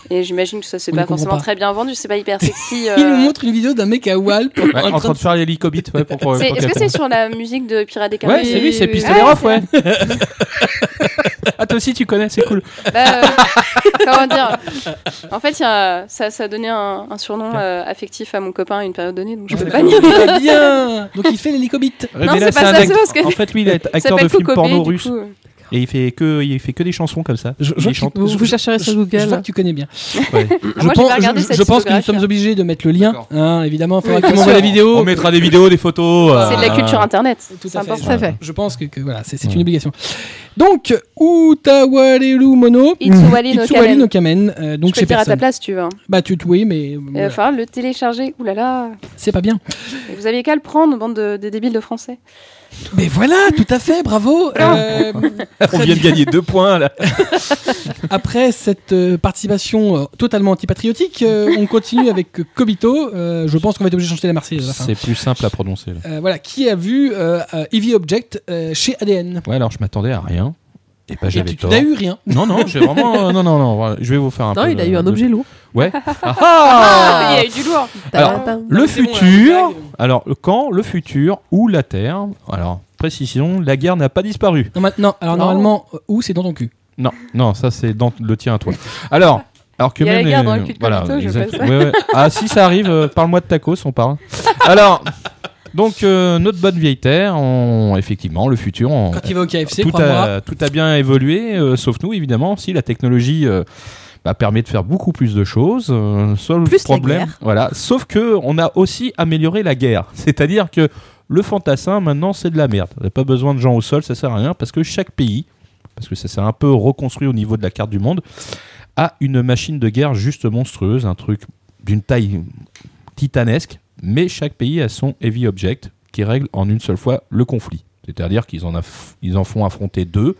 C: Et j'imagine que ça c'est
A: On
C: pas
A: le comprend
C: forcément
A: pas.
C: très bien vendu, c'est
A: [laughs]
C: pas hyper sexy. euh.
A: Il nous montre une vidéo d'un mec à Walp
D: Ouais, en train de faire l'hélicobite. Ouais, pour, pour
C: C'est- Est-ce que
D: capter.
C: c'est sur la musique de Pirates des Caraïbes
D: Ouais, c'est lui, c'est
B: Oui, oui,
D: Pistolet
C: oui.
D: Rof, ouais.
C: [laughs]
D: [laughs] ah, toi aussi, tu connais, c'est cool.
C: Bah,
A: [laughs]
C: euh, Comment dire En fait, il y a- ça, ça a donné un, un surnom euh, affectif à mon copain à une période donnée, donc je
A: Ah,
C: peux pas
A: d'accord.
C: nier.
A: Très bien. Donc il fait l'hélicobite.
D: Ouais,
C: Non,
D: mais là,
C: c'est pas
D: un
C: ça,
D: act-
C: c'est parce que-
D: En fait, lui, il
C: [laughs]
D: est
C: Ça
D: acteur
C: s'appelle
D: de films
C: Kokobé,
D: porno
C: du
D: russe.
C: coup.
D: Et il fait, que, il fait que des chansons comme ça.
A: Je, je
D: Il
A: vois que-
D: chante.
B: Vous, vous chercherez
A: je-
B: sur Google.
A: je vois que tu connais bien.
D: [laughs] Ouais.
C: Ah, moi,
A: je
C: j'ai
A: pense,
C: pas regardé
A: je-
C: cette
A: je pense que nous
C: discographie,
A: sommes
C: hein.
A: obligés de mettre le lien.
D: D'accord.
A: hein, évidemment, il faudra
B: Oui,
A: que tu
B: bien
A: m'envoies la
B: sûr.
A: vidéo.
D: On mettra des vidéos, des photos.
C: C'est de la
D: euh,
C: culture internet.
A: Ah. Tout
C: c'est
A: à fait.
C: important.
B: Tout à fait.
A: Je pense que, que voilà, c'est c'est
D: Ouais.
A: une obligation. Donc, Utawarelu Mono.
C: Itsuwari no
A: Itsuwari
C: Kamen.
A: no Kamen. euh, donc chez
C: je peux le dire à ta
A: personne.
C: place, tu veux. hein.
A: Bah, tu te oui, mais euh,
C: Il va falloir le télécharger. Ouh là là.
A: c'est pas
D: [laughs]
A: bien.
C: Vous aviez qu'à le prendre, bande de, des débiles de français.
A: Mais voilà, tout à fait, bravo. Ah. [laughs] Euh,
D: [laughs] On vient de gagner deux points [laughs] là.
A: [laughs] après cette euh, participation euh, totalement antipatriotique, euh, on continue avec euh, Kobito. Euh, je pense qu'on va être obligé de chanter la Marseillaise à la fin.
D: C'est plus simple à prononcer. là.
A: Euh, voilà, qui a vu euh, euh, Heavy Object euh, chez ADN
D: Ouais, alors je m'attendais à rien. Et pas
A: Et
D: Ah, j'avais
A: Ah, Tu tu
D: tort.
A: n'as eu rien.
D: Non, non, j'ai vraiment. euh, non, non, non. voilà, Je vais vous faire un
B: Non,
D: peu
B: il
D: le-
B: a eu un euh,
D: le-
B: objet lourd.
C: [laughs]
D: Ouais.
C: Ah, il y a eu du lourd.
D: Alors,
B: Tadam.
D: Le
A: c'est bon, là,
D: futur.
A: blague.
D: alors, le- quand le futur ou la Terre. Alors, précision, la guerre n'a pas disparu.
A: Non, maintenant, alors
B: Non.
A: normalement, euh, où c'est dans ton cul
D: Non, non, ça c'est dans le tien à toi. Alors, alors que
C: Il y a
D: même.
C: la guerre
D: les-
C: dans le cul de Cognito, je
D: exact-
C: sais
D: ouais, ouais. Ah, si ça arrive, euh, parle-moi de tacos, on parle. Alors, donc, euh, notre bonne vieille Terre, on- effectivement, le futur. on-
A: Quand il va au KFC,
D: Bah, tout,
A: crois-moi.
D: a, tout a bien évolué, euh, sauf nous, évidemment, si la technologie. euh, bah, permet de faire beaucoup plus de choses. euh, seul
B: Plus la
D: problème,
B: guerre.
D: voilà. Sauf que on a aussi amélioré la guerre, [laughs] c'est-à-dire que le fantassin maintenant c'est de la merde. On n'a pas besoin de gens au sol, ça sert à rien parce que chaque pays, parce que ça s'est un peu reconstruit au niveau de la carte du monde, a une machine de guerre juste monstrueuse, un truc d'une taille titanesque, mais chaque pays a son heavy object qui règle en une seule fois le conflit. C'est-à-dire qu'ils en, aff- ils en font affronter deux.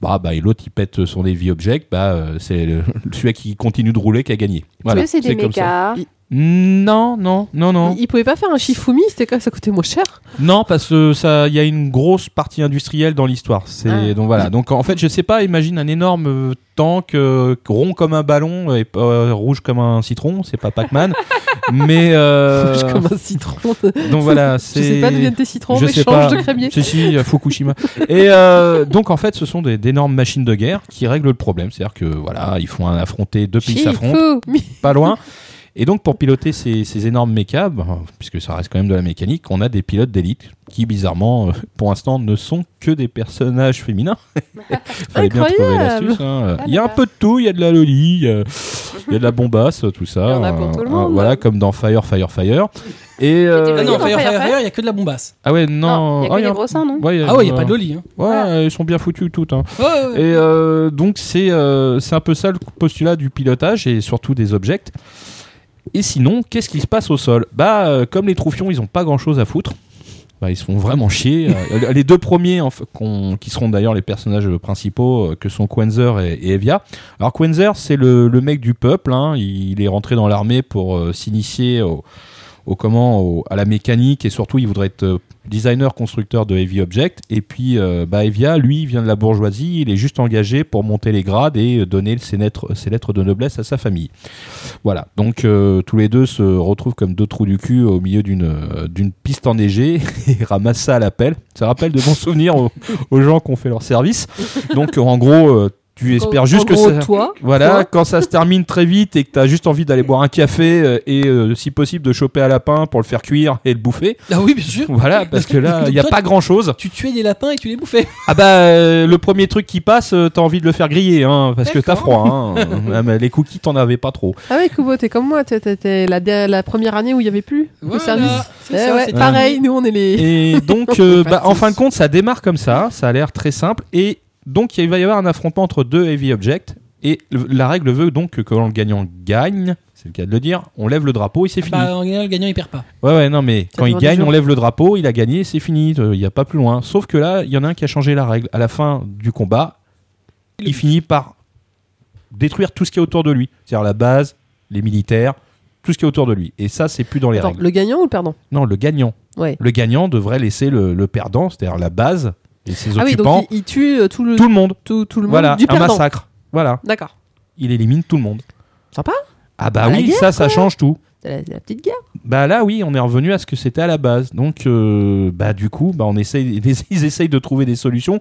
D: Bah, bah, et l'autre, il pète son heavy object. Bah, euh, c'est le- [laughs] celui qui continue de rouler qui a gagné. Voilà,
C: Est-ce que c'est des
D: comme ça.
C: mécas
D: Non, non, non, non.
B: Il- Il pouvait pas faire un Shifumi, c'était quoi Ça coûtait moins cher.
D: Non, parce que ça, il y a une grosse partie industrielle dans l'histoire. C'est
B: Ah.
D: donc voilà. Donc en fait, je sais pas. Imagine un énorme euh, tank euh, rond comme un ballon et euh, rouge comme un citron. C'est
C: [laughs]
D: pas Pac-Man, mais euh,
B: [laughs] Je comme un citron.
C: [laughs]
D: donc voilà.
B: Je sais pas d'où viennent tes citrons, mais change de crémier.
D: Si, si,
C: [laughs]
D: à Fukushima. Et euh, donc, en fait, ce sont des- d'énormes machines de guerre qui règlent le problème. C'est-à-dire que, voilà, ils font un affronter, deux pays s'affrontent
B: Shifumi.
D: pas loin. Et donc, pour piloter ces, ces énormes mécas, ben, puisque ça reste quand même de la mécanique, on a des pilotes d'élite qui, bizarrement, euh, pour l'instant, ne sont que des
C: [laughs]
D: personnages féminins. [laughs] Fallait bien trouver
B: Incroyable.
D: l'astuce. hein.
C: Ah
D: Il y a
C: là
D: un
C: là.
D: peu de tout, il y a de la loli, il y a il y a de la bombasse, tout ça. hein.
C: Il y en a pour tout le monde.
D: Voilà, comme dans Fire, Fire, Fire. Et, euh,
A: Ah non, Fire,
C: Fire, Fire,
A: Fire,
C: Fire.
A: Fire, il y a que de la bombasse.
D: ah ouais,
C: Non, il y
D: non.
C: a que
D: Ah,
C: des gros Ah. seins, non
D: ouais,
A: Ah ouais, il n'y a pas de loli. hein.
D: Ouais,
C: Voilà.
D: euh, ils sont bien foutus toutes. hein.
A: Ouais, ouais, ouais.
D: Et euh, donc c'est euh, c'est un peu ça le postulat du pilotage et surtout des objects. Et sinon, qu'est-ce qui se passe au sol Bah, euh, comme les troufions, ils ont pas grand-chose à foutre. bah, ils se font vraiment chier.
C: [laughs]
D: Euh, les deux premiers, en fait, qu'on- qui seront d'ailleurs les personnages principaux, euh, que sont Quenzer et, et Evia. Alors Quenzer, c'est le, le mec du peuple. hein. Il, est rentré dans l'armée pour euh, s'initier au, au comment, au- à la mécanique et surtout, il voudrait être euh, designer constructeur de heavy object. Et puis, euh, bah, Evia, lui, il vient de la bourgeoisie. Il est juste engagé pour monter les grades et euh, donner ses lettres, ses lettres de noblesse à sa famille. Voilà, donc euh, tous les deux se retrouvent comme deux trous du cul au milieu d'une euh, d'une piste enneigée [laughs] et ramassent ça à la pelle. Ça rappelle de bons souvenirs aux, aux gens qui ont fait leur service. Donc euh, en gros, euh, tu espères
B: En-
D: juste
B: en
D: que
B: gros,
D: ça...
B: toi,
D: Voilà, quand ça se termine très vite et que t'as juste envie d'aller boire un café euh, et euh, si possible de choper un lapin pour le faire cuire et le bouffer.
A: Ah oui, bien sûr.
D: Voilà, parce
A: [laughs]
D: que là, il n'y a pas grand chose.
A: Tu tuais des lapins et tu les bouffais.
D: Ah bah, euh, le premier truc qui passe, euh, t'as envie de le faire griller, hein, parce que t'as froid. Hein.
A: [laughs]
D: Ah, mais les cookies, t'en avais pas trop.
B: ah ouais, Kubo, t'es comme moi, t'es- t'es t'es la, der- la première année où il y avait plus de service.
A: c'est
B: Eh
A: ça,
B: ouais,
A: c'est
B: pareil, nous on est
A: [laughs]
B: les.
D: Et donc,
B: On
D: euh,
B: peut pas
D: bah,
B: tous.
D: en fin de compte, ça démarre comme ça. Ça a l'air très simple. Et donc, il va y avoir un affrontement entre deux heavy objects. Et le- la règle veut donc que quand le gagnant gagne, c'est le cas de le dire, on lève le drapeau et c'est fini.
A: Bah, en général, le gagnant, il perd pas.
D: Ouais, ouais, non, mais
B: Ça
D: quand il
B: dépend des
D: gagne,
B: jours.
D: on lève le drapeau, il a gagné, c'est fini, euh, il n'y a pas plus loin. Sauf que là, il y en a un qui a changé la règle. À la fin du combat,
A: Il
D: il,
A: le
D: finit par détruire tout ce qui est autour de lui. C'est-à-dire la base, les militaires, tout ce qui est autour de lui. Et ça, c'est plus dans les
B: Attends,
D: règles.
B: le gagnant ou le perdant
D: Non, le gagnant.
B: Ouais.
D: Le gagnant devrait laisser le, le perdant, c'est-à-dire la base et ses
B: Ah oui,
D: occupants,
B: donc il, il tue euh, tout le,
D: tout le monde.
B: tout, tout le monde
D: Voilà,
B: du
D: un
B: perdant.
D: massacre. Voilà,
B: D'accord.
D: il élimine tout le monde.
B: Sympa.
D: Ah bah
B: À la
D: oui,
B: guerre,
D: ça, ça change tout.
B: C'est La, la petite guerre.
D: Bah là, oui, on est revenu à ce que c'était à la base. Donc, euh, bah du coup, bah on essaye, [laughs] ils essayent de trouver des solutions.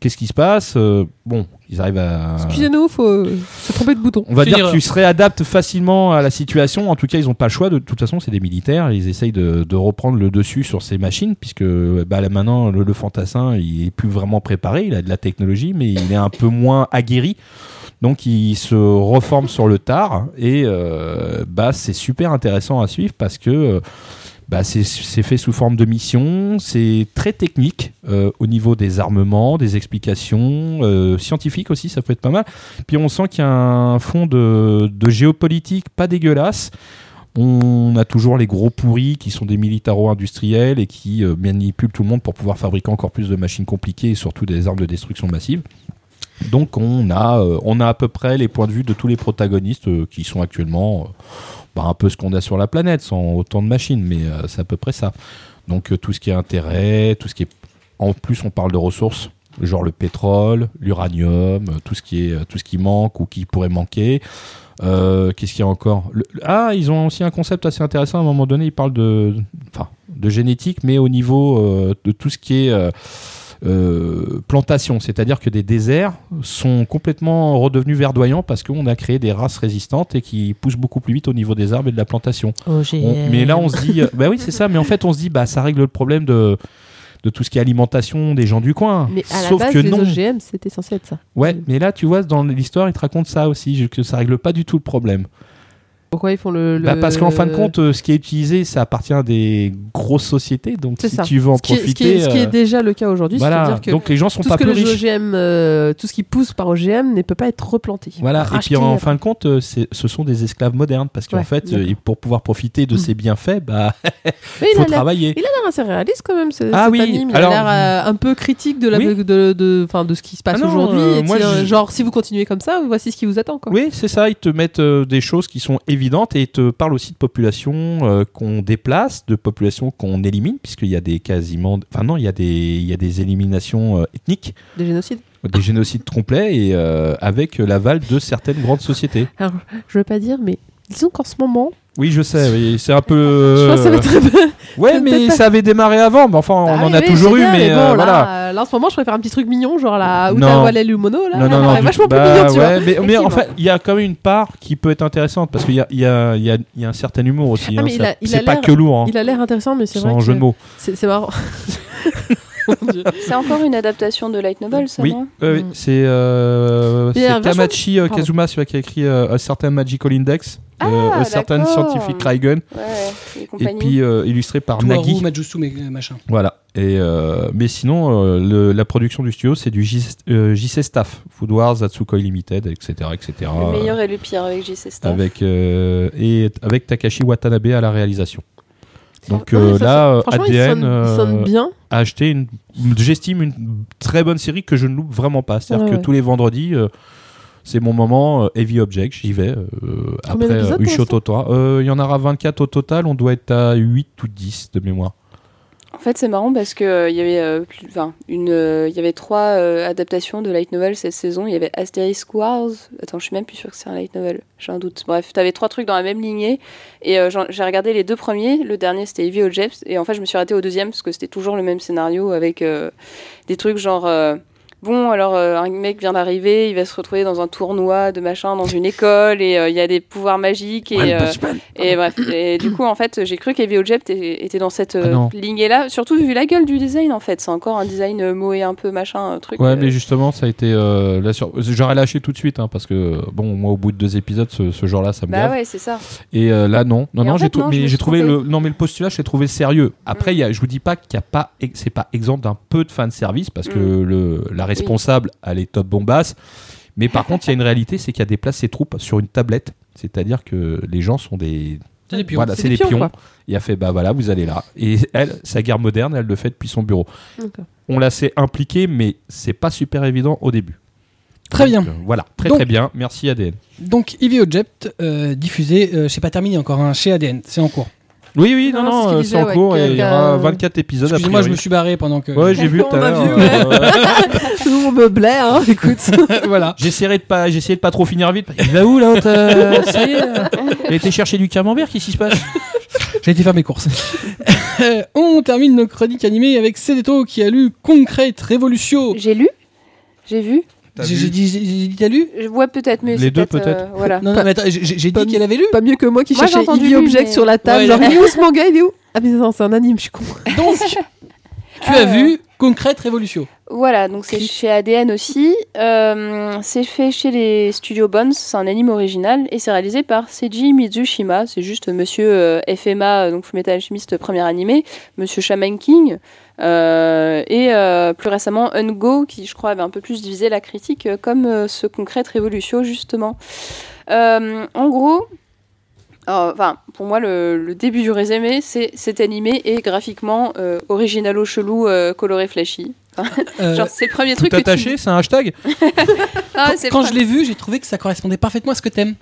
D: Qu'est-ce qui se passe Euh, Bon, ils arrivent à.
B: Excusez-nous, faut euh, se tromper de bouton.
D: On va
A: C'est une
D: dire que
A: erreur.
D: tu se réadaptes facilement à la situation. En tout cas, ils n'ont pas le choix. De toute façon, c'est des militaires. Ils essayent de, de reprendre le dessus sur ces machines, puisque bah, là maintenant, le, le fantassin, il est plus vraiment préparé. Il a de la technologie, mais il est un peu moins aguerri. Donc, il se reforme sur le tard. Et euh, bah, c'est super intéressant à suivre parce que. euh, bah, c'est c'est fait sous forme de mission, c'est très technique euh, au niveau des armements, des explications, euh, scientifiques aussi, ça peut être pas mal. Puis on sent qu'il y a un fond de, de géopolitique pas dégueulasse. On a toujours les gros pourris qui sont des militaro-industriels et qui euh, manipulent tout le monde pour pouvoir fabriquer encore plus de machines compliquées et surtout des armes de destruction massive. Donc on a, euh, on a à peu près les points de vue de tous les protagonistes euh, qui sont actuellement euh, bah, un peu ce qu'on a sur la planète, sans autant de machines, mais euh, c'est à peu près ça. Donc euh, tout ce qui est intérêt, tout ce qui est... En plus on parle de ressources, genre le pétrole, l'uranium, euh, tout, ce qui est- euh, tout ce qui manque ou qui pourrait manquer. Euh, Qu'est-ce qu'il y a encore Le- le- Ah, ils ont aussi un concept assez intéressant. À un moment donné, ils parlent de, enfin, de génétique, mais au niveau euh, de tout ce qui est euh, euh, plantation, c'est-à-dire que des déserts sont complètement redevenus verdoyants parce qu'on a créé des races résistantes et qui poussent beaucoup plus vite au niveau des arbres et de la plantation.
B: Oh,
D: On- mais là, on se
B: [laughs]
D: dit, euh, bah oui, c'est ça. Mais en fait, on se dit, bah ça règle le problème de de tout ce qui est alimentation des gens du coin.
B: Mais à la
D: Sauf
B: base,
D: que
B: les
D: non.
B: OGM, c'était censé être ça.
D: Ouais, mais là, tu vois, dans l'histoire, il te raconte ça aussi, je- que ça règle pas du tout le problème.
B: Pourquoi ils font le. le-
D: Bah, parce qu'en fin de compte, euh, ce qui est utilisé, ça appartient à des grosses sociétés, donc
B: C'est
D: si
B: ça.
D: tu veux en
B: ce qui, est, ce qui
D: profiter.
B: est- ce qui est
D: euh,
B: déjà le cas aujourd'hui,
D: voilà,
B: c'est-à-dire que
D: donc les gens sont
B: tout ce
D: pas
B: que
D: plus
B: les
D: riches.
B: OGM, euh, tout ce qui pousse par OGM ne peut pas être replanté.
D: Voilà, et puis
B: Racheté.
D: en fin de compte, euh, c'est- ce sont des esclaves modernes parce qu'en
B: Ouais,
D: fait,
B: d'accord.
D: euh, pour pouvoir profiter de
B: Mm.
D: ces bienfaits, bah,
B: Mais il
D: faut
B: a l'air-
D: travailler.
B: il a l'air assez réaliste quand même, ce,
D: Ah
B: cet
D: oui,
B: anime. Il
D: alors-
B: a l'air euh, un peu critique de, la,
D: Oui.
B: de, de, de- enfin, de ce qui se passe
D: Ah non,
B: aujourd'hui.
D: euh,
B: et de
D: moi,
B: dire,
D: je-
B: Genre, si vous continuez comme ça, voici ce qui vous attend. Quoi.
D: Oui, c'est ça. Ils te mettent euh, des choses qui sont évidentes et ils te parlent aussi de populations euh, qu'on déplace, de populations qu'on élimine, puisqu'il y a des quasiment. Enfin, non, il y a des, il y a des éliminations euh, ethniques,
B: Des génocides.
D: des génocides complets et euh, avec l'aval de certaines grandes sociétés.
B: Alors, je veux pas dire, mais disons qu'en ce moment,
D: Oui, je sais. oui, C'est un peu.
B: je
D: euh,
B: pense que ça va être
D: ouais,
B: peut-être
D: mais
B: pas-
D: ça avait démarré avant. Mais enfin, on
B: Ah
D: en
B: oui,
D: a
B: oui,
D: toujours
B: c'est
D: eu,
B: bien,
D: mais,
B: bon,
D: euh, voilà.
B: Là, euh, là, en ce moment, je préfère un petit truc mignon, genre la
D: Non.
B: Outa Walel Lumono. Là,
D: Non, non,
B: elle
D: non,
B: est
D: du-
B: vachement plus
D: bah,
B: mignon, tu vois.
D: ouais, mais, mais en
B: Effectivement.
D: fait, il y a quand même une part qui peut être intéressante parce qu'il y a, il y, a, il y, a, il y a un certain humour aussi.
B: Ah,
D: hein,
B: mais il
D: ça-
B: a- il a
D: c'est pas
B: l'air-
D: que lourd, hein,
B: Il a l'air intéressant, mais c'est vrai.
D: sans
B: que
D: jeu de mots.
B: C'est c'est marrant. [laughs]
C: C'est encore une adaptation de Light Novel, ça,
D: Oui,
C: non
D: euh, oui,
B: Mm.
D: c'est euh,
B: Il y a
D: c'est
B: un vachement-
D: Tamachi euh,
B: Pardon.
D: Kazuma celui qui a écrit euh, un certain Magical Index, euh,
C: Ah,
D: un certain
C: d'accord.
D: scientifique Reigen,
C: Ouais, ouais, et
D: et
C: compagnie.
D: puis euh, illustré par
A: Toharu,
D: Nagi.
A: Majusu, mais- euh, machin.
D: Voilà. Et euh, mais sinon, euh, le- la production du studio, c'est du J- euh, JC Staff, Food Wars, Atsukoi Limited, etc., etc.
C: Le meilleur et le pire euh, avec JC Staff.
D: Avec euh, et avec Takashi Watanabe à la réalisation. Donc
B: Non, mais
D: euh,
B: ça
D: là,
B: sonne-
D: euh,
B: franchement, il
D: ADN
B: sonne, il sonne
D: euh,
B: bien.
D: a acheté, une, j'estime, une très bonne série que je ne loupe vraiment pas. C'est-à-dire
B: Ouais,
D: que
B: ouais.
D: tous les vendredis, euh, c'est mon moment euh, Heavy Object, j'y vais. euh,
B: Combien
D: après
B: d'épisodes
D: euh,
B: pour
D: Ucho
B: l'instant
D: Totora. Euh, Il y en aura 24 au total, on doit être à 8 ou 10 de mémoire.
C: En fait, c'est marrant parce que euh, il y avait euh, plus- enfin, une, euh, il y avait trois euh, adaptations de light novel cette saison. Il y avait Asterisk Wars. Attends, je suis même plus sûre que c'est un light novel. J'ai un doute. Bref, t'avais trois trucs dans la même lignée et euh, j'en- j'ai regardé les deux premiers. Le dernier c'était Evie Objects et en fait, je me suis arrêtée au deuxième parce que c'était toujours le même scénario avec euh, des trucs genre. euh, Bon, alors euh, un mec vient d'arriver, il va se retrouver dans un tournoi de machin dans une école et euh, il y a des pouvoirs magiques et, euh, et bref, et du coup, en fait, j'ai cru qu'Heavy Object é- était dans cette
D: Ah non.
C: euh, lignée-là, surtout vu la gueule du design, en fait. C'est encore un design euh, moé un peu machin, un truc.
D: Ouais,
C: euh,
D: mais justement, ça a été euh, la sur- J'aurais lâché tout de suite, hein, parce que, bon, moi, au bout de deux épisodes, ce, ce genre-là, ça me
C: Bah
D: gave.
C: ouais, c'est ça.
D: Et euh, là, non. Non,
C: Et
D: non,
C: en
D: j'ai
C: fait,
D: trou-
C: non, je
D: mais
C: me
D: j'ai
C: suis
D: trouvé
C: trompée.
D: le. Non, mais le postulat, je l'ai trouvé sérieux. Après, il y a, je vous dis pas qu'il y a pas, ex- c'est pas exempt d'un peu de fan service parce que
C: Mm.
D: le, la responsable, elle est top bombasse. Mais par contre, il y a une réalité, c'est qu'il y a des places ses troupes sur une tablette. C'est-à-dire que les gens sont des.
A: C'est des pions.
D: Voilà,
B: C'est
D: c'est
B: des
D: des
B: pions,
D: pions.
B: quoi.
D: Il a fait, bah voilà, vous allez là. Et elle, sa guerre moderne, elle le fait depuis son bureau.
B: D'accord.
D: On la sait impliquée, mais c'est pas super évident au début.
A: Très bien.
D: Donc, euh, voilà, très
A: Donc-
D: très bien. Merci ADN.
A: Donc, Ivy Object, euh, diffusé, euh, je sais pas terminé encore, hein, chez ADN, c'est en cours.
D: Oui, oui, non,
B: Non, c'est ce
D: non,
B: qu'il
D: euh,
B: disait,
D: c'est en
B: ouais,
D: cours
B: qu'il y
D: et
B: a-
D: il y aura 24 épisodes après.
A: Excusez-moi, je me suis barré pendant que. [laughs]
D: Ouais, j'ai vu
B: On
D: tout
B: a
D: à
B: vu,
D: l'heure.
B: ouais.
D: euh,
B: Tout le monde me blaie, hein, [laughs] écoute.
A: voilà.
D: [laughs] J'essaierai de pas, j'essayais de pas trop finir vite. Il va où l'autre euh, Ça y est, euh, [laughs] il a été chercher du camembert. Qu'est-ce qui se passe
A: J'ai été faire mes courses. [laughs] Euh, on termine nos chroniques animées avec Cédéto qui a lu Concrete
D: Oh.
A: Revolution.
C: J'ai lu, j'ai vu.
A: J'ai j'ai dit, j'ai- j'ai dit, t'as lu
C: Je vois peut-être, mais
D: Les
C: c'est
D: deux,
C: euh, voilà.
A: Non, non, mais attends, j'ai- j'ai
B: Pas
A: dit qu'elle avait lu.
B: Pas mieux que moi qui
C: Moi, j'ai
B: cherchais
C: entendu
B: Ivy
C: lui,
B: Object
C: mais-
B: sur la table.
A: Ouais,
B: genre,
A: il-
B: il est où ce manga Il est où Ah, mais non, c'est un anime, je suis con.
A: Donc,
B: [laughs]
A: tu
C: Euh.
A: as vu Concrete Revolution.
C: Voilà, donc c'est chez ADN aussi. Euh, c'est fait chez les studios Bones, c'est un anime original et c'est réalisé par Seiji Mizushima. C'est juste monsieur euh, FMA, euh, donc Fullmetal Alchemist premier animé, monsieur Shaman King euh, et euh, plus récemment Ungo qui, je crois, avait un peu plus divisé la critique euh, comme euh, ce concrète Revolution justement. Euh, en gros. euh, Enfin, pour moi, le, le début du résumé, c'est cet animé est graphiquement euh, originalo chelou, euh, coloré flashy.
A: Euh,
C: Genre, c'est le premier
D: Tout
C: truc que
D: attaché, c'est un hashtag.
C: tu... Ah, c'est le
A: quand je
C: premier-
A: l'ai vu, j'ai trouvé que ça correspondait parfaitement à ce que t'aimes.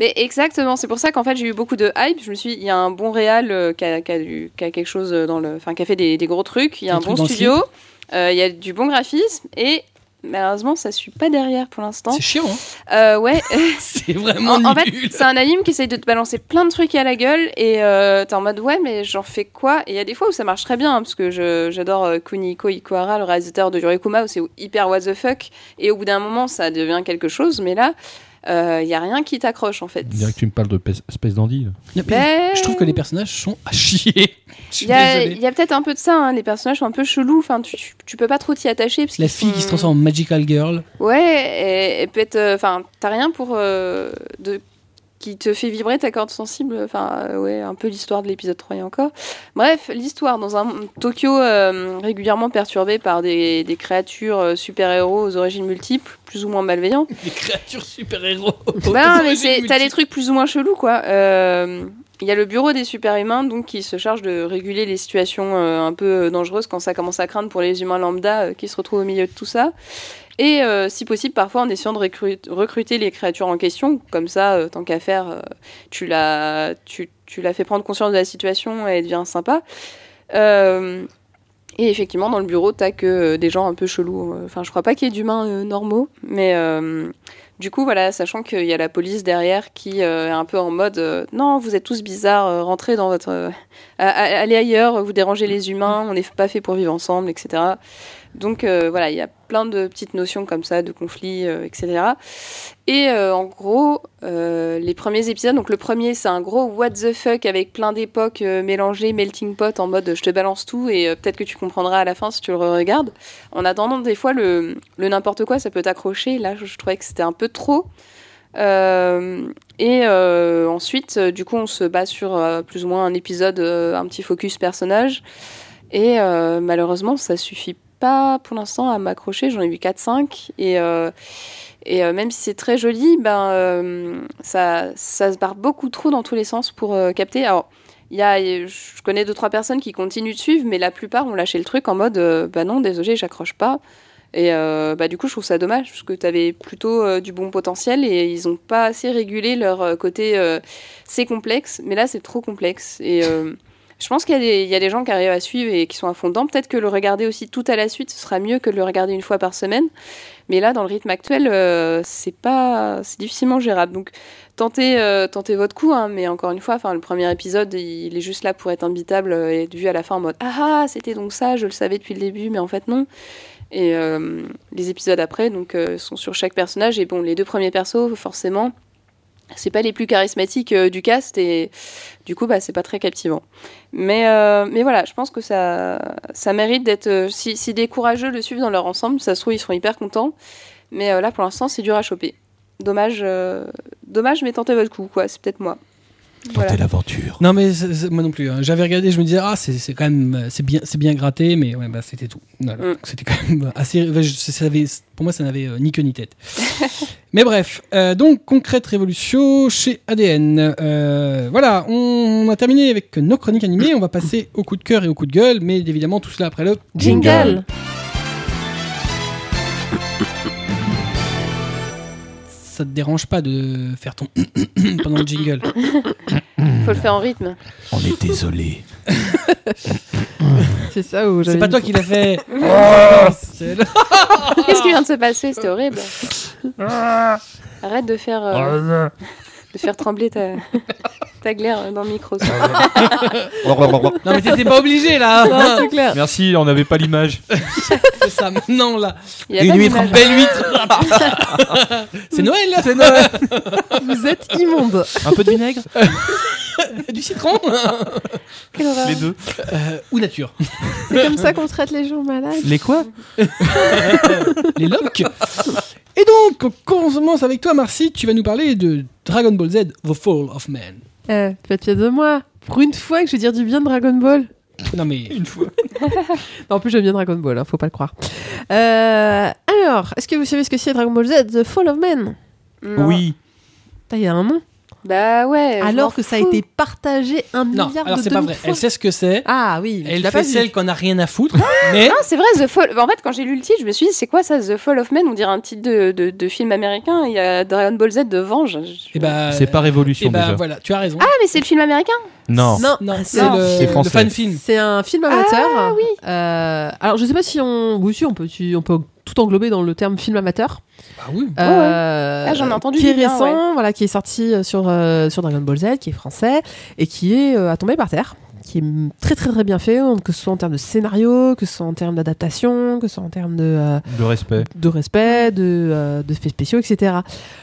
C: Mais exactement, c'est pour ça qu'en fait j'ai eu beaucoup de hype. Je me suis dit, il y a un bon réal euh, qui a, qui a du- qui a quelque chose euh, dans le... Enfin, qui a fait des, des gros trucs, il y a
A: Des
C: un
A: trucs dans
C: bon
A: le
C: studio, euh, il y a du bon graphisme et... Malheureusement, ça suit pas derrière pour l'instant.
A: C'est chiant,
C: [laughs]
A: hein [laughs]
C: Euh, ouais,
A: C'est vraiment
C: en, en fait,
A: nul.
C: c'est un anime qui essaye de te balancer plein de trucs à la gueule et euh, t'es en mode ouais, mais j'en fais quoi Et il y a des fois où ça marche très bien hein, parce que je- j'adore euh, Kuniko Ikuhara, le réalisateur de Yurikuma, où c'est hyper what the fuck et au bout d'un moment ça devient quelque chose, mais là il y a rien qui t'accroche en fait.
D: On dirait que tu me parles de pes- Space Dandy. là.
A: Non, mais
C: Ben,
A: Je trouve que les personnages sont à chier. Je suis
C: Il y a,
A: désolé.
C: il y a peut-être un peu de ça, hein, les personnages sont un peu chelous, enfin tu, tu, tu peux pas trop t'y attacher. Parce
A: La
C: qu'ils
A: fille qui se
C: sont-
A: transforme en Magical Girl.
C: Ouais, et, et peut-être. Enfin, t'as rien pour. euh, de, qui te fait vibrer ta corde sensible. Enfin, euh, ouais, un peu l'histoire de l'épisode 3 et encore. Bref, l'histoire dans un Tokyo euh, régulièrement perturbé par des, des créatures euh, super-héros aux origines multiples, plus ou moins malveillantes.
A: Des créatures super-héros.
C: Bah, non, mais c'est- t'as les trucs plus ou moins chelous, quoi. Euh, Il y a le bureau des super-humains, donc, qui se charge de réguler les situations euh, un peu dangereuses quand ça commence à craindre pour les humains lambda euh, qui se retrouvent au milieu de tout ça. Et euh, si possible, parfois en essayant de recru- recruter les créatures en question, comme ça, euh, tant qu'à faire, euh, tu la, tu, tu la fais prendre conscience de la situation et elle devient sympa. Euh, et effectivement, dans le bureau, t'as que euh, des gens un peu chelous. euh. Enfin, je crois pas qu'il y ait d'humains euh, normaux, mais euh, du coup, voilà, sachant qu'il y a la police derrière qui euh, est un peu en mode euh, non, vous êtes tous bizarres, euh, rentrez dans votre, euh, a- a- allez ailleurs, vous dérangez les humains, on n'est pas fait pour vivre ensemble, etc. Donc euh, voilà, il y a plein de petites notions comme ça, de conflits, euh, etc. Et euh, en gros, euh, les premiers épisodes, donc le premier, c'est un gros what the fuck avec plein d'époques euh, mélangées, melting pot en mode euh, je te balance tout et euh, peut-être que tu comprendras à la fin si tu le regardes. En attendant, des fois, le, le n'importe quoi, ça peut t'accrocher. Là, je, je trouvais que c'était un peu trop. Euh, et euh, ensuite, euh, du coup, on se base sur euh, plus ou moins un épisode, euh, un petit focus personnage. Et euh, malheureusement, ça suffit pas pour l'instant à m'accrocher. J'en ai vu 4-5. Et, euh, et euh, même si c'est très joli, ben, euh, ça, ça se barre beaucoup trop dans tous les sens pour euh, capter. Alors, Il y a, je connais deux trois personnes qui continuent de suivre, mais la plupart ont lâché le truc en mode euh, bah non, désolé, j'accroche pas. Et euh, bah du coup, je trouve ça dommage parce que tu avais plutôt euh, du bon potentiel et ils ont pas assez régulé leur euh, côté euh, c'est complexe, mais là c'est trop complexe. Et euh, je pense qu'il y, a des- il y a des gens qui arrivent à suivre et qui sont à fond dedans. Peut-être que le regarder aussi tout à la suite, ce sera mieux que de le regarder une fois par semaine. Mais là, dans le rythme actuel, euh, c'est pas, c'est difficilement gérable. Donc tentez, euh, tentez votre coup, hein, mais encore une fois, enfin le premier épisode, il, est juste là pour être imbitable euh, et être vu à la fin en mode ah ah c'était donc ça, je le savais depuis le début, mais en fait non. Et euh, les épisodes après donc euh, sont sur chaque personnage et bon les deux premiers persos forcément c'est pas les plus charismatiques euh, du cast et du coup bah c'est pas très captivant. Mais euh, mais voilà je pense que ça ça mérite d'être euh, si si des courageux le suivent dans leur ensemble ça se trouve ils seront hyper contents mais euh, là pour l'instant c'est dur à choper. Dommage euh, dommage mais tentez votre coup quoi c'est peut-être moi. Voilà.
D: l'aventure.
A: Non mais c'est- c'est- moi non plus. hein. J'avais regardé, je me disais ah c'est c'est quand même euh, c'est bien c'est bien gratté, mais ouais bah c'était tout. Voilà.
C: Mm.
A: Donc, C'était quand même assez. enfin, je- ça avait- pour moi ça n'avait euh, ni queue ni tête. [laughs] mais bref, euh, donc concrète révolution chez ADN. Euh, voilà, on, a terminé avec nos chroniques animées. On va passer au coup de cœur et au coup de gueule, mais évidemment tout cela après le.
B: Jingle
A: Ça te dérange pas de faire ton [coughs] pendant le
B: [coughs]
A: jingle
C: Faut le faire en rythme.
D: On est désolé.
B: C'est ça où
A: C'est
B: j'avais
A: pas
B: une-
A: toi qui l'as
B: [coughs]
A: fait. Oh, C'est le-
C: Qu'est-ce qui vient de se passer C'était horrible. Arrête de faire, euh, de faire trembler ta, [laughs] ta glaire dans le micro. s'il te plaît.
A: non mais t'étais pas obligé
B: [laughs] Non,
A: là.
B: Ah, c'est clair.
D: Merci, on n'avait pas l'image.
A: [laughs] C'est ça maintenant là.
C: Il y a pas d'image.
A: belle huître.
B: [laughs]
A: [laughs] c'est Noël là, c'est Noël.
B: Vous êtes immonde.
D: Un peu de vinaigre
A: [laughs] du citron
C: Quelle horreur.
D: [laughs] Les deux.
A: Euh, ou nature.
B: C'est comme ça qu'on traite les gens malades.
D: Les quoi
A: Les locs. Et donc, on commence avec toi, Marcy. Tu vas nous parler de Dragon Ball Z, The Fall of Man.
B: Eh, tu vas te fier de moi. Pour une fois que je vais dire du bien de Dragon Ball.
A: Non mais
D: Une fois.
B: Non, en plus, j'aime bien Dragon Ball, hein, faut pas le croire. Euh, alors, est-ce que vous savez ce que c'est Dragon Ball Z The Fall of Man
C: Non.
D: Oui.
B: Putain, Il y a un nom.
C: Bah ouais. je
B: Alors
C: m'en
B: que ça a
C: fous.
B: été partagé un
A: non.
B: milliard
A: Alors
B: de
A: c'est pas
B: demi-
A: vrai.
B: fois.
A: Elle sait ce que c'est.
B: Ah oui, mais tu
A: Elle
B: l'as
A: fait
B: pas vu.
A: celle qu'on a rien à foutre.
B: [laughs]
A: mais
C: Non, c'est vrai, The Fall. En fait, quand j'ai lu le titre, je me suis dit, c'est quoi ça, The Fall of Man On dirait un titre de, de, de film américain. Il y a Dragon Ball Z de Venge.
A: et bah,
D: C'est pas
A: Et
D: révolution
A: bah
D: déjà.
A: voilà, tu as raison.
C: Ah, mais c'est le film américain
D: Non.
B: Non,
A: non, c'est
B: non.
A: le,
D: C'est français.
A: le fan film.
B: C'est un film amateur.
C: Ah
B: Euh, alors, je sais pas si on. Oui, si, on peut, tu- on peut tout englober dans le terme film amateur.
A: Bah oui.
B: Euh,
C: Ah, j'en ai entendu
B: Qui est
C: du bien,
B: récent, voilà, qui est sorti euh, sur, euh, sur Dragon Ball Z, qui est français et qui est euh, à tomber par terre. Qui est mm, très très très bien fait, que ce soit en termes de scénario, que ce soit en termes d'adaptation, que ce soit en termes de, euh,
D: De respect.
B: de respect, de, euh, de faits spéciaux, etc.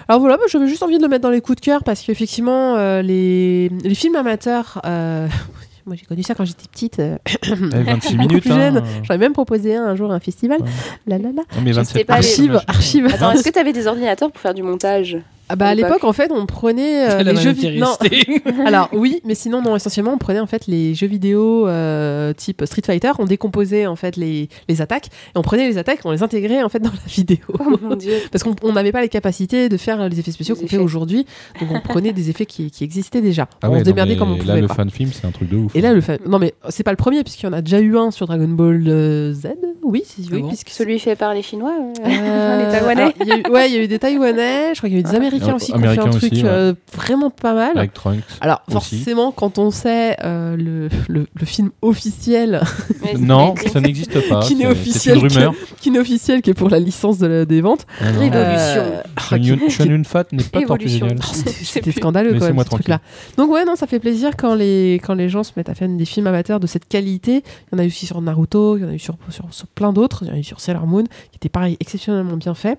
B: Alors voilà, moi j'avais juste envie de le mettre dans les coups de cœur parce qu'effectivement, euh, les, les films amateurs. euh, [laughs] moi j'ai connu ça quand j'étais petite. euh,
D: Eh, 26
B: Beaucoup
D: minutes.
B: plus
D: hein.
B: jeune. J'aurais même proposé un, un jour à un festival.
D: Ouais.
B: La la la.
D: Non, mais
C: Je
D: 27
C: sais pas, les-
B: Archive, archive.
C: Attends, est-ce que t'avais des ordinateurs pour faire du montage
B: Ah bah, à l'époque, en fait, on
D: [laughs]
B: prenait euh,
A: Elle a
B: les
A: mal
B: jeux vidéo.
A: intéressé.
B: [laughs] Alors oui, mais sinon non, essentiellement on prenait en fait les jeux vidéo euh, type Street Fighter, on décomposait en fait les, les attaques et on prenait les attaques, on les intégrait en fait dans la [laughs] vidéo.
C: Oh [laughs] mon dieu.
B: Parce qu'on on n'avait pas les capacités de faire les effets spéciaux
C: Les
B: qu'on fait
C: effets.
B: aujourd'hui, donc on prenait des effets qui, qui existaient déjà.
D: Ah
B: on
D: ouais,
B: se
D: non,
B: démerdait
D: mais
B: comme on pouvait.
D: Là, le
B: quoi.
D: fan film, c'est un truc de ouf.
B: Et là le fa- non mais c'est pas le premier puisqu'il y en a déjà eu un sur Dragon Ball euh, Z, oui, c'est
A: Ah
B: oui,
A: bon
B: puisque
C: Celui fait par les Chinois [laughs] euh,
B: Euh,
C: Les Taïwanais
B: alors, il y a eu- ouais, il y a eu des Taïwanais, je crois qu'il y a eu des Américains
D: Ouais,
B: aussi qui ont fait
D: Ah, Américains
B: un truc
D: aussi, ouais.
B: euh, vraiment pas mal.
D: Avec Trunks.
B: Alors
D: aussi.
B: forcément, quand on sait euh, le, le- le film officiel, [laughs]
C: mais-
D: Non,
C: mais-
D: ça n'existe pas.
B: Qui n'est
D: C'est-
B: officiel
D: C'est une
B: que-
D: rumeur.
B: qui n'est officiel qui est pour la licence de la- des ventes,
D: Ah non.
C: Rideau.
B: Euh,
C: Évolution.
B: oh, qui-
D: Shonen
B: qui-
D: Shonen Ah, Fat n'est pas tortue
C: Évolution.
D: géniale.
B: Oh, c'était-
C: [laughs] Je sais
B: C'était
C: plus.
B: scandaleux quand même,
D: Laissez-moi
B: ce truc-là. Donc ouais, non, ça fait plaisir quand les, quand les gens se mettent à faire des films amateurs de cette qualité. Il y en a eu aussi sur Naruto, il y en a eu sur, sur, sur plein d'autres, il y en a eu sur Sailor Moon, qui était pareil, exceptionnellement bien fait.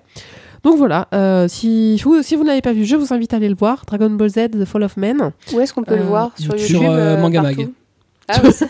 B: Donc voilà, euh, si, vous, si vous ne l'avez pas vu, je vous invite à aller le voir. Dragon Ball Z, The Fall of Man.
C: Où est-ce qu'on peut le
B: Euh,
C: voir Sur
A: sur,
C: YouTube
A: euh,
C: euh,
A: Mangamag.
C: partout Ah oui, c'est-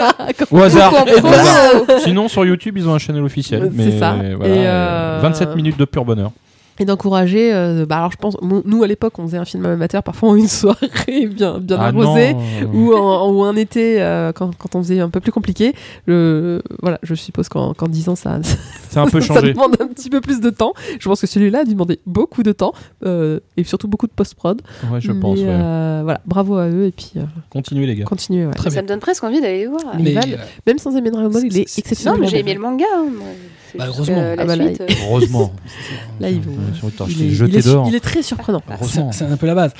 C: Ah,
D: Au hasard.
C: comprend.
D: Au hasard. Sinon, sur YouTube, ils ont un channel officiel.
B: C'est
D: mais
B: ça.
D: Voilà,
B: Et
D: euh,
B: euh,
D: 27 minutes de pur bonheur.
B: et d'encourager. euh, bah alors je pense, mon- nous à l'époque, on faisait un film amateur parfois en une soirée [laughs] bien bien
D: Ah
B: arrosée
D: non, euh,
B: ou, en- ou un été euh, quand, quand on faisait un peu plus compliqué. Le, voilà, je suppose qu'en qu'en 10 ans, ça, [laughs]
D: c'est un peu
B: ça
D: changé.
B: demande un petit peu plus de temps. Je pense que celui-là a dû demander beaucoup de temps euh, et surtout beaucoup de post-prod.
D: Ouais, je
B: Mais,
D: pense. ouais.
B: euh, voilà, bravo à eux et puis euh,
D: Continuez les
B: [laughs]
D: gars.
B: continuez. ouais.
A: Très
C: [laughs] Ça
A: bien.
C: me donne presque envie d'aller le voir.
B: Mais
A: Mais,
B: Val-
A: euh,
B: Même sans aimer Dragon Ball, il est
A: C'est- c'est-
C: Non,
B: exceptionnellement
C: mais j'ai
B: bon.
C: aimé le manga. hein, moi. C'est
A: Bah,
C: juste
A: heureusement.
C: que
B: Ah bah
C: La
B: là,
C: suite. euh,
D: Heureusement.
B: Là, Ah, ils vont-
D: Je
B: Il
D: t'ai
B: est- il
D: jeté
B: est-
D: dehors. Bah,
B: il est très surprenant.
A: C'est
D: Heureusement.
A: c'est un peu la base.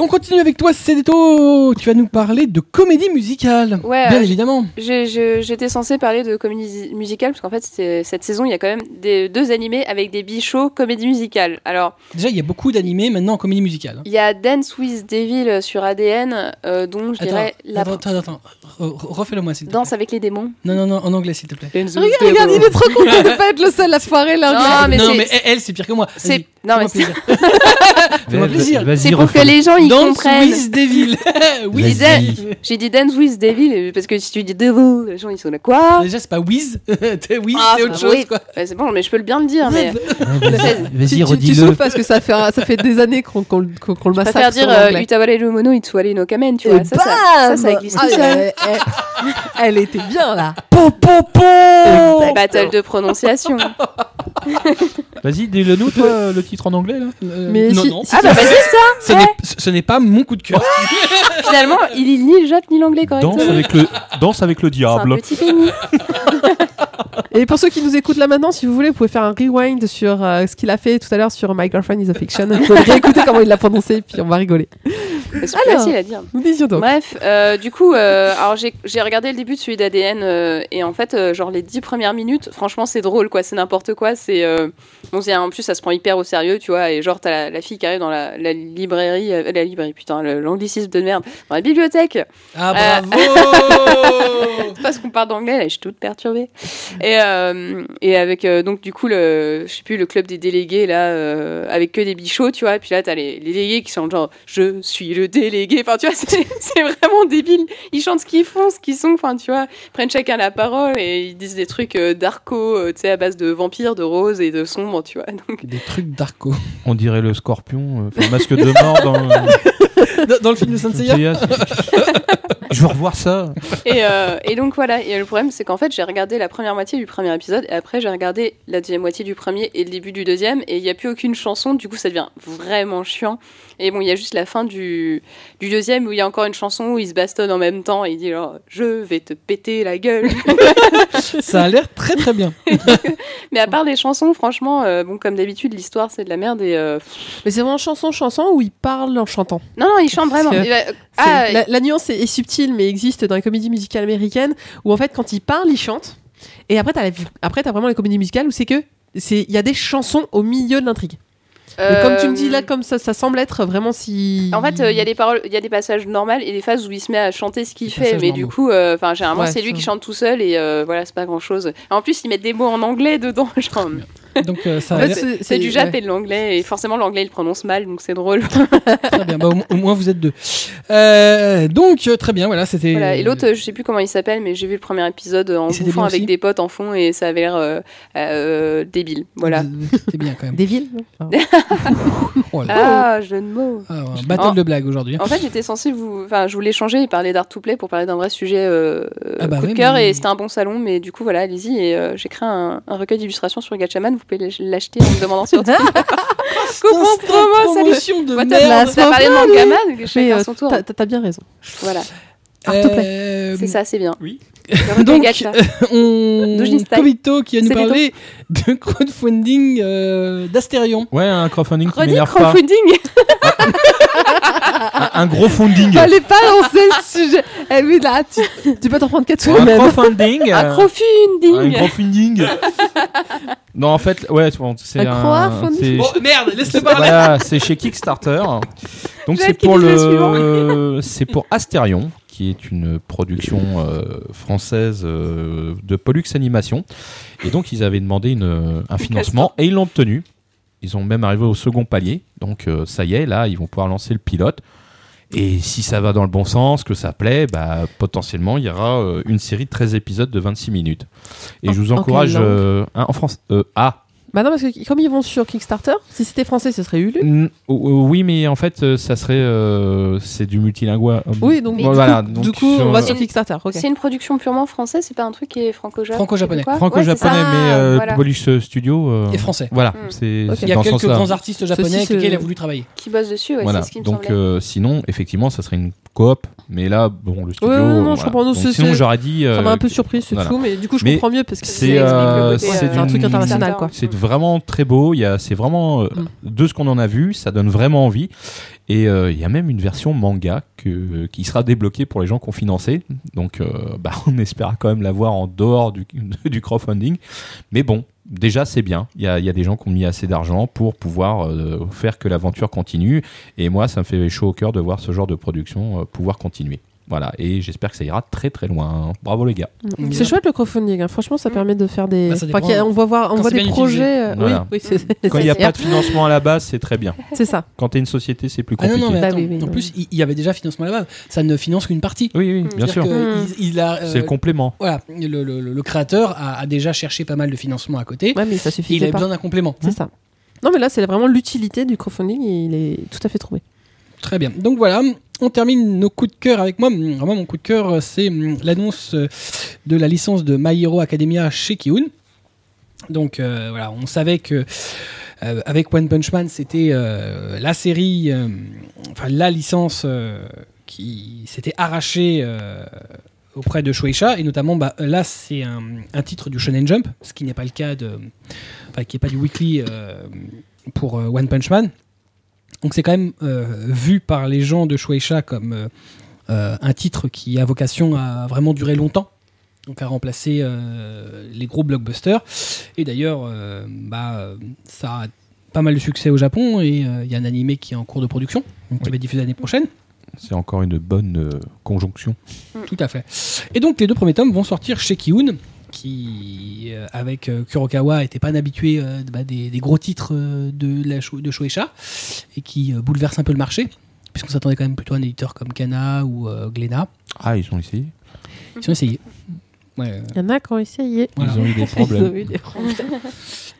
A: On continue avec toi, Cédéto. Tu vas nous parler de comédie musicale.
C: Ouais,
A: Bien
C: euh,
A: évidemment.
C: j'ai- je- J'étais censée parler de comédie musicale parce qu'en fait, c'était- cette saison, il y a quand même des, deux animés avec des bichots comédie musicale. Alors,
A: Déjà, il y a beaucoup d'animés maintenant en comédie musicale.
C: il y a Dance with Devil sur ADN, euh, dont je
A: Attends,
C: dirais la
A: attends, attends, attends. Re- re- Refais-le moi, s'il te plaît.
C: danse avec les démons.
A: Non, non, non, en anglais, s'il te plaît.
B: Regarde, regarde, il est trop content de pas être le seul à foirer là.
C: Non, mais
A: non,
C: c'est-
A: mais elle, elle, c'est pire que moi.
C: C'est
A: Vas-y,
C: non,
A: fais-moi
C: mais c'est-
A: plaisir. Fais-moi plaisir.
D: Vas-y, vas-y,
C: c'est pour que
D: [laughs] refais-le.
C: les gens ils
A: Dance
C: comprennent.
A: with Devil.
C: [laughs]
A: oui.
D: Vas-y.
A: Devil.
C: J'ai dit Dance with Devil euh, parce que si tu dis Devil, les gens ils sont là quoi
A: Déjà, c'est pas Wiz. [laughs] T'es Wiz,
C: Ah,
A: c'est autre
C: bah
A: chose,
C: oui.
A: quoi.
C: Ouais, C'est bon, mais je peux le bien le dire. Mais
A: Wiz.
C: vas-y,
B: Tu,
D: Vas-y,
B: tu- tu
D: redis-le.
B: souffles parce que ça fait, un- ça fait des années qu'on qu'on le- qu'on- qu'on le
C: je
B: massacre.
C: préfère dire
B: sur
C: euh,
B: l'anglais.
C: Utawale no Mono Itsuale no Kamen, tu vois.
B: Et
C: Ça, ça, ça, ça glisse
B: Ah,
C: tout seul. Eh,
B: elle, elle- elle était bien là.
A: Po, po, po.
B: bah,
C: La battle de prononciation. ah
D: Vas-y, dis-le nous, toi, le titre en anglais, là.
A: Euh,
B: Mais
A: non,
B: si-
A: non.
B: si-
C: bah vas-y, ça
A: Ce
C: ouais. Euh.
A: n'est- Ce n'est pas mon coup de cœur.
C: Finalement, il lit ni le jap ni l'anglais correctement.
D: Danse avec le, danse avec le
C: C'est un
D: diable.
C: petit pénis.
B: Et pour ceux qui nous écoutent là maintenant, si vous voulez, vous pouvez faire un rewind sur euh, ce qu'il a fait tout à l'heure sur My Girlfriend is a Fiction. Vous pouvez réécouter comment il l'a prononcé, puis on va rigoler.
C: Mais C'est
B: Alors.
C: facile à dire.
B: Nous disions donc.
C: Bref, euh, du coup, euh, alors j'ai j'ai regardé le début de celui d'ADN euh, et en fait, euh, genre les dix premières minutes, franchement, c'est drôle, quoi. C'est n'importe quoi. C'est euh, bon, c'est- en plus, ça se prend hyper au sérieux, tu vois. Et genre, t'as la, la fille qui arrive dans la, la librairie, euh, la librairie, putain, le- l'anglicisme de merde, dans la bibliothèque.
A: Ah,
C: Euh. [laughs]
A: bravo.
C: C'est Parce qu'on parle d'anglais, là, je suis toute perturbée. Et, euh, et avec euh, donc du coup le, je sais plus le club des délégués là, euh, avec que des bichots, tu vois. Et puis là, t'as les, les délégués qui sont genre, je suis le délégué. Enfin, tu vois, [laughs] c'est c'est vraiment débile. Ils chantent ce qu'ils font, ce qu'ils sont. Enfin, tu vois, ils prennent chacun la parole et ils disent des trucs euh, d'arco, euh, tu sais, à base de vampires, de roses et de sombres, tu vois. Donc,
A: Des trucs d'arco.
D: On dirait le scorpion, euh, enfin, masque de mort dans.
A: [laughs] Dans, dans le film de Senseiya
D: Je veux revoir ça.
C: et, euh, et donc voilà. Et le problème, c'est qu'en fait, j'ai regardé la première moitié du premier épisode et après, j'ai regardé la deuxième moitié du premier et le début du deuxième. Et il n'y a plus aucune chanson. Du coup, ça devient vraiment chiant. Et bon, il y a juste la fin du, du deuxième où il y a encore une chanson où il se bastonne en même temps et il dit genre, je vais te péter la gueule. [laughs]
A: Ça a l'air très très bien.
C: Mais à part les chansons, franchement, euh, bon, comme d'habitude, l'histoire, c'est de la merde. Et euh,
B: Mais c'est vraiment chanson-chanson où il parle en chantant.
C: non, non, il chante vraiment.
B: Parce que
C: Il va-
B: C'est-
C: Ah,
B: la, la nuance est, est subtile, mais existe dans les comédies musicales américaines où en fait quand ils parlent, ils chantent. Et après, t'as la- après, t'as vraiment les comédies musicales où c'est que c'est il y a des chansons au milieu de l'intrigue. Mais
C: euh,
B: comme tu me dis là, comme ça, ça semble être vraiment si.
C: En fait, euh, il y a des paroles, il y a des passages normaux et des phases où il se met à chanter ce qu'il
A: Des
C: fait,
A: passages
C: mais
A: normaux.
C: du coup, euh, enfin, généralement,
B: Ouais,
C: c'est lui
B: ça.
C: qui chante tout seul et euh, voilà, c'est pas grand chose. En plus, ils mettent des mots en anglais dedans, [laughs] genre,
A: Donc euh, ça
B: En
A: a
B: fait,
A: l'air
C: c'est du jap
B: ouais.
C: et de l'anglais, et forcément, l'anglais, il prononce mal, donc c'est drôle.
A: très bien. Bah, au, mo- au moins vous êtes deux. Euh, donc euh, très bien, voilà, c'était.
C: Voilà. Et l'autre, euh, je sais plus comment il s'appelle, mais j'ai vu le premier épisode en
A: Et c'était bien
C: bouffant avec
A: aussi
C: des potes en fond et ça avait l'air euh, euh, débile. Voilà.
A: C'était bien quand
C: [laughs]
A: même.
B: Des villes. non
A: Oh là.
C: Ah, jeu de mots.
A: Ah, ouais, battle
C: En-
A: de blagues aujourd'hui. hein.
C: En fait, j'étais censée vous. Enfin, je voulais changer et parler d'art to play pour parler d'un vrai sujet euh,
A: Ah bah
C: coup
A: oui,
C: de cœur.
A: mais-
C: Et c'était un bon salon, mais du coup, voilà, allez-y. Et euh, j'ai créé un, un recueil d'illustrations sur Gatchaman. Vous pouvez l'ach- l'acheter en me demandant
A: [laughs]
C: sur Twitter.
A: Instant
C: Coupon Oh, promo, salut
A: promotion de
C: What up,
A: merde.
B: la
C: On a parlé de Mangaman, que
B: Mais,
C: chacun
B: euh,
C: son tour.
B: T'as t'as bien raison.
C: Voilà,
B: Art to play.
A: Euh,
C: c'est ça, c'est bien.
D: oui.
C: Le
A: [laughs]
C: recueil
A: Donc, euh,
C: Gacha.
A: [laughs] on...
C: Dojin style.
A: Kobito qui va nous
C: C'est
A: parler de crowdfunding euh, d'Astérion.
D: Ouais, un crowdfunding qui
C: Redis
D: m'énerve pas.
C: crowdfunding
D: Un gros
B: [laughs]
D: funding.
B: Fallait pas lancer le sujet. Eh oui, là, tu, tu peux t'en prendre qu'à
D: Un
B: toi-même.
D: crowdfunding.
C: Un
D: euh, Un
C: crowdfunding
D: crowdfunding. Non, en fait, ouais, c'est bon, c'est
B: Un
D: un.
B: crowdfunding.
D: c'est-
A: Bon, Oh, merde, laisse-le parler.
D: Voilà, c'est chez Kickstarter.
C: J'ai
D: Donc c'est
C: hâte qu'il
D: pour
C: dise le
D: le, [laughs] c'est pour Astérion, qui est une production euh, française euh, de Pollux Animation. Et donc ils avaient demandé une, euh, un financement et ils l'ont obtenu. Ils ont même arrivé au second palier. Donc euh, ça y est, là ils vont pouvoir lancer le pilote. Et si ça va dans le bon sens, que ça plaît, bah, potentiellement il y aura euh, une série de 13 épisodes de 25 minutes. Et
B: En-
D: je vous
B: en quelle
D: encourage
B: langue
D: euh, hein, en France. Euh, ah,
B: Bah non, parce que comme ils vont sur Kickstarter, si c'était français, ce serait Ulu.
D: Mm, ou- ou- Oui, mais en fait, euh, ça serait. euh, c'est du multilingua.
B: Oui, donc,
D: Mm. Bon,
B: du, coup,
D: voilà,
B: du
D: donc
B: coup,
D: sur- euh,
B: on va sur Kickstarter. ok.
C: C'est une production purement française, c'est pas un truc qui est franco-japonais.
A: Franco-japonais.
C: quoi
D: Franco-japonais,
C: Ouais, c'est ça.
D: mais euh,
C: Voilà.
D: Polish Studio. euh,
A: Et français.
D: Voilà,
C: Mm.
D: c'est
B: Hmm. Ok.
D: c'est
A: Il y a
D: dans ce
A: quelques
D: sens-là.
A: grands artistes japonais
B: Ceci,
A: avec lesquels
B: ce-
A: il a voulu travailler.
C: Qui bosse dessus, ouais,
D: Voilà.
C: c'est ce qui me
D: Donc,
C: semblait.
D: euh, sinon, effectivement, ça serait une coop. Mais là, bon, le studio.
B: Ouais, ouais, non, je
D: voilà.
B: comprends, non,
D: Donc,
B: c'est-
D: sinon,
B: c'est-
D: j'aurais dit.
B: Ça
D: euh,
B: m'a un peu surprise, c'est
D: voilà.
B: tout, mais du coup, je
D: Mais
B: comprends mieux parce que
C: Ça
D: C'est
C: explique le
D: euh,
C: côté,
D: c'est
C: euh,
D: du-
B: un truc international, quoi.
D: C'est vraiment très beau. Il y a, c'est vraiment euh,
B: Mm.
D: de ce qu'on en a vu, ça donne vraiment envie. Et euh, il y a même une version manga que, qui sera débloquée pour les gens qui ont financé. Donc, euh, [laughs] bah, on espère quand même la voir en dehors du, [laughs] du crowdfunding. Mais bon, déjà c'est bien. Il y a, il y a des gens qui ont mis assez d'argent pour pouvoir euh, faire que l'aventure continue. Et moi, ça me fait chaud au cœur de voir ce genre de production euh, pouvoir continuer. Voilà, et j'espère que ça ira très très loin. Bravo les gars.
A: Mm.
B: C'est chouette le crowdfunding, hein. franchement ça
C: Mm.
B: permet de faire des.
A: Bah, ça dépend.
B: qu'il y a- on voit, voir, on
A: Quand
B: voit
A: c'est
B: des
A: bien
B: projets. euh,
D: Voilà.
B: Oui, oui, c'est
D: Quand il n'y a
B: c'est-
D: pas de financement à la base, c'est très bien.
B: c'est ça.
D: Quand t'es une société, c'est plus
A: Ah non,
D: compliqué.
A: non, mais
B: Bah
A: attends,
B: oui, oui,
A: en
B: oui.
A: plus, il il y avait déjà financement à la base. Ça ne finance qu'une partie.
D: Oui, oui,
C: Mm.
D: bien sûr.
A: C'est-à-dire que
B: Mm.
A: il- il a, euh,
D: C'est le complément.
A: voilà, le, le- le- le créateur a, a déjà cherché pas mal de financement à côté.
B: Ouais, mais ça
A: et il
B: suffisait
A: a
B: pas.
A: besoin d'un complément.
B: C'est ça. Non, mais là, c'est vraiment l'utilité du crowdfunding, il est tout à fait trouvé.
A: Très bien. Donc voilà, on termine nos coups de cœur avec moi. Hum, Vraiment, mon coup de cœur, euh, c'est hum, l'annonce euh, de la licence de My Hero Academia chez Kiun. Donc euh, voilà, on savait que euh, avec One Punch Man, c'était euh, la série, euh, enfin la licence euh, qui s'était arrachée euh, auprès de Shueisha et notamment bah, là c'est un, un titre du Shonen Jump, ce qui n'est pas le cas de, enfin qui n'est pas du weekly euh, pour euh, One Punch Man. Donc c'est quand même euh, vu par les gens de Shueisha comme euh, euh, un titre qui a vocation à vraiment durer longtemps, donc à remplacer euh, les gros blockbusters. Et d'ailleurs, euh, bah, euh, ça a pas mal de succès au Japon et euh, il y a un animé qui est en cours de production, donc qui
D: Oui.
A: va être diffusé l'année prochaine.
D: C'est encore une bonne euh, conjonction.
A: Tout à fait. Et donc les deux premiers tomes vont sortir chez Kiun, qui euh, avec euh, Kurokawa était pas un habitué euh, bah, des, des gros titres euh, de, la, Shu- de Shueisha et qui euh, bouleverse un peu le marché, puisqu'on s'attendait quand même plutôt à un éditeur comme Kana ou euh, Glénat.
D: Ah, ils ont essayé.
B: Mhm.
A: Ils ont essayé. Ouais, euh,
B: Il y en a qui ont essayé.
A: voilà.
D: Ils ont eu des problèmes.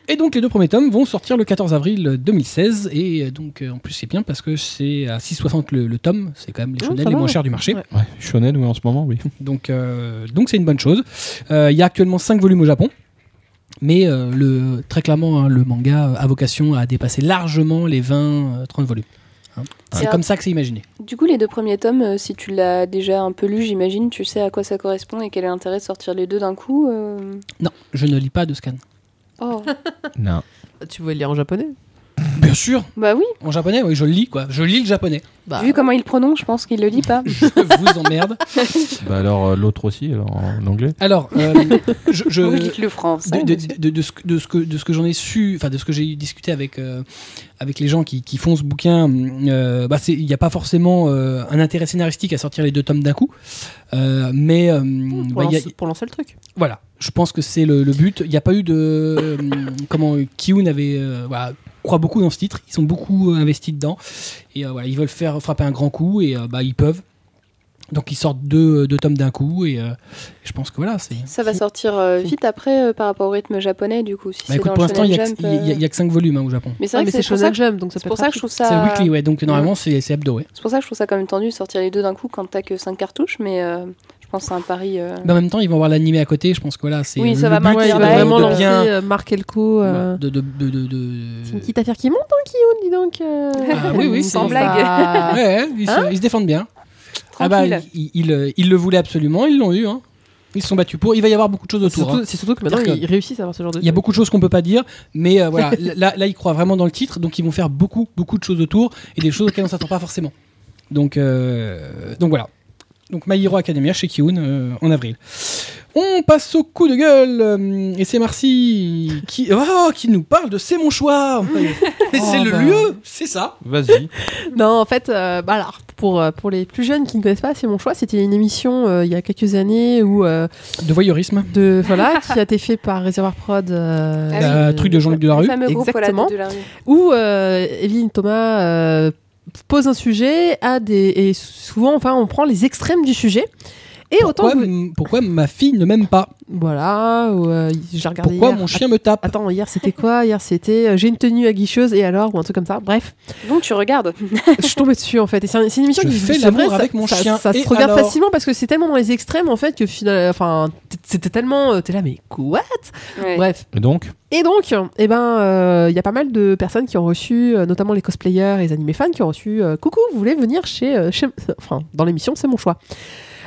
A: Et donc les deux premiers tomes vont sortir le 14 avril 2016 et euh, donc euh, en plus c'est bien parce que c'est à 6,60 le, le tome, c'est quand même les
B: Oh,
A: shonen
B: ça
A: les
B: va.
A: moins chers du marché.
B: Ouais.
D: Ouais, Shonen, oui, en ce moment, oui. [laughs]
A: Donc euh, donc c'est une bonne chose. Euh, Il y a actuellement 5 volumes au Japon. Mais euh, le, très clairement, hein, le manga a vocation à dépasser largement les 20-30 volumes. Hein. C'est
C: Ah.
A: comme ça que c'est imaginé.
C: Du coup, les deux premiers tomes, euh, si tu l'as déjà un peu lu, j'imagine, tu sais à quoi ça correspond et quel est l'intérêt de sortir les deux d'un coup. euh.
A: Non, je ne lis pas de scan.
C: Oh,
D: Non.
B: Tu veux le lire en japonais
A: Bien sûr,
C: bah oui,
A: en japonais, oui, je le lis, quoi. Je lis le japonais.
B: Bah,
C: vu comment il le prononce, je pense qu'il le lit pas.
A: Je vous emmerde.
D: Bah alors, euh, l'autre aussi, alors, en anglais.
A: Alors, euh, je, je-
C: Vous dites le hein. français.
A: de, de-
C: mais-
A: de- de ce, que- de ce que, de ce que j'en ai su, enfin de ce que j'ai discuté avec, euh, avec les gens qui, qui font ce bouquin, euh, bah, c'est- il n'y a pas forcément euh, un intérêt scénaristique à sortir les deux tomes d'un coup. Euh, mais euh,
B: pour,
A: bah, il y a-
B: lancer, pour lancer le truc.
A: voilà, je pense que c'est le, le but. Il n'y a pas eu de. euh, comment euh, Kiun avait. euh, voilà, croit beaucoup dans ce titre. Ils sont beaucoup euh, investis dedans. Et euh, voilà, ils veulent faire frapper un grand coup et euh, bah, ils peuvent. Donc ils sortent deux, deux tomes d'un coup et euh, je pense que voilà, c'est.
C: Ça va sortir euh, vite après euh, par rapport au rythme japonais, du coup. Si
A: Bah,
C: c'est
A: écoute,
C: dans
A: pour
C: le
A: l'instant, il
C: Shonen
A: n'y a, que-
C: Jump, euh.
A: il y a- il y a que 5 volumes hein, au Japon.
C: Mais c'est
B: Ah,
C: vrai
B: mais
C: que
B: c'est
C: c'est pour, ça
B: Shonen
C: que-
B: Jump, donc ça
C: c'est
B: peut
C: pour
B: être
C: ça que je
B: rapide.
C: trouve
A: C'est
C: ça.
A: weekly, ouais, donc normalement c'est c'est hebdo, ouais.
C: C'est pour ça que je trouve ça quand même tendu de sortir les deux d'un coup quand t'as que 5 cartouches, mais euh, je pense que c'est un pari. euh,
A: Mais en même temps, ils vont avoir l'animé à côté, je pense que voilà, c'est.
C: Oui, ça
A: le
C: va
A: but,
C: marquer
A: c'est
B: Ouais, il
C: Ouais,
A: de-
B: va
C: bah,
B: vraiment
A: de
C: il-
B: lancer,
A: bien-
B: euh, marquer le coup. euh,
A: de- de- de- de- de-
B: C'est une petite affaire qui monte, hein, Kiyoun, dis donc. euh.
C: [laughs]
A: Ah, oui,
B: [laughs]
A: oui,
C: Sans
A: c'est-
C: blague. [laughs]
B: Bah,
A: Ouais, ouais, ils, se- ils se défendent bien. Ah bah,
C: Hein Tranquille.
A: ils, ils, euh, ils le voulaient absolument, ils l'ont eu. Hein. Ils se sont battus pour. Il va y avoir beaucoup de choses
B: C'est
A: autour.
B: surtout,
A: hein.
B: c'est surtout que maintenant,
A: C'est-à-dire
B: ils réussissent à avoir ce genre de
A: Il y a
B: truc.
A: beaucoup de choses qu'on peut pas dire, mais euh, [laughs] voilà, là, là, ils croient vraiment dans le titre, donc ils vont faire beaucoup, beaucoup de choses autour et des choses auxquelles on s'attend pas forcément. Donc, euh, donc voilà. Donc My Hero Academia chez Kiun euh, en avril. On passe au coup de gueule euh, et c'est Marcy qui, [laughs] oh, qui nous parle de c'est mon
B: [laughs]
A: choix. Mais c'est
B: Oh,
A: le
B: bah.
A: lieu, c'est ça.
D: Vas-y.
B: Non, en fait, euh, bah alors, pour, euh, pour les plus jeunes qui ne connaissent pas, c'est mon choix. C'était une émission euh, il y a quelques années où, euh,
A: De voyeurisme.
B: de, voilà, qui a été fait par Reservoir Prod. euh,
C: Ah oui.
A: Euh, truc de Jean-Luc
C: Le
A: Delarue.
C: fameux groupe voilà,
B: Exactement.
C: de la rue.
B: où euh, Evelyne Thomas euh, pose un sujet à des et sou- souvent enfin on prend les extrêmes du sujet Et autant
A: pourquoi,
B: que vous-
A: m- pourquoi ma fille ne m'aime pas
B: Voilà, ou, euh, j'ai regardé
A: Pourquoi
B: hier-
A: mon chien me tape
B: Attends, hier c'était quoi Hier c'était euh, j'ai une tenue à guicheuse et alors ou un truc comme ça. Bref,
C: Donc tu regardes.
B: je suis tombée dessus en fait. Et c'est un- c'est une émission
A: Je
B: qui
A: fais
B: c'est
A: l'amour
B: ça-
A: avec mon
B: ça,
A: chien.
B: Ça,
A: Et
B: se regarde
A: alors
B: facilement parce que c'est tellement dans les extrêmes en fait que finalement, enfin, t- c'était tellement euh, t'es là mais quoi
C: Ouais.
B: Bref.
D: Et donc,
B: Et donc, eh ben, euh, il y a pas mal de personnes qui ont reçu, euh, notamment les cosplayers et les animés fans, qui ont reçu euh, Coucou, vous voulez venir chez. euh, chez- Enfin, dans l'émission, c'est mon choix.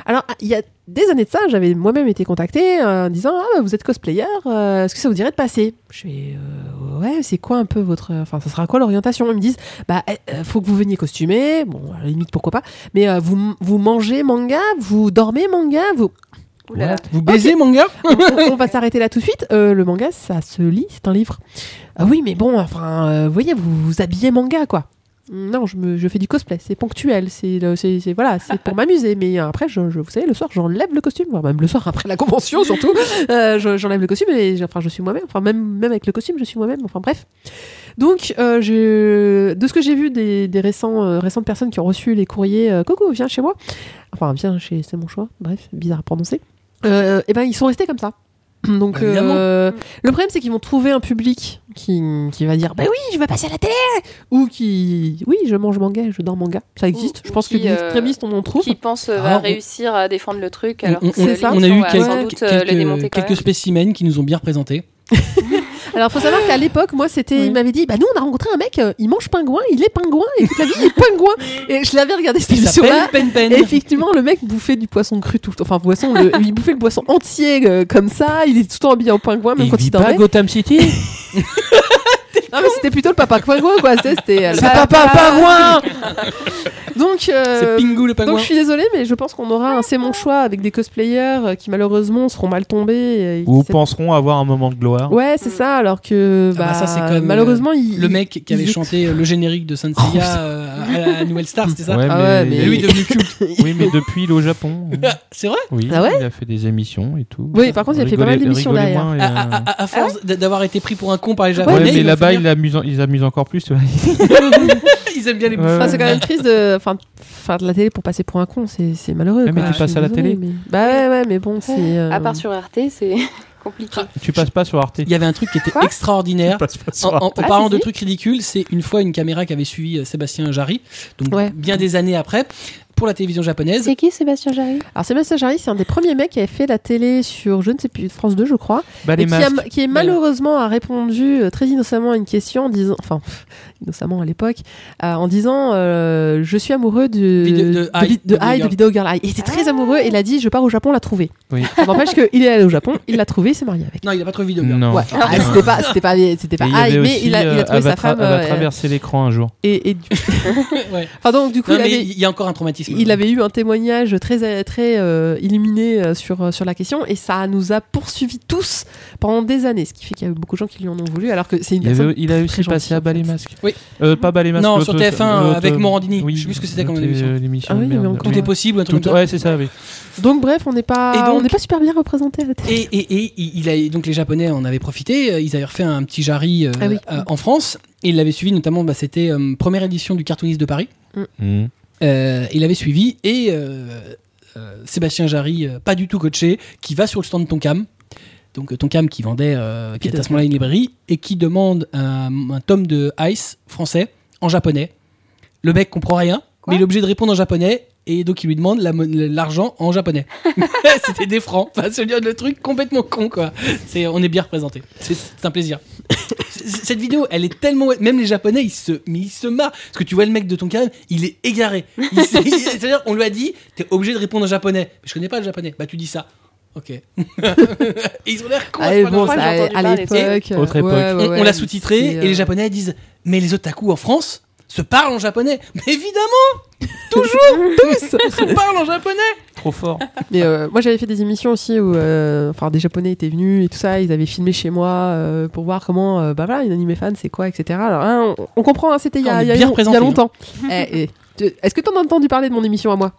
B: Alors, il y a des années de ça, j'avais moi-même été contactée euh, en disant Ah, bah, vous êtes cosplayer, euh, est-ce que ça vous dirait de passer Je fais Euh, Ouais, c'est quoi un peu votre. Enfin, ça sera quoi l'orientation Ils me disent Bah, eh, euh, faut que vous veniez costumé, bon, à la limite, pourquoi pas, mais euh, vous, vous mangez manga, vous dormez manga, vous.
C: Ouh là là.
A: Vous baisez mon gars
B: [laughs] on, on va s'arrêter là tout de suite. Euh, le manga, ça se lit, c'est un livre. Ah oui, mais bon, enfin, euh, vous voyez, vous vous habillez manga, quoi. Non, je, me, je fais du cosplay, c'est ponctuel, c'est le- c'est c'est- voilà, c'est pour m'amuser. Mais après, je, je- vous savez, le soir, j'enlève le costume, voire même le soir après la convention surtout, euh, je- j'enlève le costume et j'ai- enfin, je suis moi-même. Enfin, même, même avec le costume, je suis moi-même. Enfin, bref. Donc, euh, je- de ce que j'ai vu des, des récents, euh, récentes personnes qui ont reçu les courriers, euh, coucou, viens chez moi. Enfin, viens chez, c'est mon choix. Bref, bizarre à prononcer. Euh, et ben, ils sont restés comme ça. Donc,
A: Bah, évidemment.
B: euh, le problème, c'est qu'ils vont trouver un public qui, qui va dire, bah oui, je veux passer à la télé, ou qui, oui, je mange manga, et je dors manga. Ça existe.
C: Ou-
B: je
C: ou
B: pense que
C: qui,
B: des
C: euh,
B: extrémistes, on en trouve.
C: Qui pense euh,
A: Ah,
C: va
A: on-
C: réussir à défendre le truc alors
A: On,
C: que
A: on-
B: c'est ça.
C: l'émission
A: on a eu
C: va
A: quelques,
C: sans doute euh,
A: quelques-
C: le démonter quand
A: quelques
C: même.
A: spécimens qui nous ont bien représentés.
B: Alors, faut savoir qu'à l'époque, moi, c'était,
A: Ouais.
B: il m'avait dit, bah nous, on a rencontré un mec, euh, il mange pingouin, il est pingouin, et toute la vie, il est
C: [laughs]
B: pingouin. Et je l'avais regardé cette
A: Il
B: émission-là.
A: s'appelle Pen Pen.
B: Et effectivement, le mec bouffait du poisson cru tout le temps. Enfin, poisson, le- il bouffait le poisson entier euh, comme ça. Il était tout le temps habillé en pingouin, même
D: il
B: Ah, quand
D: vit
B: il
D: pas à
B: dormait. [laughs]
D: Gotham City
B: Non, mais c'était plutôt le papa pingouin, quoi. tu sais, C'était euh, le
C: C'est
B: papa pingouin. [laughs] Donc, euh,
A: C'est Pingu le pingouin.
B: donc je suis désolée, mais je pense qu'on aura un c'est mon choix avec des cosplayers euh, qui malheureusement seront mal tombés. et qui
D: Ou
B: savent-
D: penseront avoir un moment de gloire
B: Ouais, c'est
C: Mm.
B: ça. Alors que
A: Ah bah,
B: bah,
A: ça, c'est quand même
B: malheureusement, il,
A: Le mec qui avait
B: il-
A: chanté euh, le générique de Saint
B: Oh,
A: Seiya euh, à, à la Nouvelle Star, c'était ça
D: Ouais,
B: Ah ouais, mais-
A: Et lui, il est devenu
B: [laughs]
A: culte.
D: Oui, mais depuis, il est au Japon.
A: [laughs] C'est vrai
D: Oui,
B: Ah ouais
D: il a fait des émissions et tout.
B: Oui, par contre, il a fait pas mal
D: Rigolez-
B: d'émissions
D: rigolez
B: derrière. Ah,
D: moins et,
A: à, à- à- à force d- d'avoir été pris pour un con par les
D: euh,
A: Japonais,
D: Ouais, mais
A: ils vont
D: là-bas,
A: finir-
D: ils amusent, ils amusent encore plus. tu vois. [laughs]
A: ils aiment bien les
D: Ouais,
A: bouffons.
B: Enfin, c'est quand même triste de enfin, de faire de la télé pour passer pour un con, c'est c'est malheureux.
D: Ouais, mais
B: quoi.
D: tu
B: Je
D: passes
B: suis
D: à la
B: désolée,
D: télé.
B: mais- Bah ouais, ouais, mais bon, c'est. euh,
C: Ah, À part sur RT, c'est [laughs] compliqué.
D: tu passes pas sur Arte.
A: Il y avait un truc qui était
C: Quoi
A: extraordinaire.
D: passes pas
A: En, en- en
C: Ah,
A: parlant
C: si,
A: de
C: si.
A: trucs ridicules, c'est une fois une caméra qui avait suivi euh, Sébastien Jarry, donc
B: Ouais.
A: bien des années après, pour la télévision japonaise.
C: [laughs] C'est qui Sébastien Jarry
B: Alors, Sébastien Jarry, c'est un des premiers mecs qui avait fait la télé sur, je ne sais plus, France 2, je crois.
D: Bah,
B: Et
D: les
B: qui, a-
D: masques.
B: qui est malheureusement a répondu euh, très innocemment à une question en disant, enfin [laughs] pff, innocemment à l'époque, euh, en disant euh, je suis amoureux de
A: Vidéo- de High,
B: vi- de
A: Video
B: High, de
A: Girl.
B: Video Girl High. Il était très amoureux et il a dit je pars au Japon la trouver.
D: Oui.
B: Ça n'empêche qu'il est allé au Japon, il l'a trouvé, il s'est marié avec.
A: Non, il a pas trop vidéo.
D: Non.
B: Ouais. Ah, c'était pas, c'était pas, c'était pas
D: Et il
B: High,
D: y avait
B: bah, ah, mais
D: aussi,
B: il, a, il a
D: euh,
B: trouvé sa
D: Avatar-
B: femme.
D: Elle va
B: euh,
D: traverser l'écran un jour.
B: et, et du-
A: [laughs] Ouais.
B: enfin donc du coup
A: Non,
B: il
A: mais
B: avait-
A: il y a encore un traumatisme.
B: il avait eu un témoignage très, très euh, illuminé euh, sur, euh, sur la question et ça nous a poursuivis tous pendant des années, ce qui fait qu'il y a eu beaucoup de gens qui lui en ont voulu alors que c'est une
D: Il, avait-
B: personne...
D: il a aussi
B: bah, très gentil,
D: passé à
B: en
D: bas
B: fait.
D: les masques.
A: Oui.
D: Euh, pas bas les masques.
A: Non,
D: l'autre-
A: sur TF1
D: l'autre-
A: euh,
D: euh,
A: avec Morandini.
D: Oui,
A: Je sais plus ce que c'était comme
D: l'autre,
A: émission.
D: euh, l'émission.
B: Ah oui,
D: merde.
B: mais encore.
A: Tout est possible, un truc
D: Tout-
A: comme ça.
D: Ouais, c'est ça, oui.
B: Donc bref, on n'est pas,
A: Et donc-
B: on n'est pas super bien représenté à la télé.
A: Et, et- et il a, donc les Japonais en avaient profité, euh, ils avaient refait un petit Jarry euh,
B: Ah oui.
A: euh, en France, et ils l'avaient suivi notamment, bah, c'était euh, première édition du cartooniste de Paris,
D: Mm.
A: Euh, il avait suivi, et euh, euh, Sébastien Jarry, euh, pas du tout coaché, qui va sur le stand de Tonkam, donc euh, Tonkam qui vendait, euh, qui était à ce moment-là une librairie, et qui demande un, un tome de Ice français en japonais. Le mec comprend rien, mais il est obligé de répondre en japonais. Et donc il lui demande la mon- l'argent en japonais. [laughs] C'était des francs. Enfin, se dire le truc complètement con quoi. C'est on est bien représenté. C'est- C'est un plaisir. [laughs] C- c- Cette vidéo, elle est tellement même les japonais ils se mais ils se marrent parce que tu vois le mec de ton carême, il est égaré. Il s- il- C'est-à-dire on lui a dit t'es obligé de répondre en japonais. Mais je connais pas le japonais. Bah tu dis ça. Ok. [laughs] Et ils ont l'air cons. à ce
B: Allez,
A: point-là.
B: Ah, bon,
C: fois que
B: ça,
C: j'ai entendu
B: à
C: parler,
B: l'époque,
D: c'est- Autre
B: euh, ouais,
D: époque.
B: ouais,
A: on, on
B: ouais,
A: l'a sous-titré
B: c'est, euh,
A: et les Japonais disent Mais les otaku en France se parlent en japonais Mais évidemment
B: tous.
A: Ils se parlent en japonais
B: [laughs]
D: Trop fort.
B: Mais euh, moi, j'avais fait des émissions aussi où, euh, enfin, des Japonais étaient venus et tout ça. Ils avaient filmé chez moi euh, pour voir comment, euh, bah voilà, une anime fan, c'est quoi, etc. Alors, hein, on, on comprend. hein, C'était il y
A: Ah, On est
B: a, il y a
A: bien [laughs]
B: long- il y a
A: représenté,
B: longtemps. Eh, eh, tu- Est-ce que t'en as entendu parler de mon émission à moi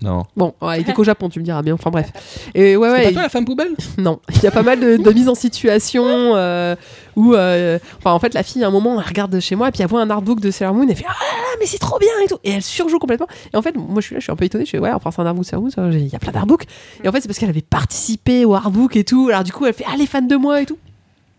D: Non.
B: Bon, ouais, il était qu'au Japon, tu me diras, mais enfin bref. Et ouais,
A: C'est
B: ouais,
A: pas toi la femme poubelle
B: non, il y a pas mal de, de mises en situation euh, où, euh, enfin, en fait, la fille, à un moment, elle regarde chez moi et puis elle voit un artbook de Sailor Moon et elle fait Ah, mais c'est trop bien et tout. Et elle surjoue complètement. Et en fait, moi, je suis là, je suis un peu étonnée. Je fais Ouais, enfin, c'est un artbook de Sailor Moon, ça, j'ai- il y a plein d'artbooks. Et en fait, c'est parce qu'elle avait participé au artbook et tout. Alors, du coup, elle fait Ah, les fans de moi et tout.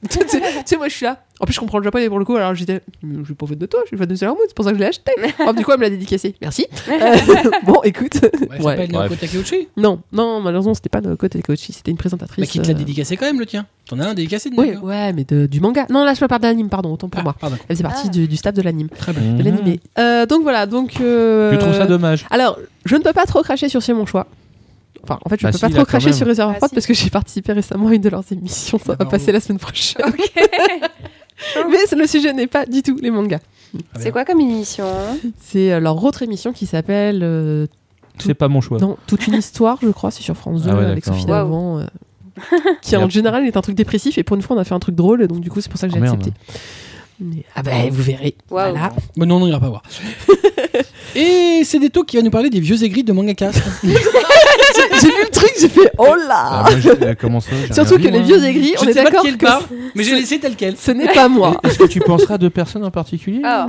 B: [laughs] tu sais, tu sais, moi, je suis là. En plus, je comprends le japonais pour le coup. Alors, j'étais Je suis pas fan de toi, je suis fan de Sailor Moon, c'est pour ça que je l'ai acheté. Alors, du coup, elle me l'a dédicacé.
A: [laughs]
B: Merci. Euh, bon, écoute.
A: Ouais,
B: Ouais.
A: C'est pas Naoko Takeuchi
B: Non, non, malheureusement, c'était pas de côté coach, c'était une présentatrice.
A: Mais qui te Bah, l'a
B: euh,
A: dédicacé quand même le tien T'en as un dédicacé de
B: Oui,
A: Naoko
B: ouais, mais de- du manga. Non, là, je parle de l'anime, pardon, autant pour
A: Ah,
B: moi.
A: Pardon.
B: Elle faisait partie
C: Ah.
B: du, du staff de l'anime.
A: Très
D: Mmh.
A: bien.
B: De l'anime. Euh, donc voilà, donc. Mmh. euh,
D: Mhm. Tu trouves ça dommage
B: Alors, je ne peux pas trop cracher sur C'est mon choix. Enfin, en fait, je
D: Bah
B: ne peux
D: si,
B: pas
D: là,
B: trop
D: quand
B: cracher
D: même. Ah
B: sur Reservoir
C: Ah,
B: Prod
C: si.
B: parce que j'ai participé récemment à une de leurs émissions. Ça va
A: D'accord.
B: passer la semaine prochaine. [laughs] mais le sujet n'est pas du tout les mangas.
C: C'est quoi comme émission hein
B: C'est euh, leur autre émission qui s'appelle euh,
D: C'est pas mon choix.
B: dans toute une histoire, je crois, c'est sur France 2
D: Ah ouais,
B: avec
D: d'accord.
B: Sophie
C: Waouh.
A: [laughs]
B: Davant. euh, qui
D: Et
B: en
D: après-
B: général est un truc dépressif et pour une fois on a fait un truc drôle donc du coup c'est pour ça que j'ai
D: Oh, merde.
B: accepté. Mais- ah bah vous verrez.
A: Oh.
C: Waouh.
B: Voilà. [laughs]
A: Bon, Bah non, on ira
C: [laughs]
A: pas voir. Et c'est Deto qui va nous parler des vieux aigris de mangaka.
B: j'ai vu le truc, j'ai fait oh là.
D: Ah, moi, j'ai- comment ça, j'ai
B: Surtout
D: rien
B: que
D: vu,
B: les
D: moi.
B: vieux aigris, on
A: Je
B: est
A: sais pas de
B: d'accord
A: qui elle
B: que
A: parle,
B: c-
A: mais j'ai laissé tel quel.
B: ce n'est pas
A: [laughs]
B: moi.
D: Est-ce que tu penseras à deux personnes en particulier
C: Ah,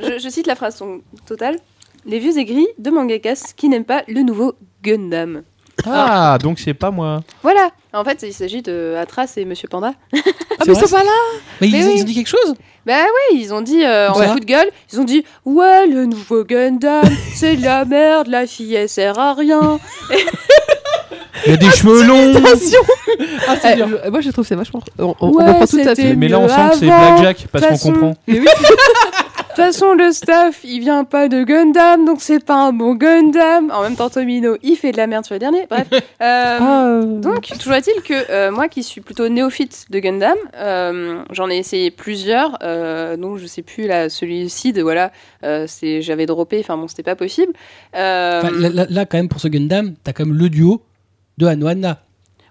C: je, je cite la phrase son- totale. Les vieux aigris de mangakas qui n'aiment pas le nouveau Gundam.
D: Ah, donc c'est pas moi.
C: Voilà. En fait, il s'agit de Atras et Monsieur Panda.
B: Ah
A: C'est
B: mais
A: vrai,
B: ça va là.
A: Mais, ils,
C: Mais oui.
A: ils ont dit quelque chose
C: Bah ouais, ils ont dit euh, en
A: Ouais.
C: coup de gueule, ils ont dit ouais le nouveau Gundam, c'est de la merde, la fille elle sert à rien.
D: Il y a des
B: Ah,
D: cheveux longs.
B: Attention.
A: Ah,
B: Eh, je- moi je trouve que c'est vachement. On, on,
C: Ouais,
B: on comprend tout à
C: c'était-
B: fait.
D: Mais là, on
C: mieux
D: sent que c'est
C: avant.
D: Blackjack parce qu'on
C: Façon.
D: comprend.
B: Mais oui.
C: De toute façon, le staff, il vient pas de Gundam, donc c'est pas un bon Gundam. En même temps, Tomino, il fait de la merde sur le dernier. Bref. Euh,
B: Ah, euh,
C: Donc, [laughs] toujours est-il que euh, moi qui suis plutôt néophyte de Gundam, euh, j'en ai essayé plusieurs, euh, donc je sais plus là, celui-ci, de voilà, euh, c'est- j'avais droppé, enfin bon, c'était pas possible. Euh,
A: Enfin, là, là- là, quand même, pour ce Gundam, t'as quand même le duo de Hano Anna.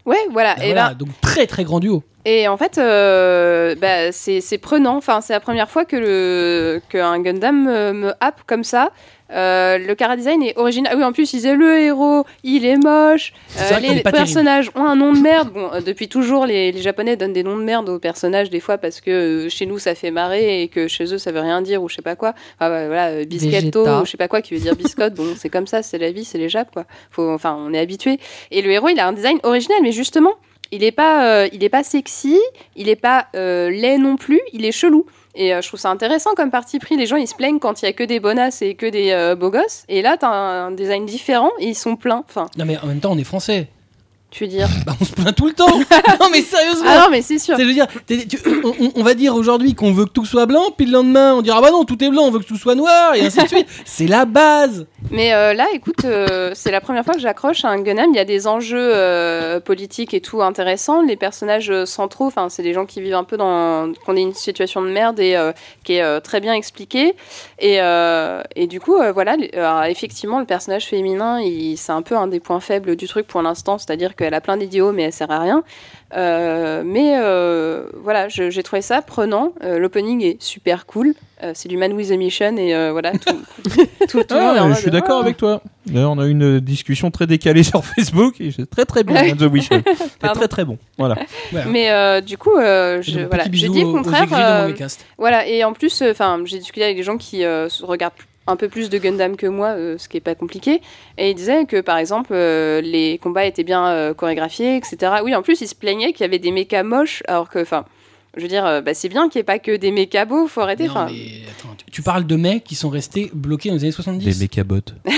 C: ouais, voilà.
A: Bah
C: et
A: voilà,
C: ben,
A: Donc, très très grand duo.
C: et en fait, euh, bah, c'est c'est prenant. Enfin, c'est la première fois que le qu'un Gundam me, me happe comme ça. Euh, le chara-design est original. Ah oui, en plus, ils est le héros, il est moche. Euh,
A: C'est vrai qu'il
C: les
A: est pas
C: personnages ont un nom de merde. Bon, euh, depuis toujours, les, les Japonais donnent des noms de merde aux personnages des fois parce que euh, chez nous ça fait marrer et que chez eux ça veut rien dire ou je sais pas quoi. Enfin bah, voilà, euh, biscotto
B: Vegeta.
C: ou je sais pas quoi qui veut dire biscotte. bon, c'est comme ça, c'est la vie, c'est les Japs quoi. Faut, enfin, on est habitué. Et le héros, il a un design original, mais justement, il est pas, euh, il est pas sexy, il est pas euh, laid non plus, il est chelou. Et euh, je trouve ça intéressant comme parti pris. Les gens, ils se plaignent quand il y a que des bonasses et que des euh, beaux gosses. Et là, t'as un, un design différent et ils sont pleins. Enfin,
A: Non, mais en même temps, on est français.
C: tu veux dire.
A: Bah, on se plaint tout le
C: [laughs]
A: temps. [laughs] non, mais sérieusement.
C: Ah non, mais c'est sûr.
A: C'est- je veux dire, t'es- tu- on, on- on va dire aujourd'hui qu'on veut que tout soit blanc, puis le lendemain on dira ah bah non tout est blanc, on veut que tout soit noir et ainsi de
C: [laughs]
A: suite. C'est la base.
C: Mais euh, là, écoute, euh, c'est la première fois que j'accroche à un Gundam. Il y a des enjeux euh, politiques et tout intéressants. Les personnages euh, centraux, enfin, c'est des gens qui vivent un peu dans qu'on est une situation de merde et euh, qui est euh, très bien expliquée. Et, euh, et du coup, euh, voilà, les- alors, effectivement, le personnage féminin, il- c'est un peu un des points faibles du truc pour l'instant, c'est-à-dire qu'elle a plein d'idiots, mais elle sert à rien. Euh, mais euh, voilà, je- j'ai trouvé ça prenant. Euh, L'opening est super cool. Euh, c'est du Man with a Mission et euh, voilà, tout, tout- tout le monde est en
D: Ah,
C: mode,
D: je suis d'accord
C: Ah.
D: avec toi. D'ailleurs, on a eu une discussion très décalée [laughs] sur Facebook. Et c'est très très bon,
C: Ouais.
D: hein,
C: [laughs]
D: The Wishman. C'est
C: Pardon.
D: très très bon.
C: [laughs]
D: Voilà.
C: Mais euh, du coup, euh, je,
A: Donc,
C: voilà,
A: petit
C: j'ai
A: bisou
C: dit
A: aux-
C: le
A: aux
C: contraire.
A: aigris de
C: euh,
A: Mangekast.
C: voilà, et en plus, euh, enfin, j'ai discuté avec des gens qui euh, se regardent un peu plus de Gundam que moi, euh, ce qui est pas compliqué. Et ils disaient que, par exemple, euh, les combats étaient bien euh, chorégraphiés, etc. Oui, en plus, ils se plaignaient qu'il y avait des mechas moches, alors que, enfin, je veux dire, euh, bah, c'est bien qu'il n'y ait pas que des mechas beaux, faut arrêter.
A: Non,
C: Enfin,
A: mais attends, tu, tu parles de mecs qui sont restés bloqués dans les années 70.
D: mécabots.
B: je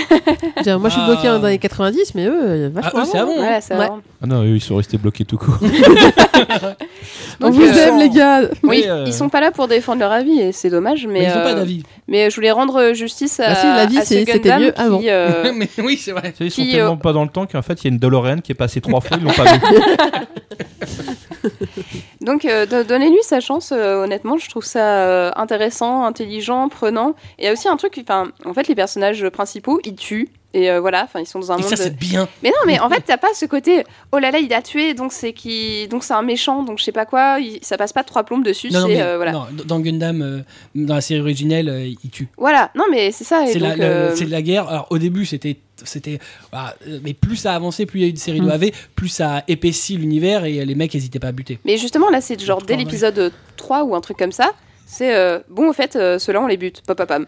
B: veux dire, moi je suis
A: Ah.
B: bloqué dans les 90, mais eux, il y a vachement.
A: Ah, eux, c'est avant, hein.
C: voilà, ça.
B: Ouais.
C: rend.
D: Ah non, eux, ils sont restés bloqués tout
C: [laughs]
D: court.
B: On
C: Donc,
B: vous
C: euh,
B: aime les gars.
C: Oui,
D: Mais, euh,
C: ils sont pas là pour défendre leur avis et c'est dommage, mais,
A: Mais ils ont
C: euh,
A: pas d'avis.
C: mais je voulais rendre euh, justice à,
B: Bah si, l'avis,
C: à ce
B: c'est- c'était
C: Gundam
B: mieux
C: qui,
B: avant.
A: [laughs]
C: euh,
A: Mais oui, c'est vrai.
D: Ils sont
C: Qui,
D: tellement
C: euh,
D: pas dans le temps qu'en fait, il y a une DeLorean qui est passée trois fois, ils l'ont
C: [laughs]
D: pas vu.
C: Donc, euh, do- donnez-lui sa chance, euh, honnêtement, je trouve ça euh, intéressant, intelligent, prenant. Et il y a aussi un truc, enfin, en fait, les personnages principaux, ils tuent. Et euh, voilà, enfin, ils sont dans un
A: Et
C: monde.
A: ça
C: de-
A: c'est bien.
C: Mais non, mais en fait, t'as pas ce côté, oh là là, il a tué, donc c'est qui, donc c'est un méchant, donc je sais pas quoi, il- ça passe pas trois plombes dessus,
A: Non, non,
C: c'est
A: mais,
C: euh, voilà.
A: non, d- dans Gundam, euh, dans la série originelle, euh, ils tuent.
C: Voilà, non, mais c'est ça. et
A: C'est la,
C: donc,
A: la-
C: euh,
A: c'est la guerre. Alors au début, c'était c'était. ah, euh, mais plus ça a avancé, plus il y a eu de
C: Hmm.
A: séries de AV, plus ça a épaissi l'univers et euh, les mecs n'hésitaient pas à buter.
C: Mais justement, là, c'est genre dès
A: Trois, ouais.
C: l'épisode 3 ou un truc comme ça, c'est euh, bon, en fait, euh, ceux-là, on les bute, pop, pop, pam.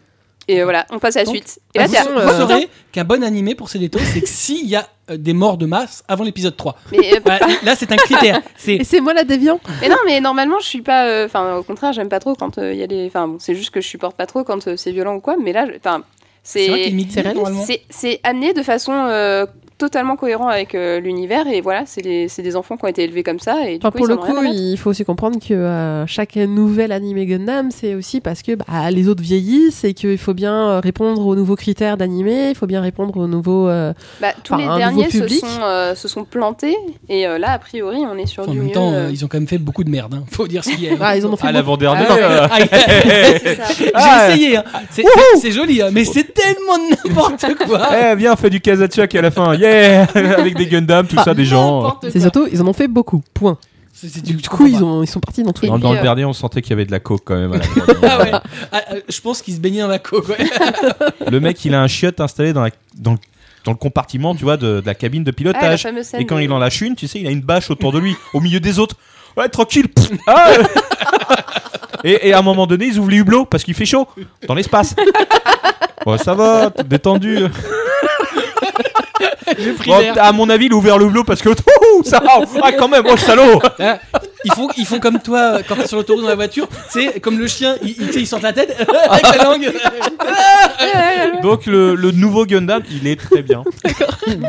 C: Et euh, voilà, on passe à la
A: Donc, bah,
C: suite. Et là,
A: vous
C: t'es à-
A: sa-
B: euh,
A: vous saurez qu'un bon animé pour ces détails,
C: [laughs]
A: c'est que s'il y a euh, des morts de masse avant l'épisode 3.
C: mais, euh,
A: Voilà, là, c'est un critère. C'est
B: Et c'est moi la déviant.
C: mais non, mais normalement, je suis pas. euh, Enfin, au contraire, j'aime pas trop quand euh, il y a des. Enfin, bon, c'est juste que je supporte pas trop quand euh, c'est violent ou quoi, mais là, je- enfin,
A: c'est vrai qu'il
C: c'est.
A: midi
B: c'est réaliste,
A: normalement.
C: c'est- C'est amené de façon. euh, totalement cohérent avec euh, l'univers et voilà c'est des, c'est des enfants qui ont été élevés comme ça et du
B: Enfin,
C: coup,
B: pour
C: ils
B: le
C: en ont rien à
B: coup,
C: battre.
B: il faut aussi comprendre que euh, chaque nouvel animé Gundam, c'est aussi parce que bah, les autres vieillissent et qu'il faut bien euh, répondre aux nouveaux critères d'animé, il faut bien répondre aux nouveaux. euh,
C: Bah, tous
B: Enfin,
C: les
B: un
C: derniers
B: nouveau
C: se
B: public.
C: sont, euh, se sont plantés et euh, là a priori on est sur
A: en
C: du
A: même
C: mieux
A: temps,
C: euh,
A: euh, ils ont quand même fait beaucoup de merde. hein. Faut dire ce qu'il y a.
B: Ah, ils en ont fait
D: À
B: beaucoup.
D: l'avant-dernier.
C: Ah ouais.
D: euh,
A: Ah, [laughs]
C: c'est ça.
D: Ah,
A: J'ai essayé, hein. c'est c'est joli, hein, mais c'est tellement de n'importe [laughs] quoi.
D: [laughs] Eh, viens, on fait du Kazatsuaki à la fin. Yeah [laughs] Avec des Gundam, tout ça, des gens.
A: N'importe
B: C'est
A: quoi.
B: surtout, ils en ont fait beaucoup. Point.
A: C'est- bah. c'est-
B: Du
A: je
B: coup,
A: comprends
B: ils,
A: pas.
B: ont, ils sont partis dans tous les.
D: Dans, dans
C: Et,
D: le
C: euh,
D: dernier, on sentait qu'il y avait de la coke quand même. à la fin.
C: [laughs]
A: Ah ouais. Ah, euh, je pense qu'ils se baignaient dans la coque. [laughs] ouais.
D: Le mec, il a un chiotte installé dans, la- dans le, dans le compartiment, tu vois, de, de la cabine de
C: Ah, la
D: pilotage.
C: fameuse scène
D: et quand
C: de-
D: il en lâche une, tu sais, il a une bâche autour de lui, au milieu des autres.
C: [laughs]
D: Ouais, tranquille. pff, ah. et, et à un moment donné, ils ouvrent les hublots parce qu'il fait chaud
C: [laughs]
D: dans l'espace. Ouais, ça va, t'es détendu.
A: J'ai pris
D: Bon,
A: l'air.
D: à mon avis, il a ouvert le hublot parce que Ouh, ça, oh, ah quand même, oh le salaud.
A: Là, ils, font, ils font comme toi euh, quand t'es sur l'autoroute dans la voiture, c'est comme le chien, il, il, tu sais, il sort la tête [laughs] avec la langue.
D: Donc le, le nouveau Gundam, il est très bien.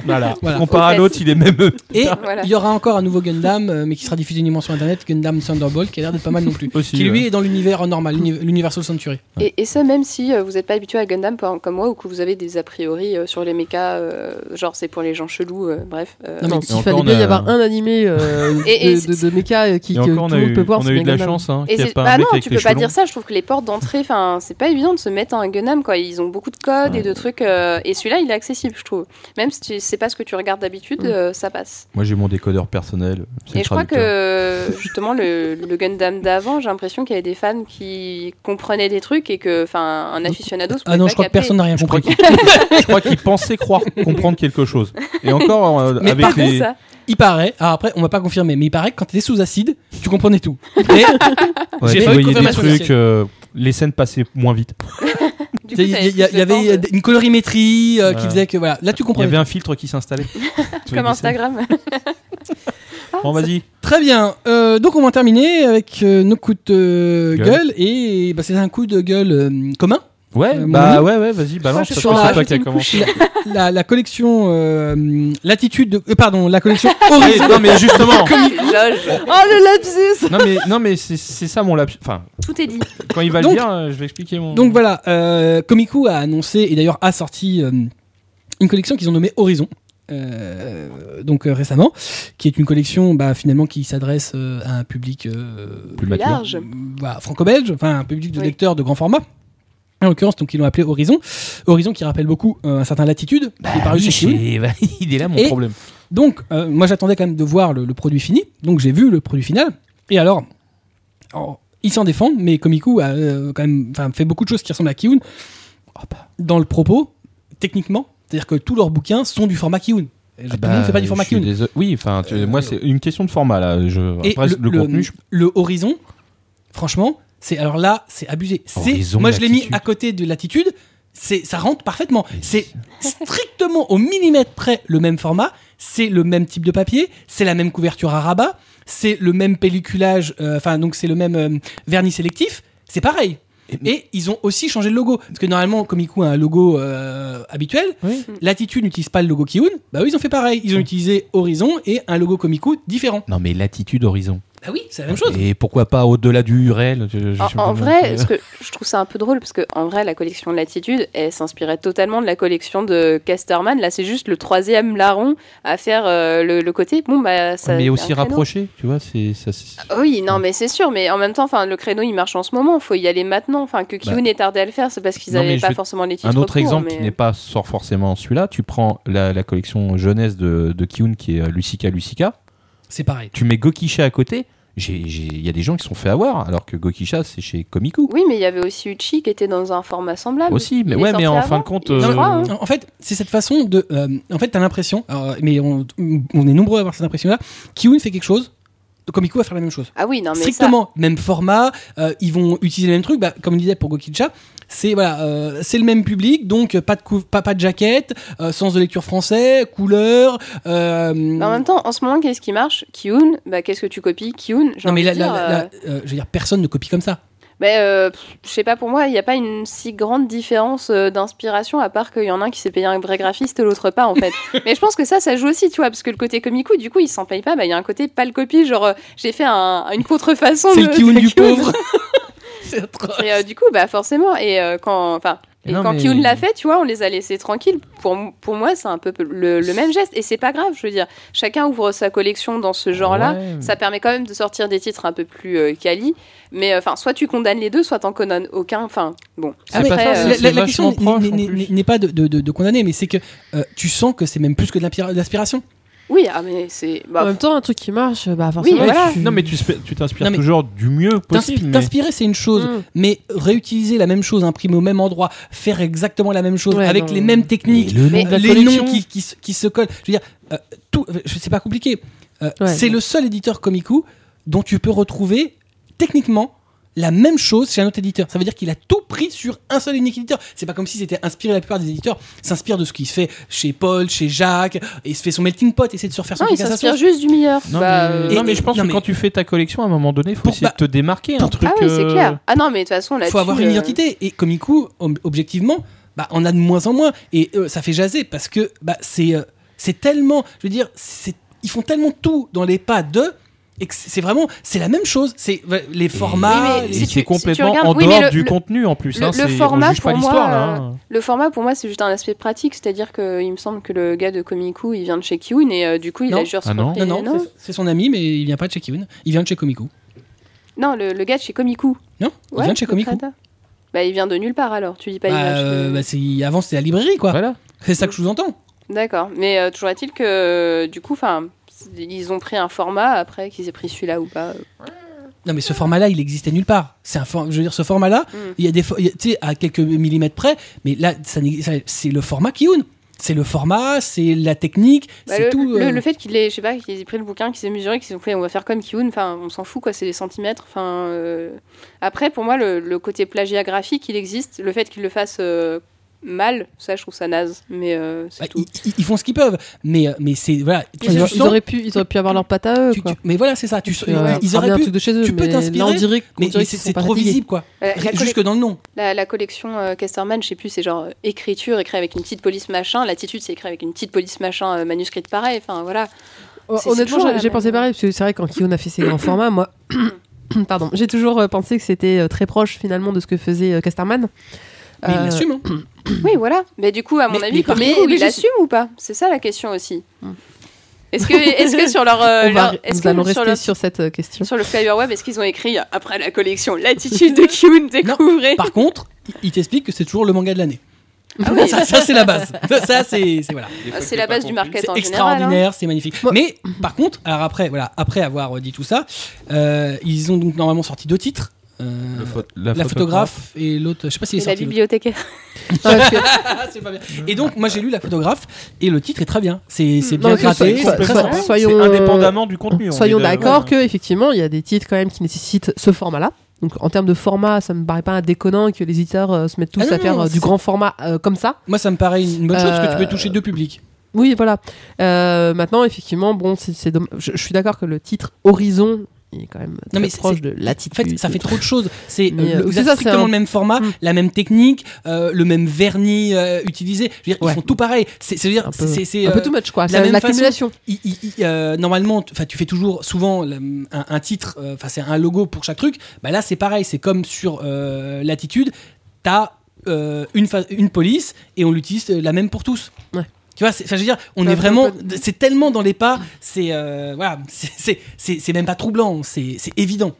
D: Voilà.
A: Voilà.
D: Comparé
C: Au
D: à
C: fait.
D: l'autre, il est même.
A: Et
C: Voilà.
A: il y aura encore un nouveau Gundam, euh, mais qui sera diffusé uniquement sur internet, Gundam Thunderbolt, qui a l'air d'être pas mal non plus.
D: Aussi,
A: qui lui
D: ouais.
A: est dans l'univers euh, normal, l'uni- l'Universal Century.
C: Et, et ça, même si euh, vous n'êtes pas habitué à Gundam par- comme moi, ou que vous avez des a priori euh, sur les mechas, euh, genre c'est pour les gens chelous, euh, bref. euh,
A: Non, mais
B: Non,
D: et
B: il fallait
D: encore,
B: bien
D: on
B: y
D: a-
B: avoir un animé euh,
C: Et- et
B: de, de,
C: c'est-
B: de mecha euh, qui
D: Et
B: que
D: encore,
B: tout
D: on
B: le
D: a
B: monde
D: eu,
B: peut voir.
D: on
B: c'est
D: a eu
B: bien
D: de la
B: Gundam.
D: chance. Hein,
C: et
D: qu'il y a
C: c'est-
D: pas un
C: bah
D: mec
C: non,
D: avec
C: tu
D: les
C: peux pas
D: cheveux
C: dire ça, je trouve que les portes d'entrée, enfin, c'est pas évident de se mettre un Gundam, quoi. Ils ont beaucoup de codes et de trucs, euh, et celui-là, il est accessible, je trouve. Même si tu- c'est pas ce que tu regardes d'habitude,
B: Mm.
C: euh, ça passe.
D: longs. Moi, j'ai mon décodeur personnel. c'est
C: Et je crois
D: traducteur.
C: que, justement, le, le Gundam d'avant, j'ai l'impression qu'il y avait des fans qui comprenaient des trucs et que, enfin, un aficionado se
A: Ah
C: pouvait
A: non,
C: pas
A: je crois que
C: capter.
A: personne n'a rien
D: Je crois
A: compris.
D: qu'il je crois qu'il pensait croire comprendre quelque chose. Et encore euh,
A: Mais
D: avec
C: Par contre,
D: les.
C: ça.
A: Il paraît, alors après, on va pas confirmer, mais il paraît que quand t'étais sous acide, tu comprenais
C: [laughs]
A: tout. Mais
D: Ouais,
A: J'ai pas eu
D: tu
A: de
D: voyais des
A: confirmation
D: trucs.
A: officielle.
D: euh, les scènes passaient moins vite.
C: Du
A: il
C: coup,
A: y,
C: t'avais
A: y- y-
C: plus de
A: y
C: temps de-
A: avait une colorimétrie euh, qui
D: Voilà.
A: faisait que voilà, là tu
D: Il y
A: comprenais.
D: avait un filtre
A: [laughs]
D: qui s'installait. Tu voyais
C: Comme
D: des scènes.
C: Instagram. Ah,
D: Bon, vas-y.
A: Très bien. Euh, donc on va en terminer avec euh, nos coups de euh,
D: Gueule.
A: gueule et bah, c'est un coup de gueule euh, commun.
D: Ouais,
A: Euh,
D: bah
A: mon
D: ouais, ouais, vas-y, balance.
A: je
D: parce
A: suis
D: que
A: là,
D: c'est toi
A: je
D: qui a commencé.
A: La, la collection euh, l'attitude de euh, pardon la
C: [laughs]
A: collection
D: Oui,
A: Horizon.
D: Eh, Non,
A: [laughs]
D: mais justement.
C: Lol,
B: Oh le lapsus
D: Non, mais, non, mais c'est c'est ça mon lapsus. Enfin,
C: tout est dit.
D: quand il va
A: Donc-
D: le dire, euh, je vais expliquer mon.
A: Donc voilà, euh, Komiku a annoncé et d'ailleurs a sorti euh, une collection qu'ils ont nommée Horizon. euh, donc euh, récemment, qui est une collection bah, finalement qui s'adresse euh, à un public euh,
D: Plus mature.
C: large. Belge.
A: Bah, franco-belge, enfin un public de
C: Oui.
A: lecteurs de grand format. En l'occurrence, donc ils l'ont appelé Horizon. Horizon qui rappelle beaucoup euh, un certain Latitude,
D: Bah
A: qui est paru chez Kyoun.
D: [laughs] il est là mon
A: Et-
D: problème.
A: Donc, euh, moi j'attendais quand même de voir le, le produit fini. Donc j'ai vu le produit final. Et alors, alors, ils s'en défendent, mais Komiku a euh, quand même enfin, fait beaucoup de choses qui ressemblent à Kiyun.
D: Oh, bah.
A: Dans le propos, techniquement, c'est-à-dire que tous leurs bouquins sont du format Kiyun. Et je- tout le monde fait pas du format
D: Ah bah, je suis
A: Kiyun.
D: désolé. Oui, enfin, tu-
A: Euh,
D: moi c'est une question de format là. Je...
A: Et
D: Après,
A: le,
D: le,
A: le-
D: contenu, je-
A: le horizon, franchement, c'est alors là, c'est abusé. C'est
D: Horizon,
A: moi je l'ai mis
D: latitude.
A: à côté de latitude. C'est ça rentre parfaitement. C'est strictement au millimètre près le même format. C'est le même type de papier. C'est la même couverture à rabat. C'est le même pelliculage. euh, Enfin donc c'est le même euh, vernis sélectif. C'est pareil. Et ils ont aussi changé le logo. Parce que normalement, Komiku a un logo euh, habituel.
D: Oui.
A: Latitude n'utilise pas le logo Kiun. Bah oui, ils ont fait pareil. Ils ont utilisé Horizon et un logo Komiku différent.
D: Non, mais latitude, horizon.
A: Bah oui, c'est la même chose.
D: Et pourquoi pas au-delà du réel je- je- je
C: En,
D: sais
C: Ah, en
D: pas
C: vrai,
D: comment-
C: ce que je trouve ça un peu drôle parce que en vrai, la collection de Latitude, elle s'inspirait totalement de la collection de Casterman. Là, c'est juste le troisième larron à faire euh, le, le côté. Bon, bah, ça.
D: mais
C: c'est
D: aussi
C: un créneau.
D: rapproché, tu vois. C'est ça. c'est-
C: Ah Oui, non, mais c'est sûr. Mais en même temps, enfin, le créneau, il marche en ce moment. Faut y aller maintenant. Enfin, que Kiyun ait tardé à le faire, c'est parce qu'ils
D: Bah. Non, mais
C: n'avaient
D: je
C: pas
D: vais-
C: forcément les titres.
D: Un autre
C: courts,
D: exemple
C: mais-
D: qui n'est pas sort forcément celui-là, tu prends la, la collection jeunesse de, de Kiun qui est euh, Lucica Lucica,
A: C'est pareil.
D: tu mets Gokisha à côté, j'ai- j'ai- il y a des gens qui se sont fait avoir, alors que Gokisha, c'est chez Komiku.
C: Oui, mais il y avait aussi Uchi qui était dans un format semblable.
D: Aussi,
C: Il
D: mais
C: est
D: ouais, mais
C: sorti
D: en
C: avant,
D: fin de compte.
C: il- je
D: euh,
C: crois, hein.
A: En en fait, c'est cette façon de. euh, en fait, t'as l'impression, alors, mais on, on est nombreux à avoir cette impression-là, Kiyun fait quelque chose, Komiku va faire la même chose.
C: Ah oui, non, mais
A: Strictement, même format, euh, ils vont utiliser le même truc, bah, comme on disait pour Gokicha, c'est voilà, euh, c'est le même public, donc euh, pas de, couv- pas, pas de jaquette, euh, sens de lecture français, couleur. euh,
C: ça- Mais Bah, en même temps, en ce moment, qu'est-ce qui marche Kiun, bah, qu'est-ce que tu copies Kiun, j'ai
A: non mais
C: envie
A: là,
C: de
A: là-
C: dire,
A: là-
C: euh,
A: là, euh, je veux dire, personne ne copie comme ça.
C: Ben, euh, pff, je sais pas, pour moi, il n'y a pas une si grande différence euh, d'inspiration, à part qu'il y en a un qui s'est payé un vrai graphiste, l'autre pas, en
A: [laughs]
C: fait. Mais je pense que ça, ça joue aussi, tu vois, parce que le côté comico, du coup, il s'en paye pas, ben, il y a un côté pas le copie, genre, euh, j'ai fait un- une contrefaçon.
A: C'est le
C: de-
A: Kiyun
C: de
A: du
C: Kiyun. [laughs]
A: pauvre. [laughs] c'est atroce.
C: Et euh, du coup, bah, forcément, et euh, quand, enfin, et
D: Non,
C: quand
D: mais-
C: Kiyun l'a fait, tu vois, on les a laissés tranquilles. Pour, m- pour moi, c'est un peu le, le même geste, et c'est pas grave, je veux dire, chacun ouvre sa collection dans ce genre-là.
A: Mm.
D: ouais.
C: Ça permet quand même de sortir des titres un peu plus euh, quali, mais enfin, soit tu condamnes les deux, soit t'en condamnes aucun. Enfin, bon.
D: C'est pas
A: la,
C: euh,
D: ça,
A: Ah, euh, la-
D: c'est
A: la question
D: vachement
A: n'est-
D: proche,
A: n'est-
D: en
A: n'est-
D: plus.
A: n'est pas de, de- de- de condamner, mais c'est que euh, tu sens que c'est même plus que de l'inspira- de l'aspiration.
C: Oui, ah mais c'est. bah,
B: En même temps, un truc qui marche, bah forcément.
C: Oui,
D: Ouais,
C: voilà.
D: tu- Non, mais tu sp- tu t'inspires
A: Non, mais-
D: toujours du mieux
A: T'inspires-
D: possible. mais-
A: T'inspirer, c'est une chose,
B: Mm.
A: mais réutiliser la même chose, imprimer au même endroit, faire exactement la même chose
B: Ouais,
A: avec
B: non.
A: les mêmes techniques,
D: le nom
C: Mais-
D: de la
A: les noms
D: collection.
A: qui, qui se- qui se collent. Je veux dire, euh, tout, euh, c'est pas compliqué. Euh,
B: Ouais.
A: c'est le seul éditeur Komiku dont tu peux retrouver techniquement la même chose chez un autre éditeur. Ça veut dire qu'il a tout pris sur un seul et unique éditeur. C'est pas comme si c'était inspiré. La plupart des éditeurs s'inspirent de ce qui se fait chez Paul, chez Jacques, et se fait son melting pot, essaie de se refaire son
C: non, il
A: truc à sa
C: s'inspire
A: sauce.
C: juste du meilleur.
D: Non,
C: Bah,
D: mais,
C: euh,
D: non,
A: et-
D: mais je pense
A: non,
D: que
A: mais-
D: quand tu fais ta collection, à un moment donné, il faut
A: Pour-
D: essayer
A: bah,
D: de te démarquer un
A: pour-
D: truc.
C: Ah oui, c'est
D: euh,
C: clair. Ah non, mais de toute façon, là-dessus.
A: faut avoir une
C: euh,
A: identité. Et Komiku, ob- objectivement, bah, on a de moins en moins. Et euh, ça fait jaser parce que bah, c'est euh, c'est tellement. Je veux dire, c'est- ils font tellement tout dans les pas d'eux. Et que c'est c'est vraiment, c'est la même chose. C'est euh, les formats.
C: Oui, mais
D: Et
A: les-
C: si tu- si
D: c'est
C: tu
D: complètement
C: regardes-
D: en
C: oui, mais
D: dehors
C: le-
D: du
C: le-
D: contenu en plus.
C: le-
D: hein,
C: le
D: c'est- on
C: format,
D: juge pas
C: pour
D: l'histoire,
C: moi,
D: là, hein.
C: Le format, pour moi, c'est juste un aspect pratique. C'est-à-dire qu'il me semble que le gars de Komiku, il vient de chez Kyun et euh, du coup, il
A: Non.
C: a juste
D: Ah non.
C: repris-
A: Non, non, c'est- c'est son ami, mais il vient pas de chez Kiyun. Il vient de chez Komiku.
C: Non, le, le gars de chez Komiku.
A: Non Il vient de chez
C: le
A: Komiku.
C: Prada. Bah, il vient de nulle part alors. Tu dis pas il
A: Bah,
C: vient de
A: euh,
C: chez-
A: bah, c'est- avant, c'était la librairie, quoi.
D: Voilà.
A: C'est ça que je vous entends.
C: D'accord. Mais euh, toujours est-il que, euh, du coup, enfin. Ils ont pris un format après qu'ils aient pris celui-là ou pas. euh.
A: Non, mais ce format-là, il existait nulle part. C'est un for- Je veux dire, ce format-là,
C: Mm.
A: il y a des. fo- il y a- Tu sais, à quelques millimètres près, mais là, ça n'ex- ça- c'est le format Kiyun. C'est le format, c'est la technique,
C: Bah,
A: c'est
C: le,
A: tout.
C: le-
A: euh,
C: le fait qu'il ait, je sais pas, qu'ils aient pris le bouquin, qu'ils aient mesuré, qu'ils aient fait, on va faire comme Kiun, enfin, on s'en fout quoi, c'est des centimètres. Enfin, euh, après, pour moi, le, le côté plagiat graphique, il existe. Le fait qu'il le fasse euh, mal, ça, je trouve ça naze. Mais euh, c'est
A: Bah,
C: tout.
A: ils, ils- ils font ce qu'ils peuvent, mais, euh, mais c'est voilà. Tu,
B: Ils,
A: tu
B: auraient- ils
A: sens-
B: auraient pu, ils auraient pu avoir leur patte à eux.
A: tu-
B: quoi.
A: tu- mais voilà, c'est ça. Tu, sens-
B: Parce que, euh,
A: ils
B: ramener
A: auraient
B: un
A: pu,
B: truc de chez eux,
A: tu peux
B: mais
A: t'inspirer,
B: là, on dirait, qu'on
A: mais,
B: dirait
A: mais
B: qu'ils
A: c'est
B: sont
A: c'est
B: pas
A: trop
B: fatigués.
A: visible, quoi.
C: Euh, la, collec-
A: Jusque dans le nom.
C: la- la collection euh, Casterman, je sais plus, c'est genre euh, écriture, écrit avec une petite police machin. L'attitude, c'est écrit avec une petite police machin, euh, manuscrit pareil. Enfin, voilà.
B: Hon-
C: C'est- c'est
B: Euh, Honnêtement,
C: toujours
B: j'ai-
C: la
B: j'ai
C: même-
A: euh,
B: pensé pareil, parce que c'est vrai, quand Kion a fait
A: [coughs]
B: ses grands formats, moi, [coughs] pardon, j'ai toujours euh, pensé que c'était euh, très proche finalement de ce que faisait euh, Casterman.
A: Mais il
B: Euh,
A: l'assume. hein.
C: Oui, voilà. Mais du coup, à mon
A: Mais- mais
C: avis,
A: par
C: mais,
A: contre,
C: ils
A: je-
C: l'assument ou pas C'est ça la question aussi.
B: Hmm.
C: Est-ce que, est-ce que sur leur, euh,
B: on va-
C: leur- est-ce
B: nous
C: que
B: allons
C: sur
B: rester
C: leur-
B: sur cette euh, question.
C: Sur le flyer web, est-ce qu'ils ont écrit après la collection [laughs] l'attitude de Kyun découvrez
A: Par contre, il- il t'explique que c'est toujours le manga de
C: [laughs]
A: l'année.
C: Ah oui.
A: Ça, ça, c'est la base. Ça, c'est bah, c'est- voilà.
C: Ah, C'est la base du market
A: C'est
C: en général.
A: extraordinaire, c'est magnifique.
B: hein. Moi-
A: Mais par contre, alors après, voilà, après avoir euh, dit tout ça, euh, ils ont donc normalement sorti deux titres. euh, la photographe et l'autre, je sais pas s'il est
C: la
A: sorti. l'autre.
C: bibliothécaire.
B: [laughs] Ouais, parce que-
A: [laughs] Ah, c'est pas bien. Et donc, moi j'ai lu la photographe et le titre est très bien. C'est c'est
B: Non,
A: bien
B: mais ça,
A: gratté,
B: Hmm. c'est-
A: c'est très
B: ça-
A: sympa.
B: soyons-
D: C'est indépendamment du contenu. on
B: Soyons
D: est de-
B: d'accord
D: voilà.
B: que effectivement, il y a des titres quand même qui nécessitent ce format-là. Donc en termes de format, ça me paraît pas déconnant que les éditeurs euh, se mettent tous
A: Ah non,
B: à faire
A: non,
B: euh,
A: c'est-
B: du grand format euh, comme ça.
A: Moi, ça me paraît une bonne chose parce que tu
B: Euh,
A: peux toucher deux publics.
B: Oui, voilà. Euh, maintenant, effectivement, bon, c'est, c'est domm- je, je suis d'accord que le titre Horizon il est quand même très
A: Non, mais c'est-
B: proche
A: c'est-
B: de
A: En
B: l'attitude.
A: fait, ça fait trop de choses. C'est
B: Mais,
A: euh,
B: euh,
A: le-
B: c'est ça, c'est
A: strictement
B: un-
A: le même format,
B: Mm.
A: la même technique, euh, le même vernis euh, utilisé. Je veux dire,
B: Ouais.
A: ils font tout pareil. C'est, c'est- je veux dire,
B: Un peu-
A: c'est, c'est,
B: un peu
A: euh,
B: too much quoi.
A: la
B: C'est
A: même
B: l'accumulation.
A: il- il- il- euh, normalement, tu, enfin, tu fais toujours souvent la- un, un titre, euh, enfin c'est un logo pour chaque truc. Bah là, c'est pareil. C'est comme sur euh, l'attitude, t'as euh, une fa- une police et on l'utilise euh, la même pour tous.
B: Ouais.
A: Tu vois, c'est- enfin, je veux dire, on
B: Ça
A: est
B: fait
A: vraiment,
B: un peu de-
A: c'est tellement dans les pas, c'est euh, voilà, c'est, c'est, c'est- c'est même pas troublant, c'est, c'est évident.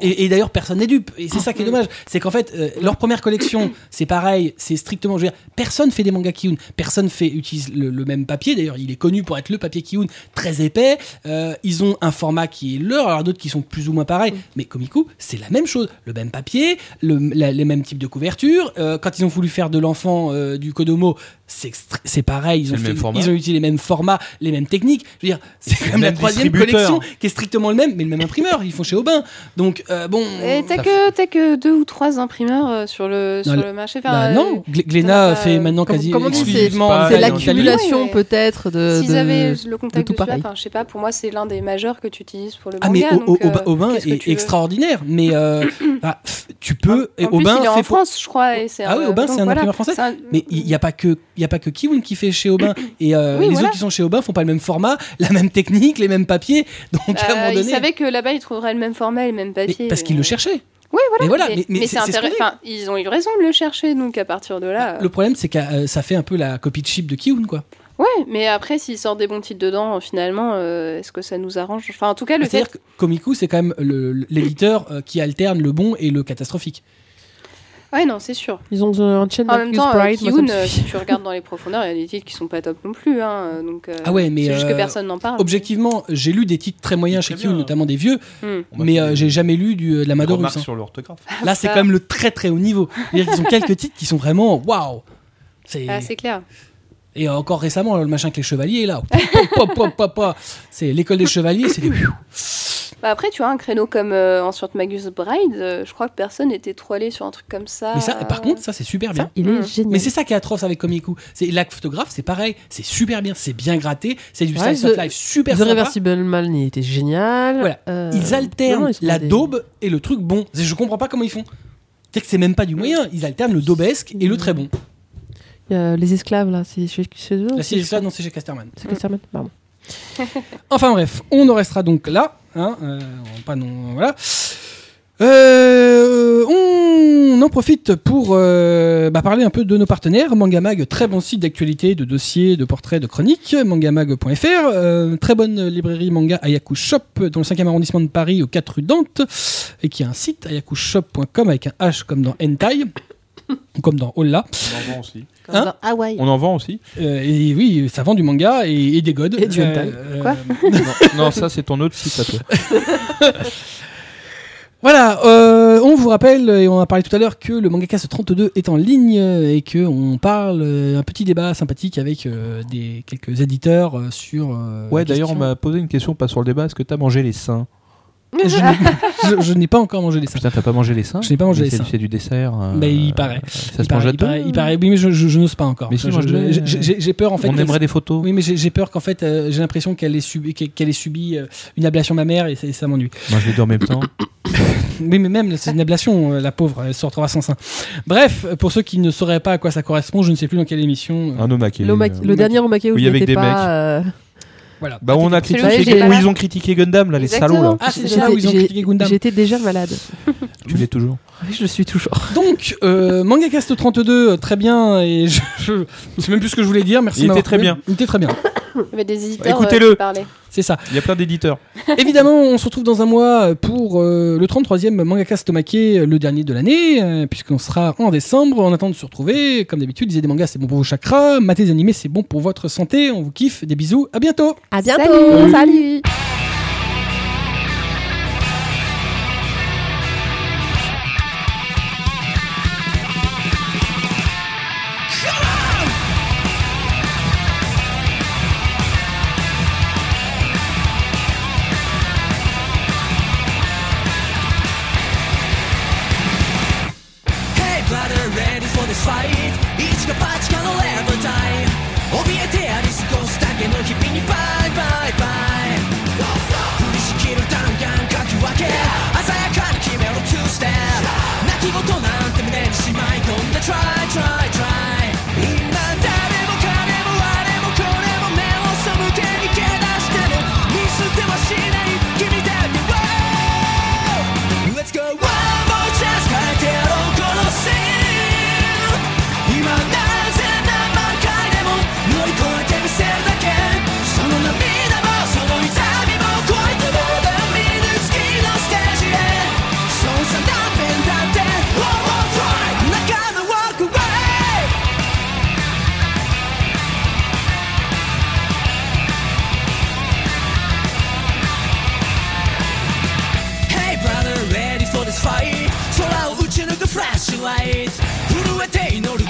A: Et, et d'ailleurs, personne n'est dupe. Et c'est ça qui est dommage. C'est qu'en fait, euh, leur première collection, [coughs] c'est pareil. C'est strictement. Je veux dire, personne fait des mangas Kiyun. Personne fait, utilise le, le même papier. D'ailleurs, il est connu pour être le papier Kiyun, très épais. Euh, ils ont un format qui est leur, alors d'autres qui sont plus ou moins pareils. Mais Komiku, c'est la même chose. Le même papier, le- la- les mêmes types de couvertures. Euh, quand ils ont voulu faire de l'enfant euh, du Kodomo, c'est stri- c'est pareil. Ils
D: C'est
A: ont,
D: le
A: fait-
D: même format.
A: ils ont utilisé les mêmes formats, les mêmes techniques. Je veux dire, c'est quand même la
D: même
A: troisième
D: distributeur.
A: collection qui est strictement le même, mais le même imprimeur. Ils font chez Aubin. Donc, euh, bon.
C: Et t'as
D: Ça
C: que, t'as que deux ou trois imprimeurs euh, sur le,
A: Non,
C: sur
A: le-
C: le marché. Enfin,
A: Bah
C: euh,
A: non, Gl-
C: t'en as
A: Glénat
C: pas,
A: fait
C: euh,
A: maintenant
B: Comme-
A: quasi
B: comment on dit, c'est-
A: exclusivement.
D: Ah,
B: C'est
D: il y en a
B: l'accumulation
C: Italie.
B: peut-être
A: euh,
B: de.
C: euh, S'ils
B: de-
C: avaient le contact
B: tout
C: de, celui-là,
B: pareil.
C: enfin, je sais pas, pour moi, c'est l'un des majeurs que tu utilises pour le manga.
A: Ah mais Au-
C: donc,
A: Au-
C: euh,
A: Aubin
C: qu'est-ce que
A: est
C: tu veux Ah,
A: extraordinaire, mais
C: [coughs]
A: euh, bah, pff, tu peux. et
C: En plus,
A: Aubin
C: il est
A: fait
C: en
A: pour-
C: France, je crois. Et c'est
A: Ah oui, Aubin,
C: Euh, donc
A: c'est un
C: voilà.
A: imprimeur français.
C: C'est un-
A: Mais il n'y a pas que il y a pas que Kiwoon qui fait chez Aubin et euh,
C: Oui,
A: les
C: voilà.
A: autres qui sont chez Aubin font pas le même format, la même technique, les mêmes papiers. [laughs] Donc à un
C: Euh,
A: moment
C: il
A: donné,
C: savait que euh, là-bas, il trouverait le même format et le même
A: Mais
C: papier.
A: parce qu'ils le cherchaient.
C: Oui, voilà.
A: Mais voilà,
C: mais,
A: mais- mais
C: mais
A: c'est-
C: c'est
A: c'est ce qu'on
C: intéressant.
A: dit.
C: Enfin, ils ont eu raison de le chercher, donc à partir de là. euh,
A: Le problème c'est que euh, ça fait un peu la copie de chip de Kiwoon quoi.
C: Ouais, mais après, s'ils sortent des bons titres dedans, euh, finalement, euh, est-ce que ça nous arrange Enfin, en tout cas, le fait.
A: C'est-à-dire que Komiku c'est quand même le- l'éditeur euh, qui alterne le bon et le catastrophique.
C: Ouais, non, c'est sûr.
B: Ils ont euh, un chaîne
C: En même temps, euh,
B: Pride. moi, ça me
C: Kihoon, euh,
B: suffit.
C: si tu regardes dans les profondeurs, il y a des titres qui sont pas top non plus. Hein, euh, donc, euh,
A: Ah ouais, mais,
C: C'est juste
A: euh,
C: que personne n'en parle.
A: Objectivement, j'ai lu des titres très moyens
E: Très
A: chez
E: bien,
A: Kiwoon,
E: hein.
A: notamment des vieux,
C: Hmm.
D: On m'a
A: mais
D: fait
A: euh,
D: des-
A: j'ai jamais lu du, euh, de la
E: Des
A: Madorus.
E: remarques
A: hein.
E: sur l'orthographe.
A: Là, c'est
C: ça.
A: quand même le très très haut niveau. C'est-à-dire qu'ils ont quelques titres qui sont vraiment waouh. C'est-
C: Ah, c'est clair.
A: Et encore récemment, le machin avec les chevaliers, là. Pop, pop, pop, pop, pop. C'est l'école des chevaliers, c'est des.
C: Bah, après, tu vois, un créneau comme euh, Ancient Magus Bride, euh, je crois que personne n'était trollé sur un truc comme ça. euh,
A: Mais ça, par contre, ça, c'est super bien.
B: Ça, il est
C: Mm.
B: génial.
A: Mais c'est ça qui est atroce avec Komiku. C'est la photographe, c'est pareil. C'est super bien, c'est bien gratté, c'est du
B: Ouais,
A: slice of
B: The-
A: life super
B: The
A: sympa.
B: Reversible Man, il était génial.
A: Voilà.
B: Euh,
A: Ils alternent
B: non, ils sont
A: la
B: des-
A: daube et le truc bon. C'est- Je comprends pas comment ils font. C'est que c'est même pas du moyen. Ils alternent le daubesque et le très bon.
B: Il y a les esclaves, là, c'est chez, chez eux.
A: Là,
B: c'est
A: c'est Ah, ça, non, c'est chez Casterman.
B: c'est Casterman, pardon.
A: Enfin bref, on en restera donc là. hein, euh, pas non, voilà. Euh, on en profite pour euh, bah, parler un peu de nos partenaires. Mangamag, très bon site d'actualité, de dossiers, de portraits, de chroniques. Mangamag.fr, euh, très bonne librairie manga Ayaku Shop dans le 5e arrondissement de Paris, aux 4 rue Dante, et qui a un site ayakushop.com avec un H comme dans Hentai, comme dans Olla.
E: On en vend aussi.
B: Comme
A: Hein
B: dans Hawaï.
D: On en vend aussi
A: Euh, et oui, ça vend du manga et, et des godes.
B: Et du hentai.
A: Euh,
B: Quoi
A: [laughs]
D: non, non, ça c'est ton autre site à toi.
A: Voilà, euh, on vous rappelle, et on a parlé tout à l'heure, que le Mangakast 32 est en ligne euh, et que on parle euh, un petit débat sympathique avec euh, des, quelques éditeurs euh, sur. euh,
D: Ouais,
A: la
D: d'ailleurs, on
A: question.
D: m'a posé une question, pas sur le débat. Est-ce que t'as mangé les seins
A: Je n'ai- [laughs] Je je n'ai pas encore mangé les seins.
D: Putain, t'as pas mangé les seins
A: Je n'ai pas mangé
D: Mais
A: les
D: c'est-
A: seins.
D: C'est du dessert. euh,
A: Mais il paraît.
D: Ça
A: il,
D: se mange
A: paraît,
D: à
A: il
D: deux.
A: paraît- il paraît- oui, mais je, je- je n'ose pas encore.
D: Mais si,
A: Je-
D: moi,
A: je-
D: je l'ai.
A: j'ai- j'ai- j'ai peur en fait.
D: On
A: qu'elle-
D: aimerait des photos.
A: Oui, mais j'ai j'ai peur qu'en fait, euh, j'ai l'impression qu'elle ait subi, qu'elle qu'elle ait subi euh, une ablation mammaire et ça, ça m'ennuie.
D: Moi, je les dors en même temps.
A: Oui, mais même, c'est une ablation, euh, la pauvre, elle sortira sans sein. Bref, pour ceux qui ne sauraient pas à quoi ça correspond, je ne sais plus dans quelle émission. euh,
D: Un homme à qui-
B: L'Omake-
D: euh,
B: le dernier Omake où
D: Oui,
B: je
D: avec
B: n'étais
D: des mecs.
B: pas. euh,
A: voilà.
D: Bah, on a
C: C'est le
D: critiqué.
B: jeu, j'ai
D: Où
B: pas
D: ils ont critiqué Gundam, là, les
C: Exactement.
D: salauds, là.
A: Ah, c'est
B: j'étais-
A: ça où ils ont
B: j'ai-
A: critiqué Gundam.
B: J'étais déjà malade. [laughs]
D: Tu l'es toujours.
B: Oui, je le suis toujours.
A: Donc, euh, Mangacast 32, euh, très bien, et je, je, je sais même plus ce que je voulais dire, merci.
D: Il
A: de
D: était
A: m'avoir
D: très
A: trouvé.
D: bien.
A: Il était très bien,
C: Il y avait des éditeurs
D: Écoutez-le.
C: euh, qui parlaient.
A: c'est ça.
D: Il y a plein d'éditeurs.
A: Évidemment, on se retrouve dans un mois pour euh, le 33e Mangacast Tomake, euh, le dernier de l'année, euh, puisqu'on sera en décembre. En attendant de se retrouver, comme d'habitude, lisez des mangas, c'est bon pour vos chakras, matez des animés, c'est bon pour votre santé, on vous kiffe, des bisous, à bientôt
B: À
C: Salut, Salut
F: Hey brother, ready for this fight 一か八かのレベル帯怯えてアリスゴースだけの日々にバイバイバイ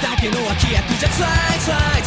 F: jet flag, fly.